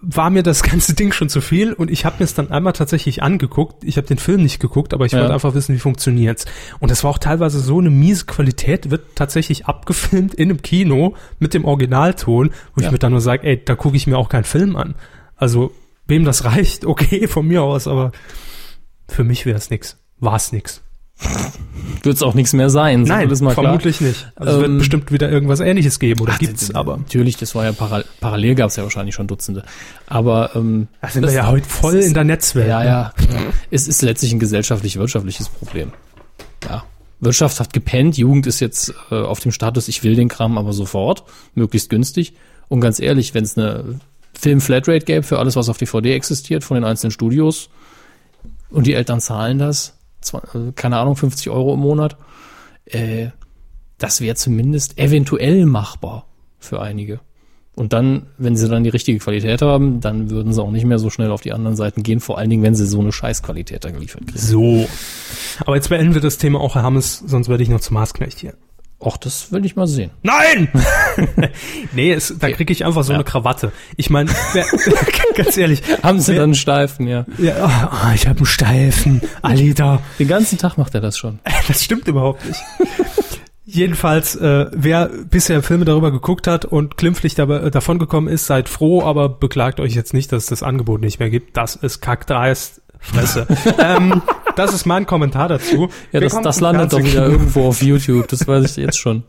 Speaker 1: war mir das ganze Ding schon zu viel und ich habe mir es dann einmal tatsächlich angeguckt. Ich habe den Film nicht geguckt, aber ich
Speaker 2: Ja.
Speaker 1: wollte einfach wissen, wie funktioniert's. Und das war auch teilweise so eine miese Qualität, wird tatsächlich abgefilmt in einem Kino mit dem Originalton, wo
Speaker 2: Ja.
Speaker 1: ich mir dann nur sage, ey, da gucke ich mir auch keinen Film an. Also, wem das reicht, okay, von mir aus, aber für mich wäre es nix. War es nix.
Speaker 2: Wird es auch nichts mehr sein. so viel ist mal klar.
Speaker 1: vermutlich nicht. Also es
Speaker 2: Ähm,
Speaker 1: wird bestimmt wieder irgendwas ähnliches geben oder gibt's aber.
Speaker 2: Natürlich, das war ja paral parallel gab es ja wahrscheinlich schon Dutzende. Aber ähm,
Speaker 1: Da sind wir ja heute voll in der Netzwelt.
Speaker 2: Ja,
Speaker 1: ne?
Speaker 2: ja. es ist letztlich ein gesellschaftlich-wirtschaftliches Problem. Ja. Wirtschaft hat gepennt, Jugend ist jetzt äh, auf dem Status, ich will den Kram aber sofort, möglichst günstig. Und ganz ehrlich, wenn es eine Film-Flatrate gäbe für alles, was auf DVD existiert, von den einzelnen Studios, und die Eltern zahlen das, zwa- äh, keine Ahnung, 50 Euro im Monat, äh, das wäre zumindest eventuell machbar für einige. Und dann, wenn sie dann die richtige Qualität haben, dann würden sie auch nicht mehr so schnell auf die anderen Seiten gehen, vor allen Dingen, wenn sie so eine Scheißqualität da geliefert kriegen.
Speaker 1: So. Aber jetzt beenden wir das Thema auch, Herr Hammes, sonst werde ich noch zum Maßknecht hier.
Speaker 2: Och, das will ich mal sehen.
Speaker 1: Nein! nee, es, da kriege ich einfach so eine Krawatte. Ich meine, wer- ganz ehrlich.
Speaker 2: Haben sie
Speaker 1: wer-
Speaker 2: dann einen Steifen, ja.
Speaker 1: Ja, ah, ich habe einen Steifen. Alida.
Speaker 2: Den ganzen Tag macht er das schon.
Speaker 1: Das stimmt überhaupt nicht. Jedenfalls, äh, wer bisher Filme darüber geguckt hat und klimpflich dabei, äh, davongekommen ist, seid froh, aber beklagt euch jetzt nicht, dass es das Angebot nicht mehr gibt. Das ist kackdreist. Fresse. ähm, das ist mein Kommentar dazu.
Speaker 2: Ja,
Speaker 1: Wir
Speaker 2: das,
Speaker 1: kommen
Speaker 2: das
Speaker 1: zum
Speaker 2: landet doch wieder
Speaker 1: Fernsehkino.
Speaker 2: irgendwo auf YouTube, das weiß ich jetzt schon.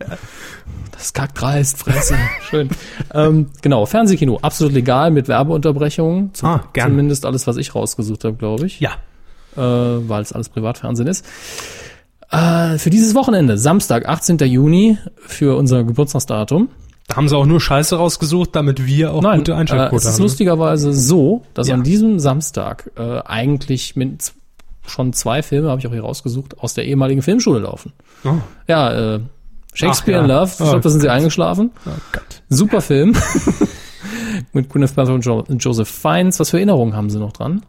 Speaker 2: Das kackdreist, Fresse. Schön. Ähm, genau, Fernsehkino, absolut legal mit Werbeunterbrechungen. Zum-
Speaker 1: Ah, gerne.
Speaker 2: Zumindest alles, was ich rausgesucht habe, glaube ich.
Speaker 1: Ja,
Speaker 2: äh, weil es alles Privatfernsehen ist. Äh, für dieses Wochenende, Samstag, 18. Juni, für unser Geburtstagsdatum.
Speaker 1: Da haben sie auch nur Scheiße rausgesucht, damit wir auch gute
Speaker 2: äh, es
Speaker 1: Einschaltquote
Speaker 2: ist
Speaker 1: haben.
Speaker 2: lustigerweise so, dass
Speaker 1: Ja.
Speaker 2: an diesem Samstag äh, eigentlich mit z- schon zwei Filme, habe ich auch hier rausgesucht, aus der ehemaligen Filmschule laufen.
Speaker 1: Oh.
Speaker 2: Ja, äh, Shakespeare
Speaker 1: Ach,
Speaker 2: in
Speaker 1: ja.
Speaker 2: Love, ich
Speaker 1: Oh
Speaker 2: glaube, da sind sie
Speaker 1: Gott.
Speaker 2: eingeschlafen.
Speaker 1: Oh Gott.
Speaker 2: Super Film. mit Gwyneth Paltrow und jo Joseph Fiennes. Was für Erinnerungen haben sie noch dran?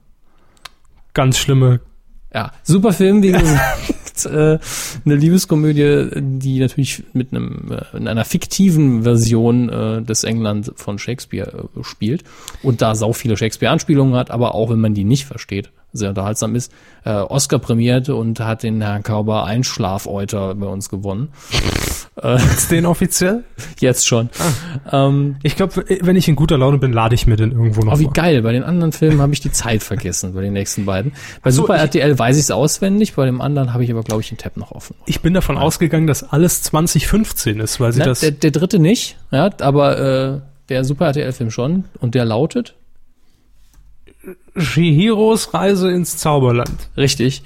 Speaker 1: Ganz schlimme.
Speaker 2: Ja, super Film, wie gesagt. äh, eine Liebeskomödie, die natürlich mit einem äh, in einer fiktiven Version äh, des England von Shakespeare äh, spielt und da sau viele Shakespeare-Anspielungen hat, aber auch wenn man die nicht versteht, sehr unterhaltsam ist. Äh, Oscar prämiert und hat den Herrn Körber Einschlafäuter bei uns gewonnen. Äh,
Speaker 1: Ist den offiziell?
Speaker 2: Jetzt schon. Ähm,
Speaker 1: Ich glaube, wenn ich in guter Laune bin, lade ich mir den irgendwo noch.
Speaker 2: Oh, wie
Speaker 1: mal.
Speaker 2: geil. Bei den anderen Filmen habe ich die Zeit vergessen, bei den nächsten beiden. Bei Super RTL weiß ich es auswendig, bei dem anderen habe ich aber, glaube ich, den Tab noch offen.
Speaker 1: Ich bin davon ausgegangen, dass alles 2015 ist, weil sie
Speaker 2: Na,
Speaker 1: das.
Speaker 2: Ne? der, der dritte nicht, ja, aber äh, der Super RTL-Film schon. Und der lautet?
Speaker 1: Shihiros Reise ins Zauberland.
Speaker 2: Richtig.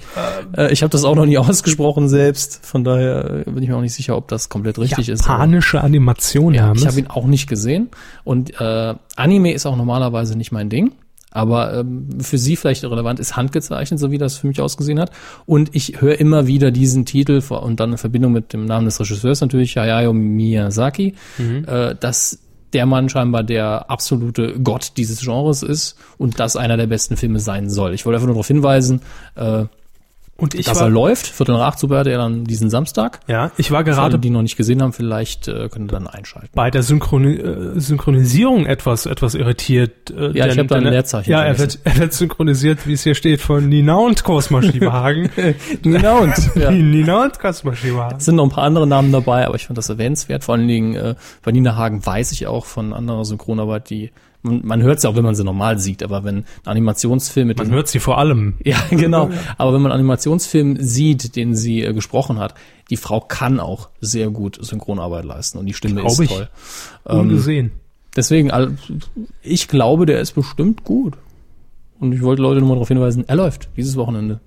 Speaker 2: Äh, ich habe das auch noch nie ausgesprochen selbst. Von daher äh, bin ich mir auch nicht sicher, ob das komplett richtig ist. aber-
Speaker 1: Panische Animation
Speaker 2: Ja,
Speaker 1: haben
Speaker 2: ich habe ihn auch nicht gesehen. Und äh, Anime ist auch normalerweise nicht mein Ding. Aber ähm, für Sie vielleicht relevant ist handgezeichnet, so wie das für mich ausgesehen hat. Und ich höre immer wieder diesen Titel vor- und dann in Verbindung mit dem Namen des Regisseurs natürlich, Hayao Miyazaki, äh, dass der Mann scheinbar der absolute Gott dieses Genres ist und das einer der besten Filme sein soll. Ich wollte einfach nur darauf hinweisen, äh,
Speaker 1: Und ich
Speaker 2: dass er
Speaker 1: war,
Speaker 2: läuft. Viertel nach acht, super, der dann diesen Samstag.
Speaker 1: ja, ich war
Speaker 2: Für alle,
Speaker 1: gerade
Speaker 2: die noch nicht gesehen haben, vielleicht äh, können dann einschalten.
Speaker 1: bei der Synchroni äh, Synchronisierung etwas etwas irritiert. Äh,
Speaker 2: Ja, ich hab da ein
Speaker 1: denn-
Speaker 2: Leerzeichen
Speaker 1: Ja, er wird,
Speaker 2: vergessen.
Speaker 1: er wird synchronisiert, wie es hier steht, von Nina und Cosma Schieberhagen.
Speaker 2: Genau, und ja.
Speaker 1: Nina und Cosma Schieberhagen.
Speaker 2: Es sind noch ein paar andere Namen dabei, aber ich fand das erwähnenswert. Vor allen Dingen äh, bei Nina Hagen weiß ich auch von anderer Synchronarbeit, die man, man hört sie auch, wenn man sie normal sieht, aber wenn ein Animationsfilm mit
Speaker 1: Man
Speaker 2: diesem-
Speaker 1: hört sie vor allem.
Speaker 2: ja, genau. Aber wenn man einen Animationsfilm sieht, den sie äh, gesprochen hat, die Frau kann auch sehr gut Synchronarbeit leisten und die Stimme
Speaker 1: Glaub
Speaker 2: ist
Speaker 1: ich.
Speaker 2: toll.
Speaker 1: ähm, Ungesehen.
Speaker 2: Deswegen, all- ich glaube, der ist bestimmt gut. Und ich wollte Leute nur mal darauf hinweisen, er läuft dieses Wochenende.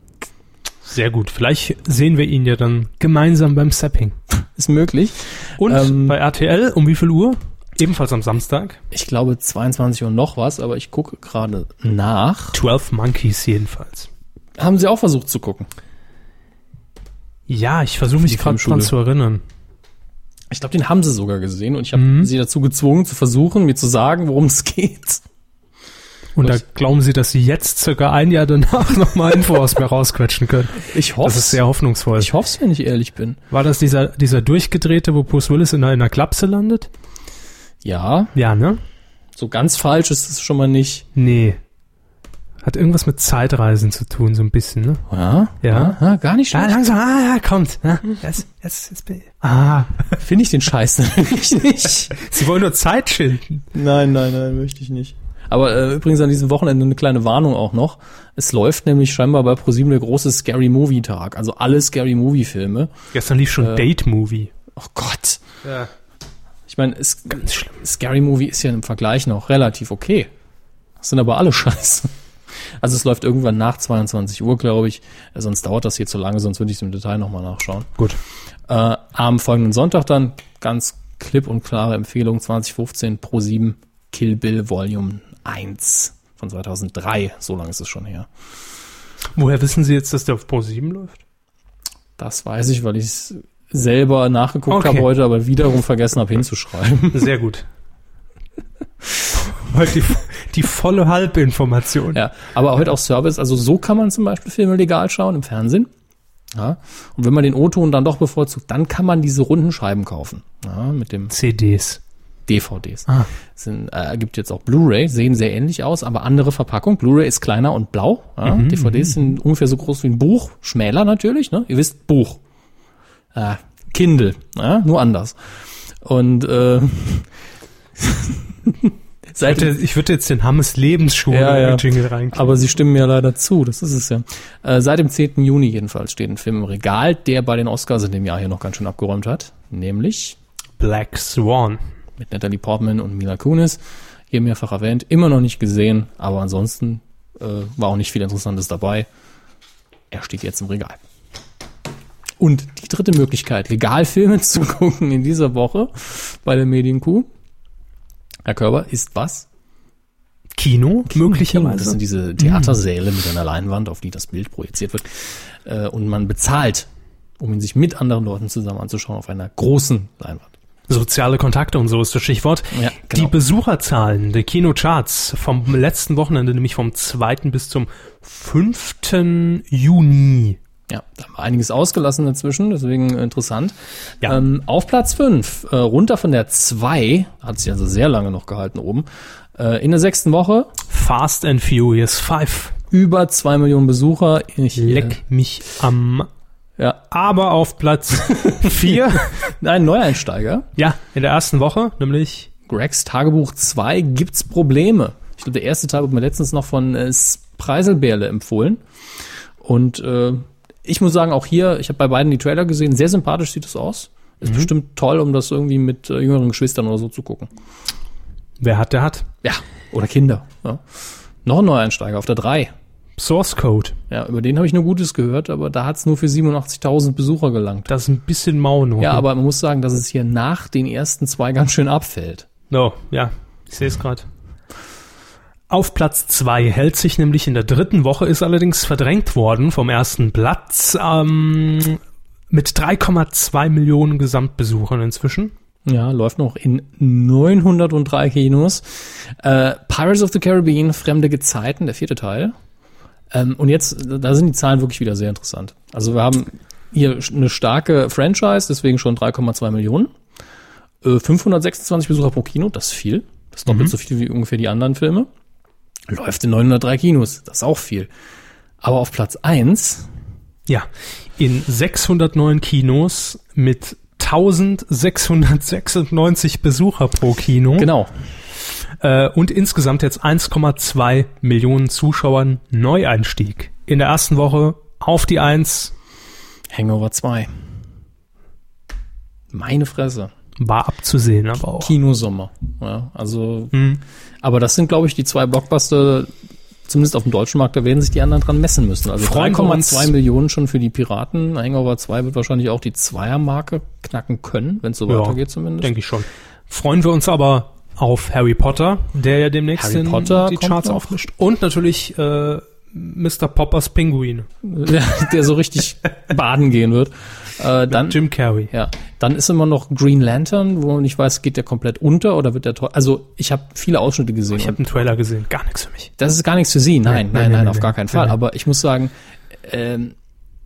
Speaker 1: Sehr gut. Vielleicht sehen wir ihn ja dann gemeinsam beim Sapping.
Speaker 2: Ist möglich.
Speaker 1: Und
Speaker 2: Ähm,
Speaker 1: bei RTL um wie viel Uhr? Ebenfalls am Samstag.
Speaker 2: Ich glaube 22 und noch was, aber ich gucke gerade nach.
Speaker 1: 12 Monkeys jedenfalls.
Speaker 2: Haben sie auch versucht zu gucken.
Speaker 1: Ja, ich versuche mich
Speaker 2: Die
Speaker 1: gerade
Speaker 2: Filmschule.
Speaker 1: dran zu erinnern.
Speaker 2: Ich glaube, den haben sie sogar gesehen und ich habe sie dazu gezwungen zu versuchen, mir zu sagen, worum es geht.
Speaker 1: Und da glauben Sie, dass Sie jetzt circa ein Jahr danach nochmal Info aus mir rausquetschen können.
Speaker 2: Ich hoffe
Speaker 1: Das ist sehr hoffnungsvoll.
Speaker 2: Ich hoffe es, wenn ich ehrlich bin.
Speaker 1: War das dieser, dieser durchgedrehte, wo Bruce Willis in einer, in einer Klapse landet?
Speaker 2: Ja,
Speaker 1: Ja, ne?
Speaker 2: so ganz falsch ist es schon mal nicht.
Speaker 1: Nee. Hat irgendwas mit Zeitreisen zu tun, so ein bisschen, ne?
Speaker 2: Ja,
Speaker 1: Ja.
Speaker 2: ja gar nicht
Speaker 1: Ja,
Speaker 2: schlecht.
Speaker 1: langsam, ah, ja, kommt. Ja, jetzt, jetzt, jetzt bin ich. Ah,
Speaker 2: Finde ich den Scheiß natürlich nicht.
Speaker 1: Sie wollen nur Zeit schinden.
Speaker 2: Nein, nein, nein, möchte ich nicht. Aber äh, übrigens an diesem Wochenende eine kleine Warnung auch noch. Es läuft nämlich scheinbar bei ProSieben der große Scary Movie Tag. Also alle Scary Movie Filme.
Speaker 1: Gestern lief
Speaker 2: Äh.
Speaker 1: schon Date Movie.
Speaker 2: Oh Gott.
Speaker 1: Ja.
Speaker 2: Ich meine, es ganz schlimm. Scary Movie ist ja im Vergleich noch relativ okay. Das sind aber alle scheiße. Also es läuft irgendwann nach 22 Uhr, glaube ich. Äh, Sonst dauert das hier zu lange, sonst würde ich es im Detail nochmal nachschauen.
Speaker 1: Gut.
Speaker 2: Äh, am folgenden Sonntag dann ganz klipp und klare Empfehlung 2015 Pro 7 Kill Bill Volume 1 von 2003. So lange ist es schon her.
Speaker 1: Woher wissen Sie jetzt, dass der auf Pro 7 läuft?
Speaker 2: Das weiß ich, weil ich es selber nachgeguckt
Speaker 1: Okay.
Speaker 2: habe heute, aber wiederum vergessen habe hinzuschreiben.
Speaker 1: Sehr gut. Heute die, die volle Halbinformation.
Speaker 2: ja, aber heute auch Service. Also so kann man zum Beispiel Filme legal schauen im Fernsehen. Ja, und wenn man den O-Ton dann doch bevorzugt, dann kann man diese runden Scheiben kaufen. Ja, mit dem
Speaker 1: CDs.
Speaker 2: DVDs. Sind, äh, gibt jetzt auch Blu-ray, sehen sehr ähnlich aus, aber andere Verpackung. Blu-ray ist kleiner und blau. Ja? DVDs sind ungefähr so groß wie ein Buch, schmäler natürlich. Ne? Ihr wisst, Buch. Äh, Kindle, ja? nur anders. Und äh,
Speaker 1: Ich
Speaker 2: seit,
Speaker 1: würde, ich würde jetzt den Hammes Lebensschuh in
Speaker 2: Ja,
Speaker 1: den
Speaker 2: ja.
Speaker 1: Jingle reinkriegen.
Speaker 2: aber sie stimmen ja leider zu, das ist es ja. Äh, seit dem 10. Juni jedenfalls steht ein Film im Regal, der bei den Oscars in dem Jahr hier noch ganz schön abgeräumt hat, nämlich
Speaker 1: Black Swan.
Speaker 2: mit Natalie Portman und Mila Kunis. Hier mehrfach erwähnt, immer noch nicht gesehen, aber ansonsten äh, war auch nicht viel Interessantes dabei. Er steht jetzt im Regal. Und die dritte Möglichkeit, Regalfilme zu gucken in dieser Woche bei der Medienkuh, Herr Körber, ist was?
Speaker 1: Kino, also.
Speaker 2: Das
Speaker 1: möglicherweise.
Speaker 2: sind diese
Speaker 1: Mhm.
Speaker 2: Theatersäle mit einer Leinwand, auf die das Bild projiziert wird. Äh, und man bezahlt, um ihn sich mit anderen Leuten zusammen anzuschauen, auf einer großen Leinwand.
Speaker 1: Soziale Kontakte und so ist das Stichwort.
Speaker 2: Ja,
Speaker 1: Die
Speaker 2: genau.
Speaker 1: Besucherzahlen der Kinocharts vom letzten Wochenende, nämlich vom 2. bis zum 5. Juni.
Speaker 2: Ja, da haben wir einiges ausgelassen dazwischen, deswegen interessant.
Speaker 1: Ja.
Speaker 2: Ähm, auf Platz 5, äh, runter von der 2, hat sich also sehr lange noch gehalten oben. Äh, in der sechsten Woche
Speaker 1: Fast and Furious 5.
Speaker 2: über 2 Millionen Besucher. Ich, äh,
Speaker 1: Leck mich am.
Speaker 2: Ja.
Speaker 1: Aber auf Platz 4.
Speaker 2: Ein Neueinsteiger.
Speaker 1: ja, in der ersten Woche, nämlich
Speaker 2: Gregs Tagebuch 2 gibt's Probleme. Ich glaube, der erste Teil wurde mir letztens noch von äh, S- Preiselbeerle empfohlen. Und äh, ich muss sagen, auch hier, ich habe bei beiden die Trailer gesehen, sehr sympathisch sieht es aus. Ist bestimmt toll, um das irgendwie mit äh, jüngeren Geschwistern oder so zu gucken.
Speaker 1: Wer hat, der hat.
Speaker 2: Ja, oder Kinder. Ja. Noch ein Neueinsteiger auf der 3.
Speaker 1: Source Code.
Speaker 2: Ja, über den habe ich nur Gutes gehört, aber da hat's nur für 87.000 Besucher gelangt.
Speaker 1: Das ist ein bisschen Maunung.
Speaker 2: Ja, aber man muss sagen, dass es hier nach den ersten zwei ganz schön abfällt.
Speaker 1: No, ja, ich sehe es gerade. Auf Platz zwei hält sich nämlich in der dritten Woche, ist allerdings verdrängt worden vom ersten Platz ähm, mit 3,2 Millionen Gesamtbesuchern inzwischen.
Speaker 2: Ja, läuft noch in 903 Kinos. Äh, Pirates of the Caribbean, Fremde Gezeiten, der vierte Teil. Ähm, und jetzt, da sind die Zahlen wirklich wieder sehr interessant. Also wir haben hier eine starke Franchise, deswegen schon 3,2 Millionen. Äh, 526 Besucher pro Kino, das ist viel. Das ist doppelt so viel wie ungefähr die anderen Filme. Läuft in 903 Kinos, das ist auch viel. Aber auf Platz 1
Speaker 1: Ja, in 609 Kinos mit 1696 Besucher pro Kino
Speaker 2: Genau.
Speaker 1: äh, und insgesamt jetzt 1,2 Millionen Zuschauern Neueinstieg. In der ersten Woche auf die Eins
Speaker 2: Hangover 2. Meine Fresse.
Speaker 1: war abzusehen, aber auch.
Speaker 2: Kinosommer. Ja, also,
Speaker 1: Mhm.
Speaker 2: aber das sind, glaube ich, die zwei Blockbuster, zumindest auf dem deutschen Markt, da werden sich die anderen dran messen müssen. Also
Speaker 1: Freuen wir uns.
Speaker 2: 3,2 Millionen schon für die Piraten. Hangover 2 wird wahrscheinlich auch die Zweiermarke knacken können, wenn es so weitergeht zumindest.
Speaker 1: Denke ich schon. Freuen wir uns aber auf Harry Potter, der ja demnächst
Speaker 2: Harry
Speaker 1: in
Speaker 2: Potter
Speaker 1: die
Speaker 2: kommt
Speaker 1: Charts
Speaker 2: noch.
Speaker 1: aufmischt. Und natürlich äh, Mr. Poppers Pinguin.
Speaker 2: der, der so richtig baden gehen wird. Äh, dann,
Speaker 1: Jim Carrey.
Speaker 2: Ja, dann ist immer noch Green Lantern, wo man nicht weiß, geht der komplett unter oder wird der tro- Also ich habe viele Ausschnitte gesehen.
Speaker 1: Ich habe einen Trailer gesehen, gar nichts für mich.
Speaker 2: Das ist gar nichts für sie. Nein,
Speaker 1: Nee,
Speaker 2: nein,
Speaker 1: nee,
Speaker 2: nein,
Speaker 1: nee,
Speaker 2: auf
Speaker 1: nee.
Speaker 2: gar keinen Fall.
Speaker 1: Nee.
Speaker 2: Aber ich muss sagen, ähm,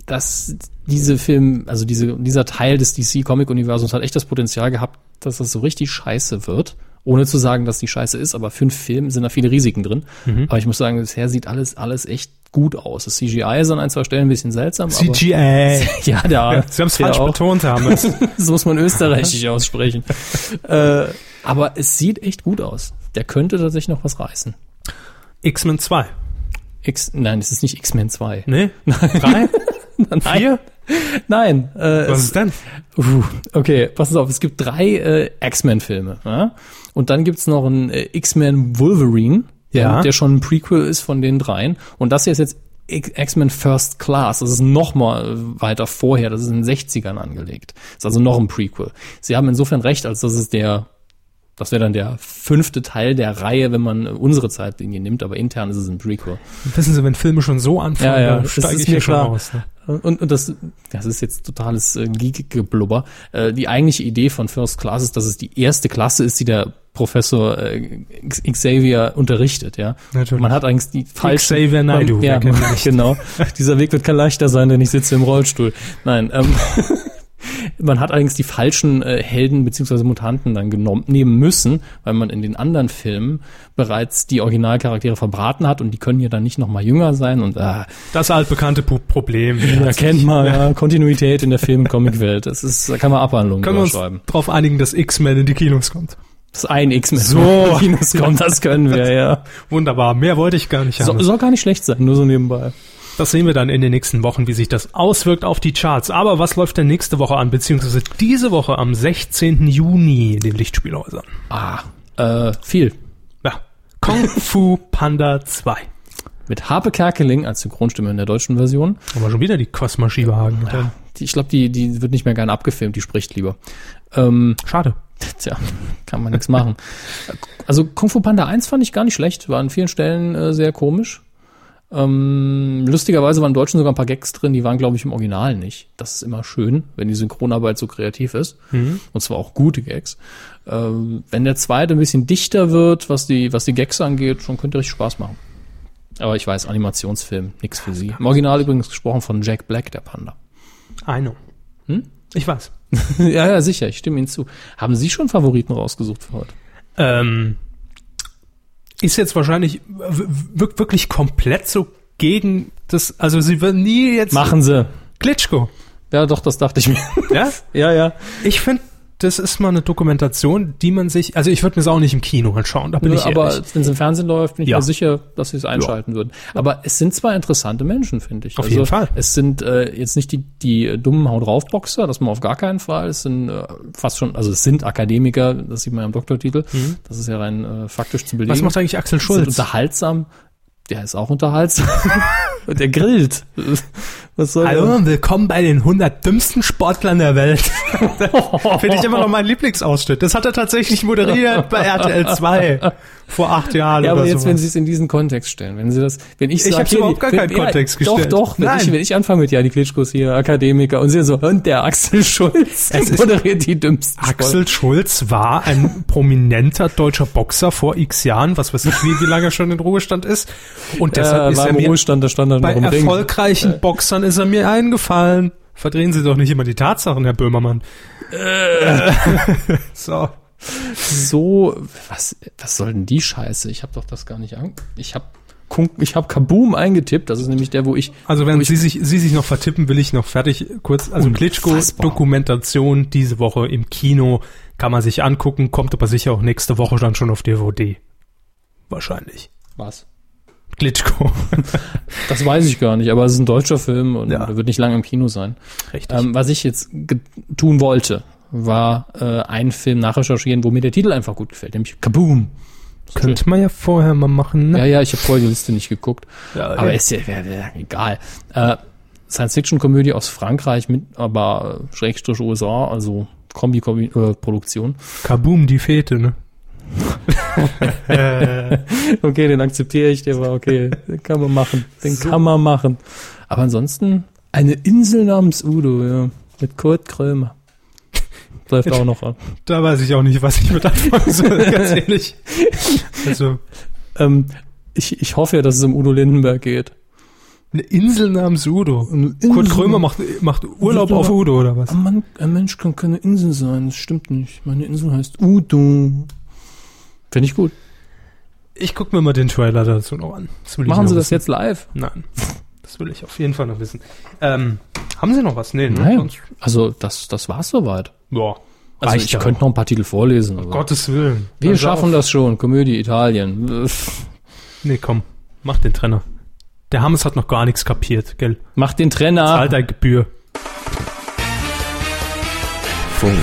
Speaker 2: dass diese Film, also diese, dieser Teil des DC Comic Universums hat echt das Potenzial gehabt, dass das so richtig scheiße wird. Ohne zu sagen, dass die scheiße ist, aber für einen Film sind da viele Risiken drin.
Speaker 1: Mhm.
Speaker 2: Aber ich muss sagen, bisher sieht alles, alles echt gut aus. Das CGI ist an ein, zwei Stellen ein bisschen seltsam.
Speaker 1: CGI.
Speaker 2: Aber, ja, da.
Speaker 1: Sie haben es
Speaker 2: der
Speaker 1: falsch
Speaker 2: auch.
Speaker 1: betont, haben es.
Speaker 2: Das muss man österreichisch aussprechen. äh, aber es sieht echt gut aus. Der könnte tatsächlich noch was reißen.
Speaker 1: X-Men 2.
Speaker 2: X, nein, es ist nicht X-Men 2.
Speaker 1: Ne? Drei? Vier?
Speaker 2: Nein. Äh,
Speaker 1: Was
Speaker 2: es,
Speaker 1: ist denn?
Speaker 2: uh, okay, pass auf, es gibt drei äh, X-Men-Filme. Ja? Und dann gibt's noch einen äh, X-Men Wolverine,
Speaker 1: Ja.
Speaker 2: der schon ein Prequel ist von den dreien. Und das hier ist jetzt X- X-Men First Class. Das ist noch mal äh, weiter vorher. Das ist in den 60ern angelegt. Ist also noch ein Prequel. Sie haben insofern recht, als dass es der das wäre dann der fünfte Teil der Reihe, wenn man äh, unsere Zeitlinie nimmt, aber intern ist es ein Prequel.
Speaker 1: Wissen Sie, wenn Filme schon so anfangen,
Speaker 2: Ja, ja,
Speaker 1: dann
Speaker 2: das
Speaker 1: steige
Speaker 2: ist
Speaker 1: ich
Speaker 2: mir
Speaker 1: hier schon
Speaker 2: klar.
Speaker 1: aus. Ne?
Speaker 2: Und, und das, das ist jetzt totales äh, Geek-Geblubber. Äh, die eigentliche Idee von First Class ist, dass es die erste Klasse ist, die der Professor äh, X- Xavier unterrichtet, ja.
Speaker 1: Natürlich.
Speaker 2: Man hat eigentlich die falsche.
Speaker 1: Xavier Naidoo,
Speaker 2: ja,
Speaker 1: wer kennt ihn nicht?
Speaker 2: genau. Dieser Weg wird kein leichter sein, denn ich sitze im Rollstuhl. Nein, ähm, man hat allerdings die falschen äh, Helden beziehungsweise Mutanten dann genommen, nehmen müssen, weil man in den anderen Filmen bereits die Originalcharaktere verbraten hat und die können ja dann nicht nochmal jünger sein und ah,
Speaker 1: Das altbekannte Pu- Problem.
Speaker 2: ja, kennt man, ja. Kontinuität in der Film- und Comicwelt. Das ist, da kann man Abhandlungen
Speaker 1: Können wir uns
Speaker 2: schreiben.
Speaker 1: darauf einigen, dass X-Men in die Kinos kommt?
Speaker 2: Das ein X-Men.
Speaker 1: So.
Speaker 2: Minus kommt, das können wir, ja.
Speaker 1: Wunderbar, mehr wollte ich gar nicht haben.
Speaker 2: So, soll gar nicht schlecht sein, nur so nebenbei.
Speaker 1: Das sehen wir dann in den nächsten Wochen, wie sich das auswirkt auf die Charts. Aber was läuft denn nächste Woche an, beziehungsweise diese Woche am 16. Juni, den Lichtspielhäusern?
Speaker 2: Ah, äh, viel.
Speaker 1: Ja. Kung Fu Panda 2.
Speaker 2: Mit Harpe Kerkeling als Synchronstimme in der deutschen Version.
Speaker 1: Aber schon wieder die Cosma-Schiebehagen.
Speaker 2: Die, ich glaube, die, die wird nicht mehr gerne abgefilmt, die spricht lieber. Ähm,
Speaker 1: Schade.
Speaker 2: tja, kann man nichts machen. Also Kung Fu Panda 1 fand ich gar nicht schlecht, war an vielen Stellen äh, sehr komisch. Ähm, lustigerweise waren im Deutschen sogar ein paar Gags drin, die waren, glaube ich, im Original nicht. Das ist immer schön, wenn die Synchronarbeit so kreativ ist. Und zwar auch gute Gags. Ähm, wenn der zweite ein bisschen dichter wird, was die, was die Gags angeht, schon könnte richtig Spaß machen. Aber ich weiß, Animationsfilm, nix für sie. Im Original übrigens gesprochen von Jack Black, der Panda.
Speaker 1: I know. Ich weiß.
Speaker 2: ja, ja, sicher, ich stimme Ihnen zu. Haben Sie schon Favoriten rausgesucht für heute?
Speaker 1: Ähm, ist jetzt wahrscheinlich w- w- wirklich komplett so gegen das, also sie wird nie jetzt
Speaker 2: Machen Sie.
Speaker 1: Klitschko.
Speaker 2: Ja, doch, das dachte ich mir.
Speaker 1: Ja?
Speaker 2: ja, ja.
Speaker 1: Ich finde, das ist mal eine Dokumentation, die man sich, also ich würde mir es auch nicht im Kino anschauen, da bin ich
Speaker 2: aber
Speaker 1: ehrlich.
Speaker 2: wenn es im Fernsehen läuft, bin ich
Speaker 1: Ja.
Speaker 2: mir sicher, dass sie es einschalten würden. Aber es sind zwar interessante Menschen, finde ich. Also
Speaker 1: Auf jeden Fall.
Speaker 2: Es sind äh, jetzt nicht die, die äh, dummen Hau draufboxer, das mal auf gar keinen Fall. Es sind äh, fast schon, also es sind Akademiker, das sieht man ja im Doktortitel. Das ist ja rein äh, faktisch zu belegen.
Speaker 1: Mhm. Was macht eigentlich Axel
Speaker 2: Sind
Speaker 1: Schulz?
Speaker 2: unterhaltsam. Der ist auch unterhaltsam. Und der grillt. Was soll
Speaker 1: Hallo
Speaker 2: der?
Speaker 1: und willkommen bei den 100 dümmsten Sportlern der Welt. Finde ich immer noch mein Lieblingsausschnitt. Das hat er tatsächlich moderiert bei RTL 2 vor acht Jahren
Speaker 2: Ja, aber
Speaker 1: oder
Speaker 2: jetzt,
Speaker 1: so.
Speaker 2: wenn Sie es in diesen Kontext stellen, wenn Sie das, wenn ich,
Speaker 1: Ich
Speaker 2: sag,
Speaker 1: hab's
Speaker 2: hier,
Speaker 1: überhaupt gar
Speaker 2: wenn, halt
Speaker 1: keinen Kontext gestellt.
Speaker 2: Doch, doch, wenn
Speaker 1: Nein.
Speaker 2: ich, wenn ich anfange mit, ja, die Klitschkos hier, Akademiker, und Sie so, und der Axel Schulz,
Speaker 1: Es ist-
Speaker 2: moderiert die dümmsten
Speaker 1: Axel Schulz war ein prominenter deutscher Boxer vor x Jahren, was weiß ich, wie, wie lange er schon in Ruhestand ist. Und
Speaker 2: Sport.
Speaker 1: deshalb
Speaker 2: äh,
Speaker 1: ist
Speaker 2: war
Speaker 1: er
Speaker 2: im
Speaker 1: mir
Speaker 2: Ruhestand, da stand er noch
Speaker 1: bei
Speaker 2: im Ring.
Speaker 1: erfolgreichen Boxern ist er mir eingefallen. Verdrehen Sie doch nicht immer die Tatsachen, Herr Böhmermann.
Speaker 2: Äh.
Speaker 1: so.
Speaker 2: So, was, was soll denn die Scheiße? Ich habe doch das gar nicht an. Ich habe ich habe Kaboom eingetippt, das ist nämlich der, wo ich
Speaker 1: Also wenn Sie sich, Sie sich noch vertippen, will ich noch fertig kurz. Also
Speaker 2: Unfassbar.
Speaker 1: Klitschko-Dokumentation diese Woche im Kino kann man sich angucken, kommt aber sicher auch nächste Woche dann schon auf DVD. Wahrscheinlich.
Speaker 2: was?
Speaker 1: Klitschko.
Speaker 2: Das weiß ich gar nicht, aber es ist ein deutscher Film und
Speaker 1: Ja.
Speaker 2: er wird nicht lange im Kino sein.
Speaker 1: Richtig.
Speaker 2: Ähm, was ich jetzt ge- tun wollte, war äh, einen Film nachrecherchieren, wo mir der Titel einfach gut gefällt, nämlich Kaboom.
Speaker 1: Könnte man ja vorher mal machen.
Speaker 2: Ja,
Speaker 1: Ne?
Speaker 2: ja, ich habe vorher die Liste nicht geguckt.
Speaker 1: Ja,
Speaker 2: aber
Speaker 1: ja.
Speaker 2: ist ja, wär, wär, egal. Äh, Science-Fiction-Komödie aus Frankreich, mit, aber äh, Schrägstrich USA, also äh, Kombi-Produktion.
Speaker 1: Kaboom, die Fete, ne?
Speaker 2: okay, den akzeptiere ich, der war okay. Den kann man machen. Den kann man machen. Aber ansonsten eine Insel namens Udo, ja. Mit Kurt Krömer. Das Läuft auch noch an.
Speaker 1: Da weiß ich auch nicht, was ich mit anfangen soll, ganz ehrlich. Also,
Speaker 2: Ähm, ich, ich hoffe ja, dass es um Udo Lindenberg geht.
Speaker 1: eine Insel namens Udo. Kurt Krömer macht, macht Urlaub auf Udo, oder was?
Speaker 2: Ein, Mann, ein Mensch kann keine Insel sein, das stimmt nicht. Meine Insel heißt Udo. Finde ich gut.
Speaker 1: Ich gucke mir mal den Trailer dazu noch an. Das will ich
Speaker 2: Machen
Speaker 1: noch
Speaker 2: Sie das
Speaker 1: wissen.
Speaker 2: jetzt live?
Speaker 1: Nein. Das will ich auf jeden Fall noch wissen. Ähm, haben Sie noch was? Nee, ne? Sonst-
Speaker 2: Also, das, das war's soweit.
Speaker 1: Ja.
Speaker 2: Also, ich
Speaker 1: ja.
Speaker 2: Oh könnte noch ein paar Titel vorlesen. aber-
Speaker 1: Gottes Willen.
Speaker 2: Wir
Speaker 1: Dann sag
Speaker 2: schaffen
Speaker 1: auf.
Speaker 2: das schon. Komödie Italien.
Speaker 1: Nee, komm. Mach den Trenner. Der Hammes hat noch gar nichts kapiert, gell?
Speaker 2: Macht den
Speaker 1: Zahlt
Speaker 2: Trenner.
Speaker 1: deine Gebühr.
Speaker 6: Funk.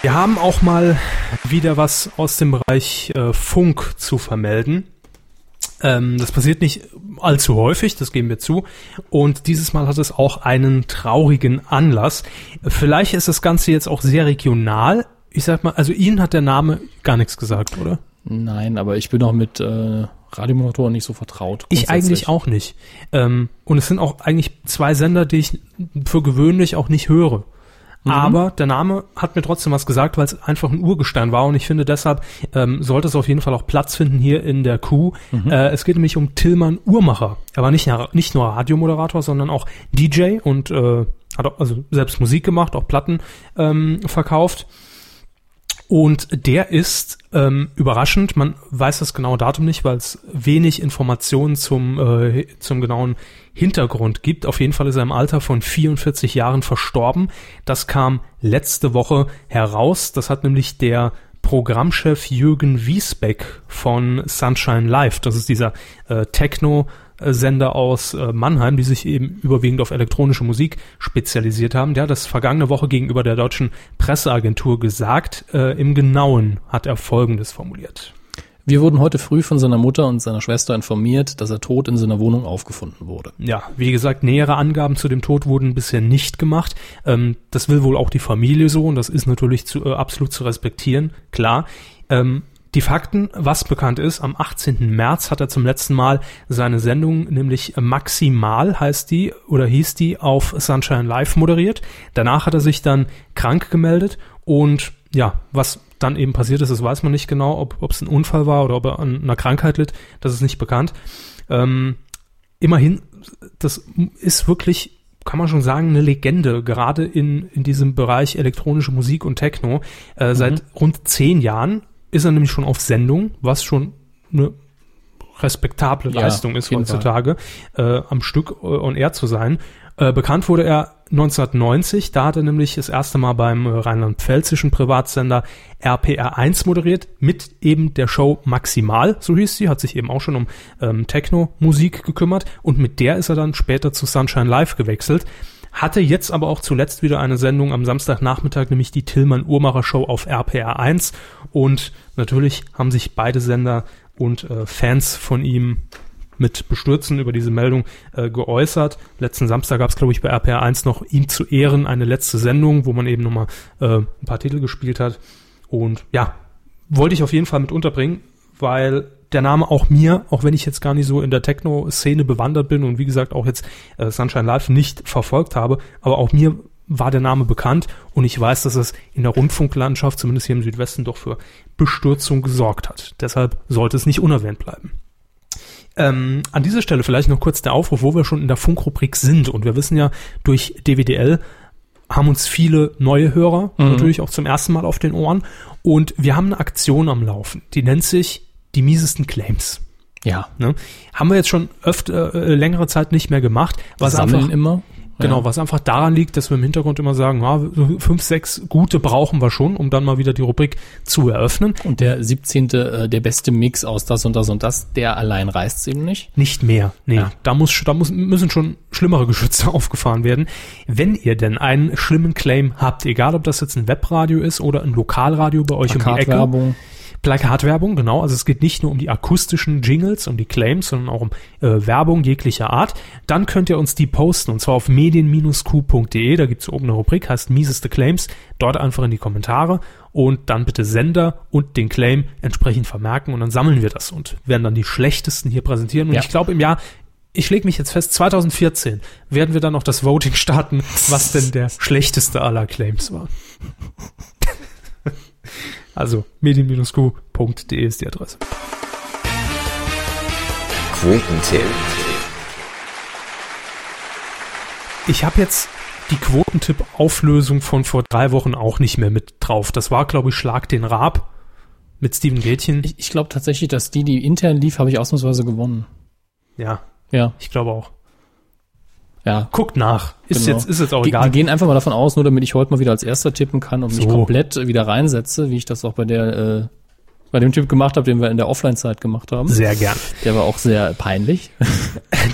Speaker 1: Wir haben auch mal wieder was aus dem Bereich äh, Funk zu vermelden. Ähm, das passiert nicht allzu häufig, das geben wir zu. Und dieses Mal hat es auch einen traurigen Anlass. Vielleicht ist das Ganze jetzt auch sehr regional. Ich sag mal, also Ihnen hat der Name gar nichts gesagt, oder?
Speaker 2: Nein, aber ich bin auch mit äh, Radiomoderatoren nicht so vertraut.
Speaker 1: Ich eigentlich auch nicht. Ähm, und es sind auch eigentlich zwei Sender, die ich für gewöhnlich auch nicht höre. Aber der Name hat mir trotzdem was gesagt, weil es einfach ein Urgestein war und ich finde deshalb ähm, sollte es auf jeden Fall auch Platz finden hier in der Crew. Äh, es geht nämlich um Tillmann Uhrmacher. Er war nicht, na- nicht nur Radiomoderator, sondern auch DJ und äh, hat auch, also selbst Musik gemacht, auch Platten ähm, verkauft. Und der ist ähm, überraschend, man weiß das genaue Datum nicht, weil es wenig Informationen zum, äh, zum genauen Hintergrund gibt. Auf jeden Fall ist er im Alter von 44 Jahren verstorben. Das kam letzte Woche heraus. Das hat nämlich der Programmchef Jürgen Wiesbeck von Sunshine Live, das ist dieser äh, Techno- Sender aus äh, Mannheim, die sich eben überwiegend auf elektronische Musik spezialisiert haben. Der hat das vergangene Woche gegenüber der deutschen Presseagentur gesagt. Äh, Im Genauen hat er Folgendes formuliert.
Speaker 2: Wir wurden heute früh von seiner Mutter und seiner Schwester informiert, dass er tot in seiner Wohnung aufgefunden wurde.
Speaker 1: Ja, wie gesagt, nähere Angaben zu dem Tod wurden bisher nicht gemacht. Ähm, das will wohl auch die Familie so und das ist natürlich zu, äh, absolut zu respektieren, klar. Ähm, die Fakten, was bekannt ist, am 18. März hat er zum letzten Mal seine Sendung, nämlich Maximal heißt die oder hieß die, auf Sunshine Live moderiert. Danach hat er sich dann krank gemeldet und ja, was dann eben passiert ist, das weiß man nicht genau, ob ob es ein Unfall war oder ob er an einer Krankheit litt, das ist nicht bekannt. Ähm, immerhin, das ist wirklich, kann man schon sagen, eine Legende, gerade in, in diesem Bereich elektronische Musik und Techno.
Speaker 2: Mhm.
Speaker 1: Äh, Seit rund zehn Jahren ist er nämlich schon auf Sendung, was schon eine respektable
Speaker 2: Ja,
Speaker 1: Leistung
Speaker 2: auf
Speaker 1: ist
Speaker 2: jeden Fall.
Speaker 1: heutzutage, äh, am Stück äh, on air zu sein. Äh, bekannt wurde er 1990, da hat er nämlich das erste Mal beim äh, rheinland-pfälzischen Privatsender RPR1 moderiert, mit eben der Show Maximal, so hieß sie, hat sich eben auch schon um ähm, Techno-Musik gekümmert und mit der ist er dann später zu Sunshine Live gewechselt. Hatte jetzt aber auch zuletzt wieder eine Sendung am Samstagnachmittag, nämlich die Tillmann-Uhrmacher-Show auf RPR1 und natürlich haben sich beide Sender und äh, Fans von ihm mit Bestürzen über diese Meldung äh, geäußert. Letzten Samstag gab es, glaube ich, bei RPR 1 noch ihm zu Ehren eine letzte Sendung, wo man eben nochmal äh, ein paar Titel gespielt hat. Und ja, wollte ich auf jeden Fall mit unterbringen, weil der Name auch mir, auch wenn ich jetzt gar nicht so in der Techno-Szene bewandert bin und wie gesagt auch jetzt äh, Sunshine Live nicht verfolgt habe, aber auch mir war der Name bekannt und ich weiß, dass es in der Rundfunklandschaft, zumindest hier im Südwesten, doch für Bestürzung gesorgt hat. Deshalb sollte es nicht unerwähnt bleiben. Ähm, an dieser Stelle vielleicht noch kurz der Aufruf, wo wir schon in der Funkrubrik sind. Und wir wissen ja, durch DWDL haben uns viele neue Hörer natürlich auch zum ersten Mal auf den Ohren. Und wir haben eine Aktion am Laufen, die nennt sich die miesesten Claims.
Speaker 2: Ja.
Speaker 1: Ne? Haben wir jetzt schon öfter äh, längere Zeit nicht mehr gemacht, was
Speaker 2: Sammeln
Speaker 1: einfach
Speaker 2: immer.
Speaker 1: Genau, was einfach daran liegt, dass wir im Hintergrund immer sagen, ja, so fünf, sechs gute brauchen wir schon, um dann mal wieder die Rubrik zu eröffnen.
Speaker 2: Und der 17. äh, der beste Mix aus das und das und das, der allein reißt eben nicht.
Speaker 1: Nicht mehr. Nee,
Speaker 2: Ja.
Speaker 1: da, muss, da muss, müssen schon schlimmere Geschütze aufgefahren werden. Wenn ihr denn einen schlimmen Claim habt, egal ob das jetzt ein Webradio ist oder ein Lokalradio bei euch um die Ecke,
Speaker 2: Plakatwerbung.
Speaker 1: Plakatwerbung, genau. Also es geht nicht nur um die akustischen Jingles, um die Claims, sondern auch um äh, Werbung jeglicher Art. Dann könnt ihr uns die posten und zwar auf medien-q.de. Da gibt's oben eine Rubrik, heißt mieseste Claims. Dort einfach in die Kommentare und dann bitte Sender und den Claim entsprechend vermerken und dann sammeln wir das und werden dann die schlechtesten hier präsentieren. Und
Speaker 2: Ja.
Speaker 1: ich glaube im Jahr ich lege mich jetzt fest, 2014 werden wir dann noch das Voting starten, was denn der schlechteste aller Claims war. also medien-q.de ist die Adresse.
Speaker 6: Quotentipp.
Speaker 1: Ich habe jetzt die Quotentipp-Auflösung von vor drei Wochen auch nicht mehr mit drauf. Das war, glaube ich, Schlag den Raab mit Steven Gätchen.
Speaker 2: Ich, ich glaube tatsächlich, dass die, die intern lief, habe ich ausnahmsweise gewonnen.
Speaker 1: Ja,
Speaker 2: Ja,
Speaker 1: ich glaube auch.
Speaker 2: ja.
Speaker 1: Guckt nach. Ist,
Speaker 2: Genau.
Speaker 1: jetzt, ist jetzt auch
Speaker 2: Ge-
Speaker 1: egal.
Speaker 2: Wir gehen einfach mal davon aus, nur damit ich heute mal wieder als erster tippen kann und mich
Speaker 1: So.
Speaker 2: komplett äh, wieder reinsetze, wie ich das auch bei der äh, bei dem Typ gemacht habe, den wir in der Offline-Zeit gemacht haben.
Speaker 1: Sehr gern.
Speaker 2: Der war auch sehr peinlich.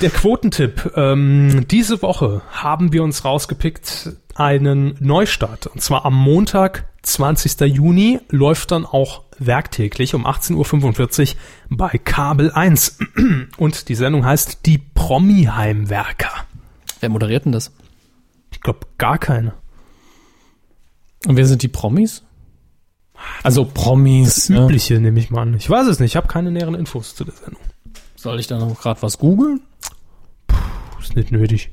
Speaker 1: Der Quotentipp. Ähm, diese Woche haben wir uns rausgepickt einen Neustart. Und zwar am Montag, 20. Juni, läuft dann auch werktäglich um 18.45 Uhr bei Kabel 1. Und die Sendung heißt Die Promi-Heimwerker.
Speaker 2: Wer moderiert denn das?
Speaker 1: Ich glaube, gar keine.
Speaker 2: Und wer sind die Promis? Also Promis. ne?
Speaker 1: Übliche nehme ich mal an. Ich weiß es nicht. Ich habe keine näheren Infos zu der Sendung.
Speaker 2: Soll ich da noch gerade was googeln?
Speaker 1: Ist nicht nötig.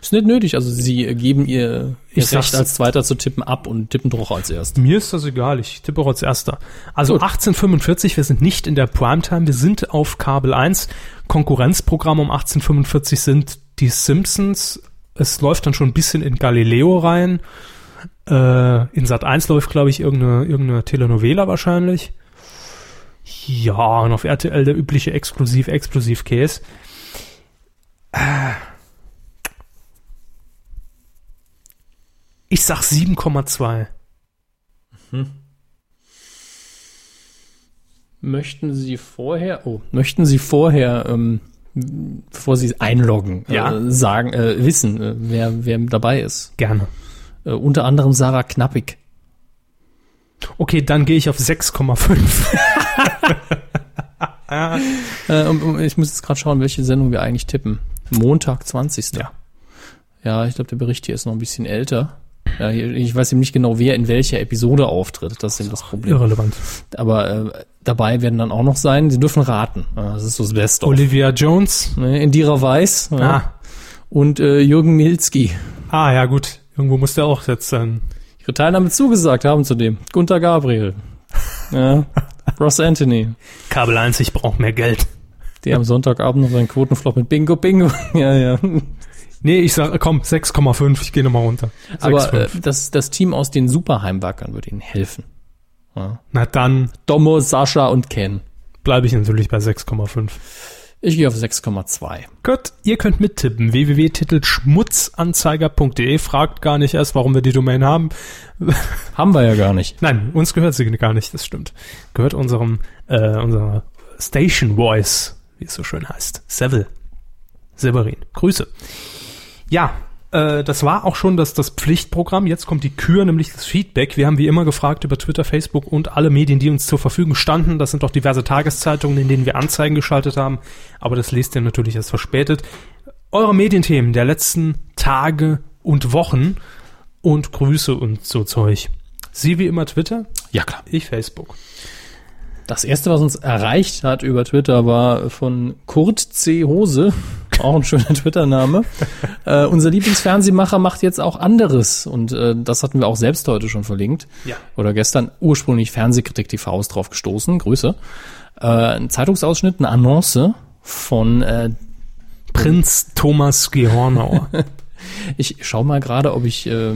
Speaker 2: Ist nicht nötig. Also sie äh, geben ihr, ihr
Speaker 1: Ich sag's-
Speaker 2: Recht als Zweiter zu tippen ab und tippen doch als Erster.
Speaker 1: Mir ist das egal, ich tippe auch als erster. Also 1845, wir sind nicht in der Primetime, wir sind auf Kabel 1. Konkurrenzprogramm um 1845 sind die Simpsons. Es läuft dann schon ein bisschen in Galileo rein. Äh, in Sat 1 läuft, glaube ich, irgendeine, irgendeine Telenovela wahrscheinlich. Ja, und auf RTL der übliche exklusiv exklusiv Äh. Case. Ich sag 7,2.
Speaker 2: Möchten Sie vorher, oh, möchten Sie vorher, ähm, bevor Sie einloggen,
Speaker 1: Ja.
Speaker 2: äh, sagen, äh, wissen, äh, wer, wer dabei ist?
Speaker 1: Gerne.
Speaker 2: Äh, unter anderem Sarah Knappig.
Speaker 1: Okay, dann gehe ich auf 6,5.
Speaker 2: Äh, um, um, ich muss jetzt gerade schauen, welche Sendung wir eigentlich tippen. Montag, 20.
Speaker 1: Ja.
Speaker 2: Ja, ich glaube, der Bericht hier ist noch ein bisschen älter. Ja, hier, ich weiß eben nicht genau, wer in welcher Episode auftritt. Das ist eben das Problem.
Speaker 1: Irrelevant.
Speaker 2: Aber äh, dabei werden dann auch noch sein, Sie dürfen raten. Ja, das ist so das Beste.
Speaker 1: Olivia Jones.
Speaker 2: Ne, Indira Weiß ja, und äh, Jürgen Milzki.
Speaker 1: Ah, ah, ja gut. Irgendwo muss der auch jetzt ähm, sein.
Speaker 2: ihre Teilnahme zugesagt haben zudem. Gunther Gabriel, ja, Ross Anthony,
Speaker 1: Kabel 1, ich brauche mehr Geld.
Speaker 2: der am Sonntagabend noch seinen Quotenflop mit Bingo Bingo. ja, ja.
Speaker 1: Nee, ich sag, komm, 6,5, ich gehe nochmal runter. 6,5.
Speaker 2: Aber äh, das, das Team aus den Superheimwackern wird ihnen helfen. äh,
Speaker 1: Na dann
Speaker 2: Domo, Sascha und Ken.
Speaker 1: bleibe ich natürlich bei 6,5.
Speaker 2: Ich gehe auf 6,2.
Speaker 1: Gut, ihr könnt mittippen. www.titelschmutzanzeiger.de fragt gar nicht erst, warum wir die Domain haben.
Speaker 2: Haben wir ja gar nicht.
Speaker 1: Nein, uns gehört sie gar nicht, das stimmt. Gehört unserem, äh, unserer Station Voice, wie es so schön heißt. Seville. Severin. Grüße. Ja, äh, das war auch schon das, das Pflichtprogramm. Jetzt kommt die Kür, nämlich das Feedback. Wir haben wie immer gefragt über Twitter, Facebook und alle Medien, die uns zur Verfügung standen. Das sind doch diverse Tageszeitungen, in denen wir Anzeigen geschaltet haben. Aber das lest ihr natürlich erst verspätet. Eure Medienthemen der letzten Tage und Wochen und Grüße und so Zeug. Sie wie immer Twitter,
Speaker 2: Ja, klar.
Speaker 1: ich Facebook.
Speaker 2: Das erste, was uns erreicht hat über Twitter, war von Kurt C. Hose. Auch ein schöner Twitter-Name. äh, unser Lieblingsfernsehmacher macht jetzt auch anderes. Und äh, das hatten wir auch selbst heute schon verlinkt.
Speaker 1: Ja.
Speaker 2: Oder gestern ursprünglich Fernsehkritik TV ist drauf gestoßen. Grüße. Äh, ein Zeitungsausschnitt, eine Annonce von, äh,
Speaker 1: Prinz Thomas Gehornauer.
Speaker 2: ich schau mal gerade, ob ich, äh,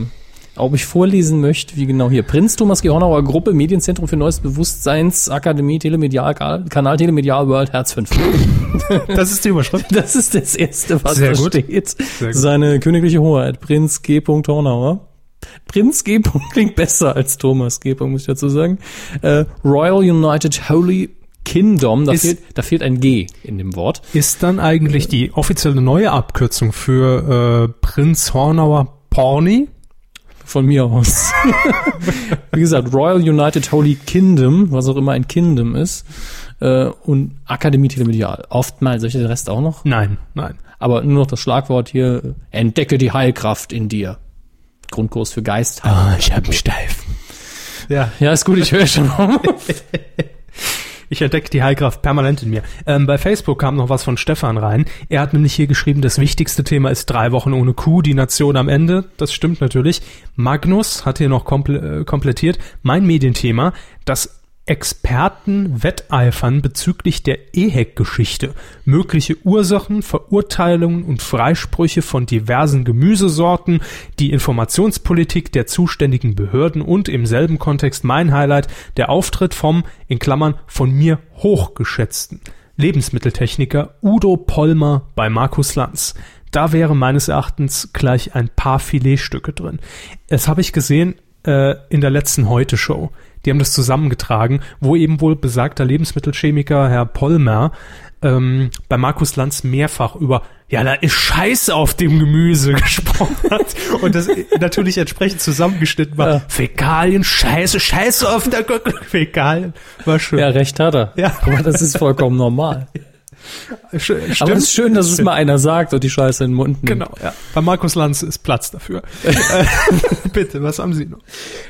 Speaker 2: ob ich vorlesen möchte, wie genau hier. Prinz Thomas Gehornauer Gruppe, Medienzentrum für Neues Bewusstseins, Akademie, Telemedial, Kanal Telemedial World, Herz 5.
Speaker 1: das ist die Überschrift.
Speaker 2: Das ist das Erste, was
Speaker 1: Sehr
Speaker 2: da
Speaker 1: gut.
Speaker 2: steht.
Speaker 1: gut.
Speaker 2: Seine königliche Hoheit, Prinz G. Hornauer. Prinz G. klingt besser als Thomas G. muss ich dazu sagen. Äh, Royal United Holy Kingdom, da,
Speaker 1: Ist-
Speaker 2: fehlt, da fehlt ein G in dem Wort.
Speaker 1: Ist dann eigentlich die offizielle neue Abkürzung für äh, Prinz Hornauer Porni?
Speaker 2: Von mir aus. Wie gesagt, Royal United Holy Kingdom, was auch immer ein Kingdom ist. Äh, und Akademie Telemedial. Oftmals, soll ich den Rest auch noch?
Speaker 1: Nein, nein.
Speaker 2: Aber nur noch das Schlagwort hier, entdecke die Heilkraft in dir. Grundkurs für Geist.
Speaker 1: Ah, ich hab einen Steif. Ja.
Speaker 2: Ja, ist gut, ich höre schon.
Speaker 1: Ich entdecke die Heilkraft permanent in mir. Ähm, bei Facebook kam noch was von Stefan rein. Er hat nämlich hier geschrieben, das wichtigste Thema ist drei Wochen ohne Kuh, die Nation am Ende. Das stimmt natürlich. Magnus hat hier noch komple äh, komplettiert. Mein Medienthema, das Experten wetteifern bezüglich der EHEC-Geschichte. Mögliche Ursachen, Verurteilungen und Freisprüche von diversen Gemüsesorten, die Informationspolitik der zuständigen Behörden und im selben Kontext mein Highlight, der Auftritt vom, in Klammern, von mir hochgeschätzten Lebensmitteltechniker Udo Pollmer bei Markus Lanz. Da wäre meines Erachtens gleich ein paar Filetstücke drin. Das habe ich gesehen äh, in der letzten Heute-Show die haben das zusammengetragen, wo eben wohl besagter Lebensmittelchemiker Herr Pollmer ähm, bei Markus Lanz mehrfach über ja, da ist Scheiß auf dem Gemüse gesprochen hat und das natürlich entsprechend zusammengeschnitten war. Fäkalien, Scheiße, Scheiße auf der Gott Fäkalien. War schön.
Speaker 2: Ja, recht hat er.
Speaker 1: Ja.
Speaker 2: Aber das ist vollkommen normal.
Speaker 1: Sch- Stimmt.
Speaker 2: Aber es ist schön, dass es mal einer sagt und die Scheiße in den Mund nimmt.
Speaker 1: Genau, ja. Bei Markus Lanz ist Platz dafür. Äh, Bitte, was haben Sie noch?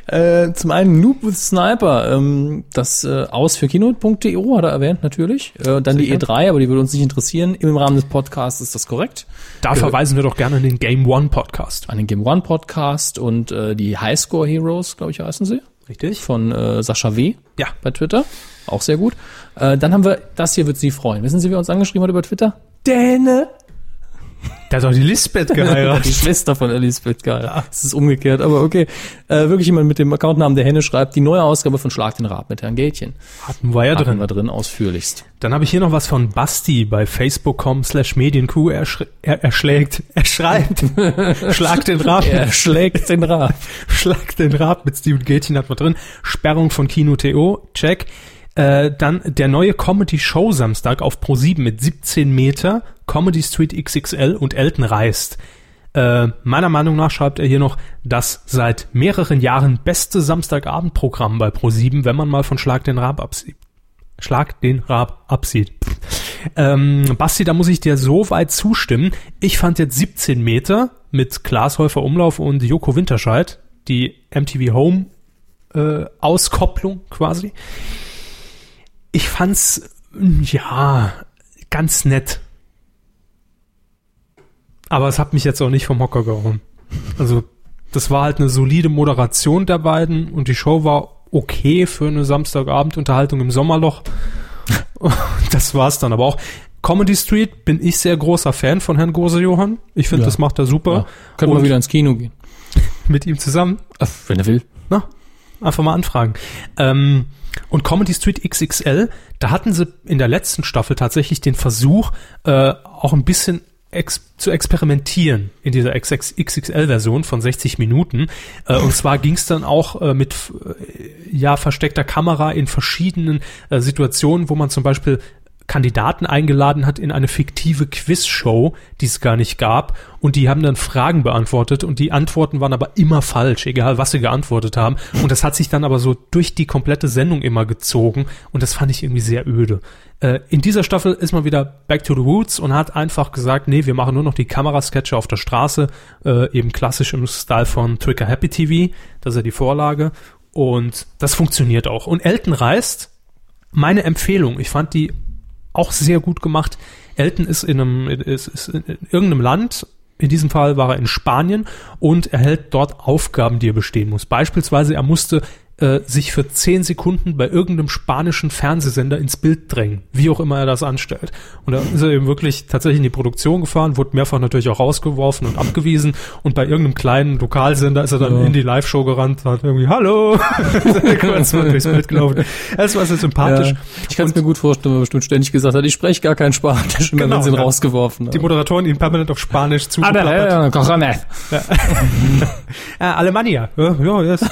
Speaker 2: Äh, zum einen Noob with Sniper, ähm, das äh, aus für keynote.de hat er erwähnt, natürlich. Äh, dann die E3, aber die würde uns nicht interessieren. Im Rahmen des Podcasts ist das korrekt.
Speaker 1: Da verweisen wir doch gerne in den Game One Podcast.
Speaker 2: An den Game One Podcast und äh, die Highscore Heroes, glaube ich, heißen sie.
Speaker 1: Richtig?
Speaker 2: Von äh, Sascha W.
Speaker 1: Ja.
Speaker 2: bei Twitter. Auch sehr gut. Äh, dann haben wir, das hier wird Sie freuen. Wissen Sie, wer uns angeschrieben hat über Twitter? Däne.
Speaker 1: Da hat doch die Lisbeth
Speaker 2: Die
Speaker 1: geheiratet.
Speaker 2: Schwester von Elisabeth Geil. Es ist umgekehrt, aber okay. Äh, wirklich jemand mit dem Accountnamen der Henne schreibt, die neue Ausgabe von Schlag den Rab mit Herrn Gätchen.
Speaker 1: Hatten wir ja
Speaker 2: Da
Speaker 1: drin.
Speaker 2: wir drin ausführlichst.
Speaker 1: Dann habe ich hier noch was von Basti bei facebook.com slash medienq. Er, schr- er, er schlägt, er schreibt, schlag den Rab,
Speaker 2: Er schlägt den Rab.
Speaker 1: schlag den Rab mit Steven Gätchen hat man drin. Sperrung von Kino TO, check. Äh, dann der neue Comedy Show Samstag auf Pro7 mit 17 Meter, Comedy Street XXL und Elton reist. Äh, meiner Meinung nach schreibt er hier noch das seit mehreren Jahren beste Samstagabendprogramm bei Pro7, wenn man mal von Schlag den Rab absieht. Schlag den Rab absieht. Ähm, Basti, da muss ich dir so weit zustimmen. Ich fand jetzt 17 Meter mit Klaas Häufer Umlauf und Joko Winterscheid, die MTV Home äh, Auskopplung quasi. Ich fand's mm, ja ganz nett. Aber es hat mich jetzt auch nicht vom Hocker gehauen. Also, das war halt eine solide Moderation der beiden und die Show war okay für eine Samstagabendunterhaltung im Sommerloch. Das war's dann aber auch. Comedy Street bin ich sehr großer Fan von Herrn Gose Johann. Ich finde,
Speaker 2: Ja.
Speaker 1: das macht er super.
Speaker 2: Können
Speaker 1: Und
Speaker 2: wir wieder ins Kino gehen.
Speaker 1: mit ihm zusammen.
Speaker 2: Wenn er will.
Speaker 1: Na, einfach mal anfragen. Ähm, und Comedy Street XXL, da hatten sie in der letzten Staffel tatsächlich den Versuch, äh, auch ein bisschen ex zu experimentieren in dieser XXL-Version von 60 Minuten. Äh, und zwar ging es dann auch äh, mit f- äh, ja versteckter Kamera in verschiedenen äh, Situationen, wo man zum Beispiel Kandidaten eingeladen hat in eine fiktive Quizshow, die es gar nicht gab. Und die haben dann Fragen beantwortet und die Antworten waren aber immer falsch, egal was sie geantwortet haben. Und das hat sich dann aber so durch die komplette Sendung immer gezogen und das fand ich irgendwie sehr öde. Äh, in dieser Staffel ist man wieder back to the roots und hat einfach gesagt, nee, wir machen nur noch die Kamerasketche auf der Straße, äh, eben klassisch im Style von Tricker Happy TV, das ist ja die Vorlage. Und das funktioniert auch. Und Elton reist, meine Empfehlung, ich fand die auch sehr gut gemacht. Elton ist in einem, ist, ist in irgendeinem Land. In diesem Fall war er in Spanien und erhält dort Aufgaben, die er bestehen muss. Beispielsweise, er musste äh, sich für zehn Sekunden bei irgendeinem spanischen Fernsehsender ins Bild drängen, wie auch immer er das anstellt. Und da ist er eben wirklich tatsächlich in die Produktion gefahren, wurde mehrfach natürlich auch rausgeworfen und abgewiesen. Und bei irgendeinem kleinen Lokalsender ist er dann in die Live-Show gerannt, hat irgendwie Hallo, kurz mal durchs Bild gelaufen. Das war sehr sympathisch.
Speaker 2: Ich kann es mir gut vorstellen, weil er bestimmt ständig gesagt hat, ich spreche gar kein Spanisch, und dann
Speaker 1: Genau,
Speaker 2: haben sie ihn
Speaker 1: ja.
Speaker 2: rausgeworfen.
Speaker 1: Die Moderatoren ihn permanent auf Spanisch zugeplappert.
Speaker 2: ja, Corona.
Speaker 1: Äh, Alemannia. Ja, ja, yes.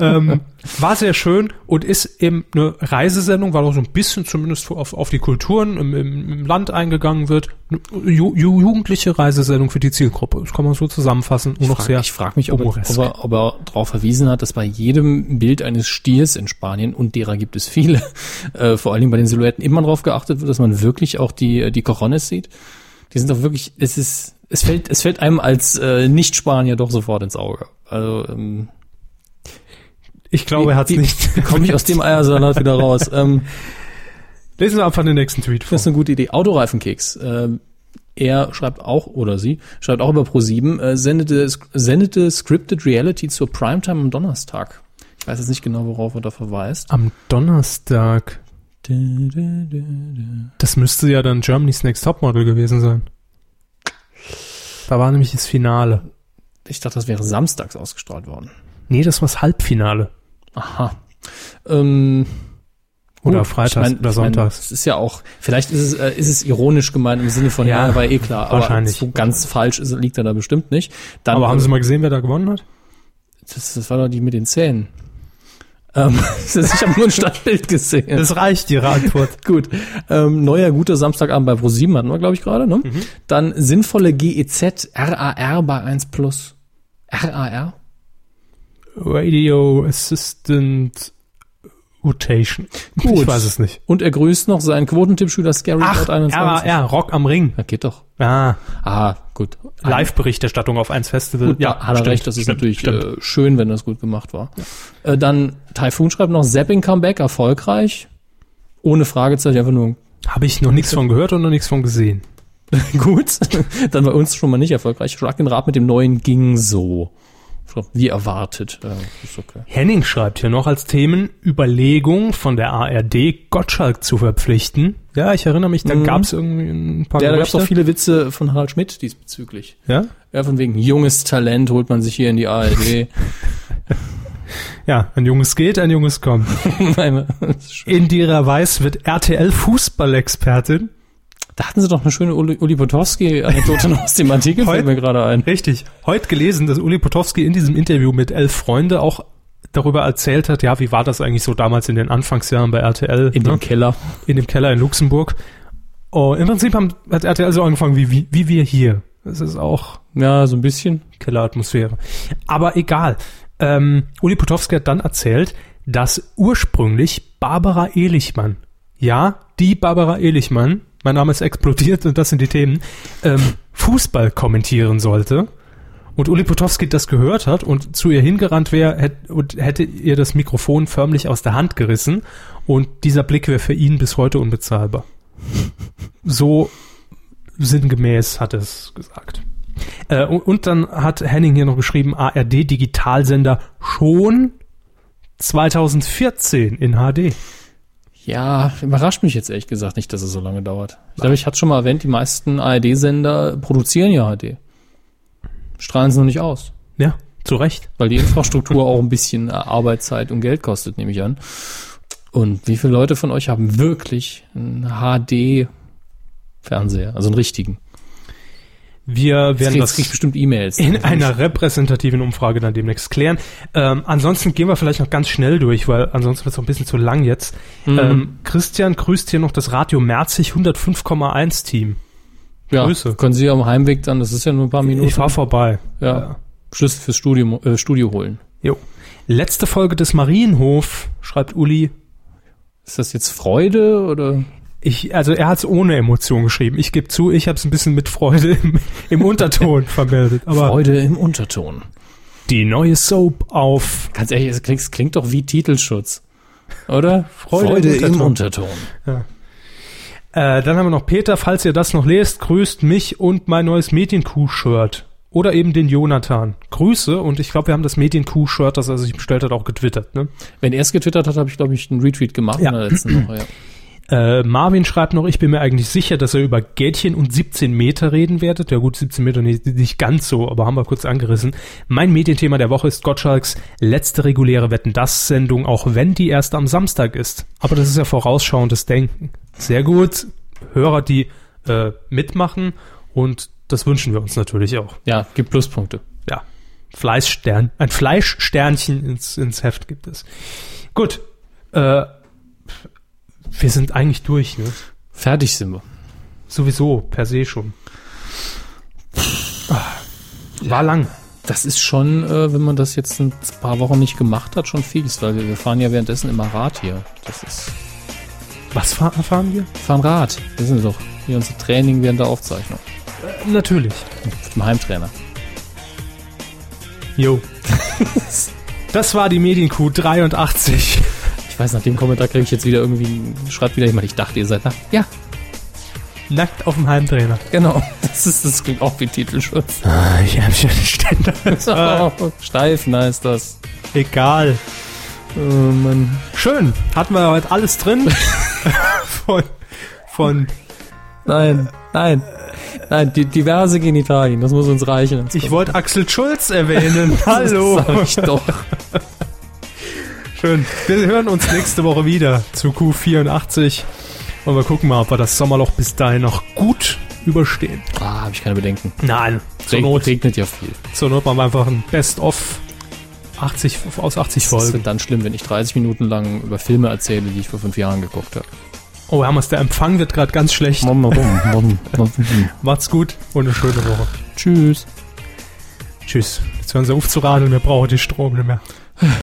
Speaker 1: ähm, war sehr schön und ist eben eine Reisesendung, weil auch so ein bisschen zumindest auf, auf die Kulturen im, im, im Land eingegangen wird. Eine Ju, ju, jugendliche Reisesendung für die Zielgruppe. Das kann man so zusammenfassen. Und noch
Speaker 2: frag-
Speaker 1: sehr
Speaker 2: ich frage mich, ob er,
Speaker 1: humoresk.
Speaker 2: ob, er, ob er darauf verwiesen hat, dass bei jedem Bild eines Stiers in Spanien, und derer gibt es viele, äh, vor allen Dingen bei den Silhouetten immer darauf geachtet wird, dass man wirklich auch die, die Corones sieht. Die sind doch wirklich, es ist, es fällt, es fällt einem als äh, Nicht-Spanier doch sofort ins Auge. Also, ähm,
Speaker 1: ich glaube, er hat es
Speaker 2: wie-
Speaker 1: nicht.
Speaker 2: Wie komme ich aus dem Eiersalat wieder raus? Ähm,
Speaker 1: Lesen Sie einfach den nächsten Tweet vor.
Speaker 2: Das ist eine gute Idee. Autoreifenkeks. Ähm, er schreibt auch, oder sie, schreibt auch über Pro7, äh, sendete, sendete Scripted Reality zur Primetime am Donnerstag. Ich weiß jetzt nicht genau, worauf er da verweist.
Speaker 1: Am Donnerstag. Das müsste ja dann Germany's Next Topmodel gewesen sein. Da war nämlich das Finale.
Speaker 2: Ich dachte, das wäre samstags ausgestrahlt worden.
Speaker 1: Nee, das war das Halbfinale.
Speaker 2: Aha. Ähm,
Speaker 1: Oder
Speaker 2: gut,
Speaker 1: freitags
Speaker 2: ich mein,
Speaker 1: oder
Speaker 2: ich mein,
Speaker 1: sonntags.
Speaker 2: Es ist ja auch, vielleicht ist es, äh, ist es ironisch gemeint im Sinne von,
Speaker 1: Ja,
Speaker 2: ja, war eh klar,
Speaker 1: wahrscheinlich.
Speaker 2: aber so ganz falsch ist, liegt er da bestimmt nicht. Dann,
Speaker 1: Aber haben Sie mal gesehen, wer da gewonnen hat?
Speaker 2: das, das war doch die mit den Zähnen. Ähm, ich habe nur ein Stadtbild gesehen.
Speaker 1: Das reicht, Ihre Antwort.
Speaker 2: Gut. Ähm, neuer guter Samstagabend bei ProSieben hatten wir, glaube ich, gerade. Ne?
Speaker 1: Mhm.
Speaker 2: Dann sinnvolle E GEZ RAR bei 1 Plus. RAR?
Speaker 1: Radio Assistant Rotation. Ich
Speaker 2: Gut.
Speaker 1: weiß es nicht.
Speaker 2: Und er grüßt noch seinen Quotentippschüler Scary Ach, 21.
Speaker 1: RAR, Rock am Ring.
Speaker 2: Ja, geht doch.
Speaker 1: Ah,
Speaker 2: Ah, gut.
Speaker 1: Live-Berichterstattung auf 1 Festival.
Speaker 2: Gut, ja, hat er
Speaker 1: stimmt,
Speaker 2: recht, das ist
Speaker 1: stimmt,
Speaker 2: natürlich
Speaker 1: stimmt.
Speaker 2: äh, schön, wenn das gut gemacht war. Äh, dann Typhoon schreibt noch Zapping Comeback erfolgreich. Ohne Fragezeichen, einfach nur
Speaker 1: Habe ich noch nichts von gehört und noch nichts von gesehen.
Speaker 2: gut. dann bei uns schon mal nicht erfolgreich. Schlag den Rat mit dem neuen ging so. So, Wie erwartet. Äh, ist okay.
Speaker 1: Henning schreibt hier noch als Themen Überlegung von der ARD Gottschalk zu verpflichten. Ja, ich erinnere mich, da
Speaker 2: Mhm.
Speaker 1: gab es irgendwie ein paar
Speaker 2: Ja, da gab es
Speaker 1: Gerüchte.
Speaker 2: doch viele Witze von Harald Schmidt diesbezüglich.
Speaker 1: Ja?
Speaker 2: Ja, von wegen junges Talent holt man sich hier in die ARD.
Speaker 1: ja, ein Junges geht, ein Junges kommt.
Speaker 2: Nein, das ist schön.
Speaker 1: Indira Weiß wird RTL-Fußballexpertin.
Speaker 2: da hatten sie doch eine schöne Uli, Uli Potowski-Anekdote noch aus dem Artikel,
Speaker 1: Heute-
Speaker 2: fällt mir gerade ein.
Speaker 1: Richtig. Heute gelesen, dass Uli Potowski in diesem Interview mit Elf Freunde auch darüber erzählt hat, ja, wie war das eigentlich so damals in den Anfangsjahren bei RTL?
Speaker 2: In
Speaker 1: ne?
Speaker 2: dem Keller.
Speaker 1: in dem Keller in Luxemburg. Oh, Im Prinzip haben, hat RTL so angefangen wie, wie, wie wir hier. Das ist auch
Speaker 2: Ja, so ein bisschen.
Speaker 1: Kelleratmosphäre. Aber egal. Ähm, Uli Potowski hat dann erzählt, dass ursprünglich Barbara Elichmann, ja, die Barbara Elichmann, mein Name ist explodiert und das sind die Themen, ähm, Fußball kommentieren sollte. Und Uli Potowski das gehört hat und zu ihr hingerannt wäre hätt, und hätte ihr das Mikrofon förmlich aus der Hand gerissen. Und dieser Blick wäre für ihn bis heute unbezahlbar. So sinngemäß hat er es gesagt. Äh, und, und dann hat Henning hier noch geschrieben, ARD Digitalsender schon 2014 in HD.
Speaker 2: Ja, überrascht mich jetzt ehrlich gesagt nicht, dass es so lange dauert. Ich glaube, ich hatte schon mal erwähnt, die meisten ARD-Sender produzieren ja HD. Strahlen es noch nicht aus.
Speaker 1: Ja, zu Recht.
Speaker 2: Weil die Infrastruktur auch ein bisschen äh, Arbeitszeit und Geld kostet, nehme ich an. Und wie viele Leute von euch haben wirklich einen HD-Fernseher, also einen richtigen?
Speaker 1: Wir
Speaker 2: Jetzt
Speaker 1: werden
Speaker 2: krieg-
Speaker 1: das
Speaker 2: jetzt krieg ich bestimmt E-Mails.
Speaker 1: in einer repräsentativen Umfrage dann demnächst klären. Ähm, ansonsten gehen wir vielleicht noch ganz schnell durch, weil ansonsten wird es noch ein bisschen zu lang jetzt. Ähm, Christian grüßt hier noch das Radio Merzig 105,1 Team.
Speaker 2: ja,
Speaker 1: Grüße.
Speaker 2: Können Sie am Heimweg dann, das ist ja nur ein paar Minuten,
Speaker 1: Ich fahr vorbei.
Speaker 2: ja, Schlüssel fürs Studio, äh, Studio holen.
Speaker 1: Jo. Letzte Folge des Marienhof, schreibt Uli.
Speaker 2: Ist das jetzt Freude oder?
Speaker 1: Ich, also er hat es ohne Emotion geschrieben. Ich gebe zu, ich habe es ein bisschen mit Freude im, im Unterton vermeldet. Aber
Speaker 2: Freude im Unterton.
Speaker 1: die neue Soap auf.
Speaker 2: Ganz ehrlich, es klingt, es klingt doch wie Titelschutz. Oder? Freude,
Speaker 1: im
Speaker 2: Unterton.
Speaker 1: Äh, dann haben wir noch Peter, falls ihr das noch lest, grüßt mich und mein neues Medien-Q-Shirt. Oder eben den Jonathan. Grüße und ich glaube, wir haben das Medien-Q-Shirt, das er sich bestellt hat, auch getwittert. Ne?
Speaker 2: Wenn er es getwittert hat, habe ich, glaube ich, einen Retweet gemacht
Speaker 1: Ja.
Speaker 2: in der letzten Woche. Ja.
Speaker 1: Äh, Marvin schreibt noch, ich bin mir eigentlich sicher, dass ihr über Gätchen und 17 Meter reden werdet. Ja gut, 17 Meter nicht, nicht ganz so, aber haben wir kurz angerissen. Mein Medienthema der Woche ist Gottschalks letzte reguläre Wetten-Das-Sendung, auch wenn die erst am Samstag ist. Aber das ist ja vorausschauendes Denken. Sehr gut. Hörer, die äh, mitmachen und das wünschen wir uns natürlich auch.
Speaker 2: ja, gibt Pluspunkte.
Speaker 1: Ja, Fleischstern, ein Fleischsternchen ins, ins Heft gibt es. Gut, äh, wir sind eigentlich durch, ne?
Speaker 2: Fertig sind wir.
Speaker 1: Sowieso, per se schon. Ah, War lang.
Speaker 2: Das ist schon, äh, wenn man das jetzt ein paar Wochen nicht gemacht hat, schon fies, weil wir, wir fahren ja währenddessen immer Rad hier. Das ist.
Speaker 1: Was fa- fahren wir?
Speaker 2: Wir fahren Rad. Das sind doch hier unser Training während der Aufzeichnung.
Speaker 1: Natürlich.
Speaker 2: Mit dem Heimtrainer.
Speaker 1: Jo. das war die Medienkuh 83.
Speaker 2: Ich weiß, nach dem Kommentar kriege ich jetzt wieder irgendwie, schreibt wieder jemand, ich dachte, ihr seid nackt. Ja.
Speaker 1: Nackt auf dem Heimtrainer.
Speaker 2: Genau. Das, ist, das klingt auch wie Titelschutz.
Speaker 1: ich habe schon einen Ständer.
Speaker 2: Oh, steif, nice das.
Speaker 1: Egal.
Speaker 2: Oh, Mann.
Speaker 1: Schön. Hatten wir heute alles drin. von, von
Speaker 2: Nein, nein. Nein, die, diverse Genitalien, das muss uns reichen.
Speaker 1: Ich wollte Axel Schulz erwähnen. Hallo.
Speaker 2: Das sag ich doch.
Speaker 1: Schön. Wir hören uns nächste Woche wieder zu Q84. Und wir gucken mal, ob wir das Sommerloch bis dahin noch gut überstehen.
Speaker 2: Ah, habe ich keine Bedenken.
Speaker 1: Nein. Zur
Speaker 2: Reg-
Speaker 1: Not,
Speaker 2: regnet ja viel.
Speaker 1: zur Not machen wir einfach ein Best-of 80, aus 80
Speaker 2: Das
Speaker 1: Folgen.
Speaker 2: wird dann schlimm, wenn ich 30 Minuten lang über Filme erzähle, die ich vor fünf Jahren geguckt habe.
Speaker 1: Oh, Hermes, der Empfang wird gerade ganz schlecht. Macht's gut und eine schöne Woche.
Speaker 2: Tschüss.
Speaker 1: Tschüss. Jetzt hören Sie auf zu radeln, wir brauchen den Strom nicht mehr.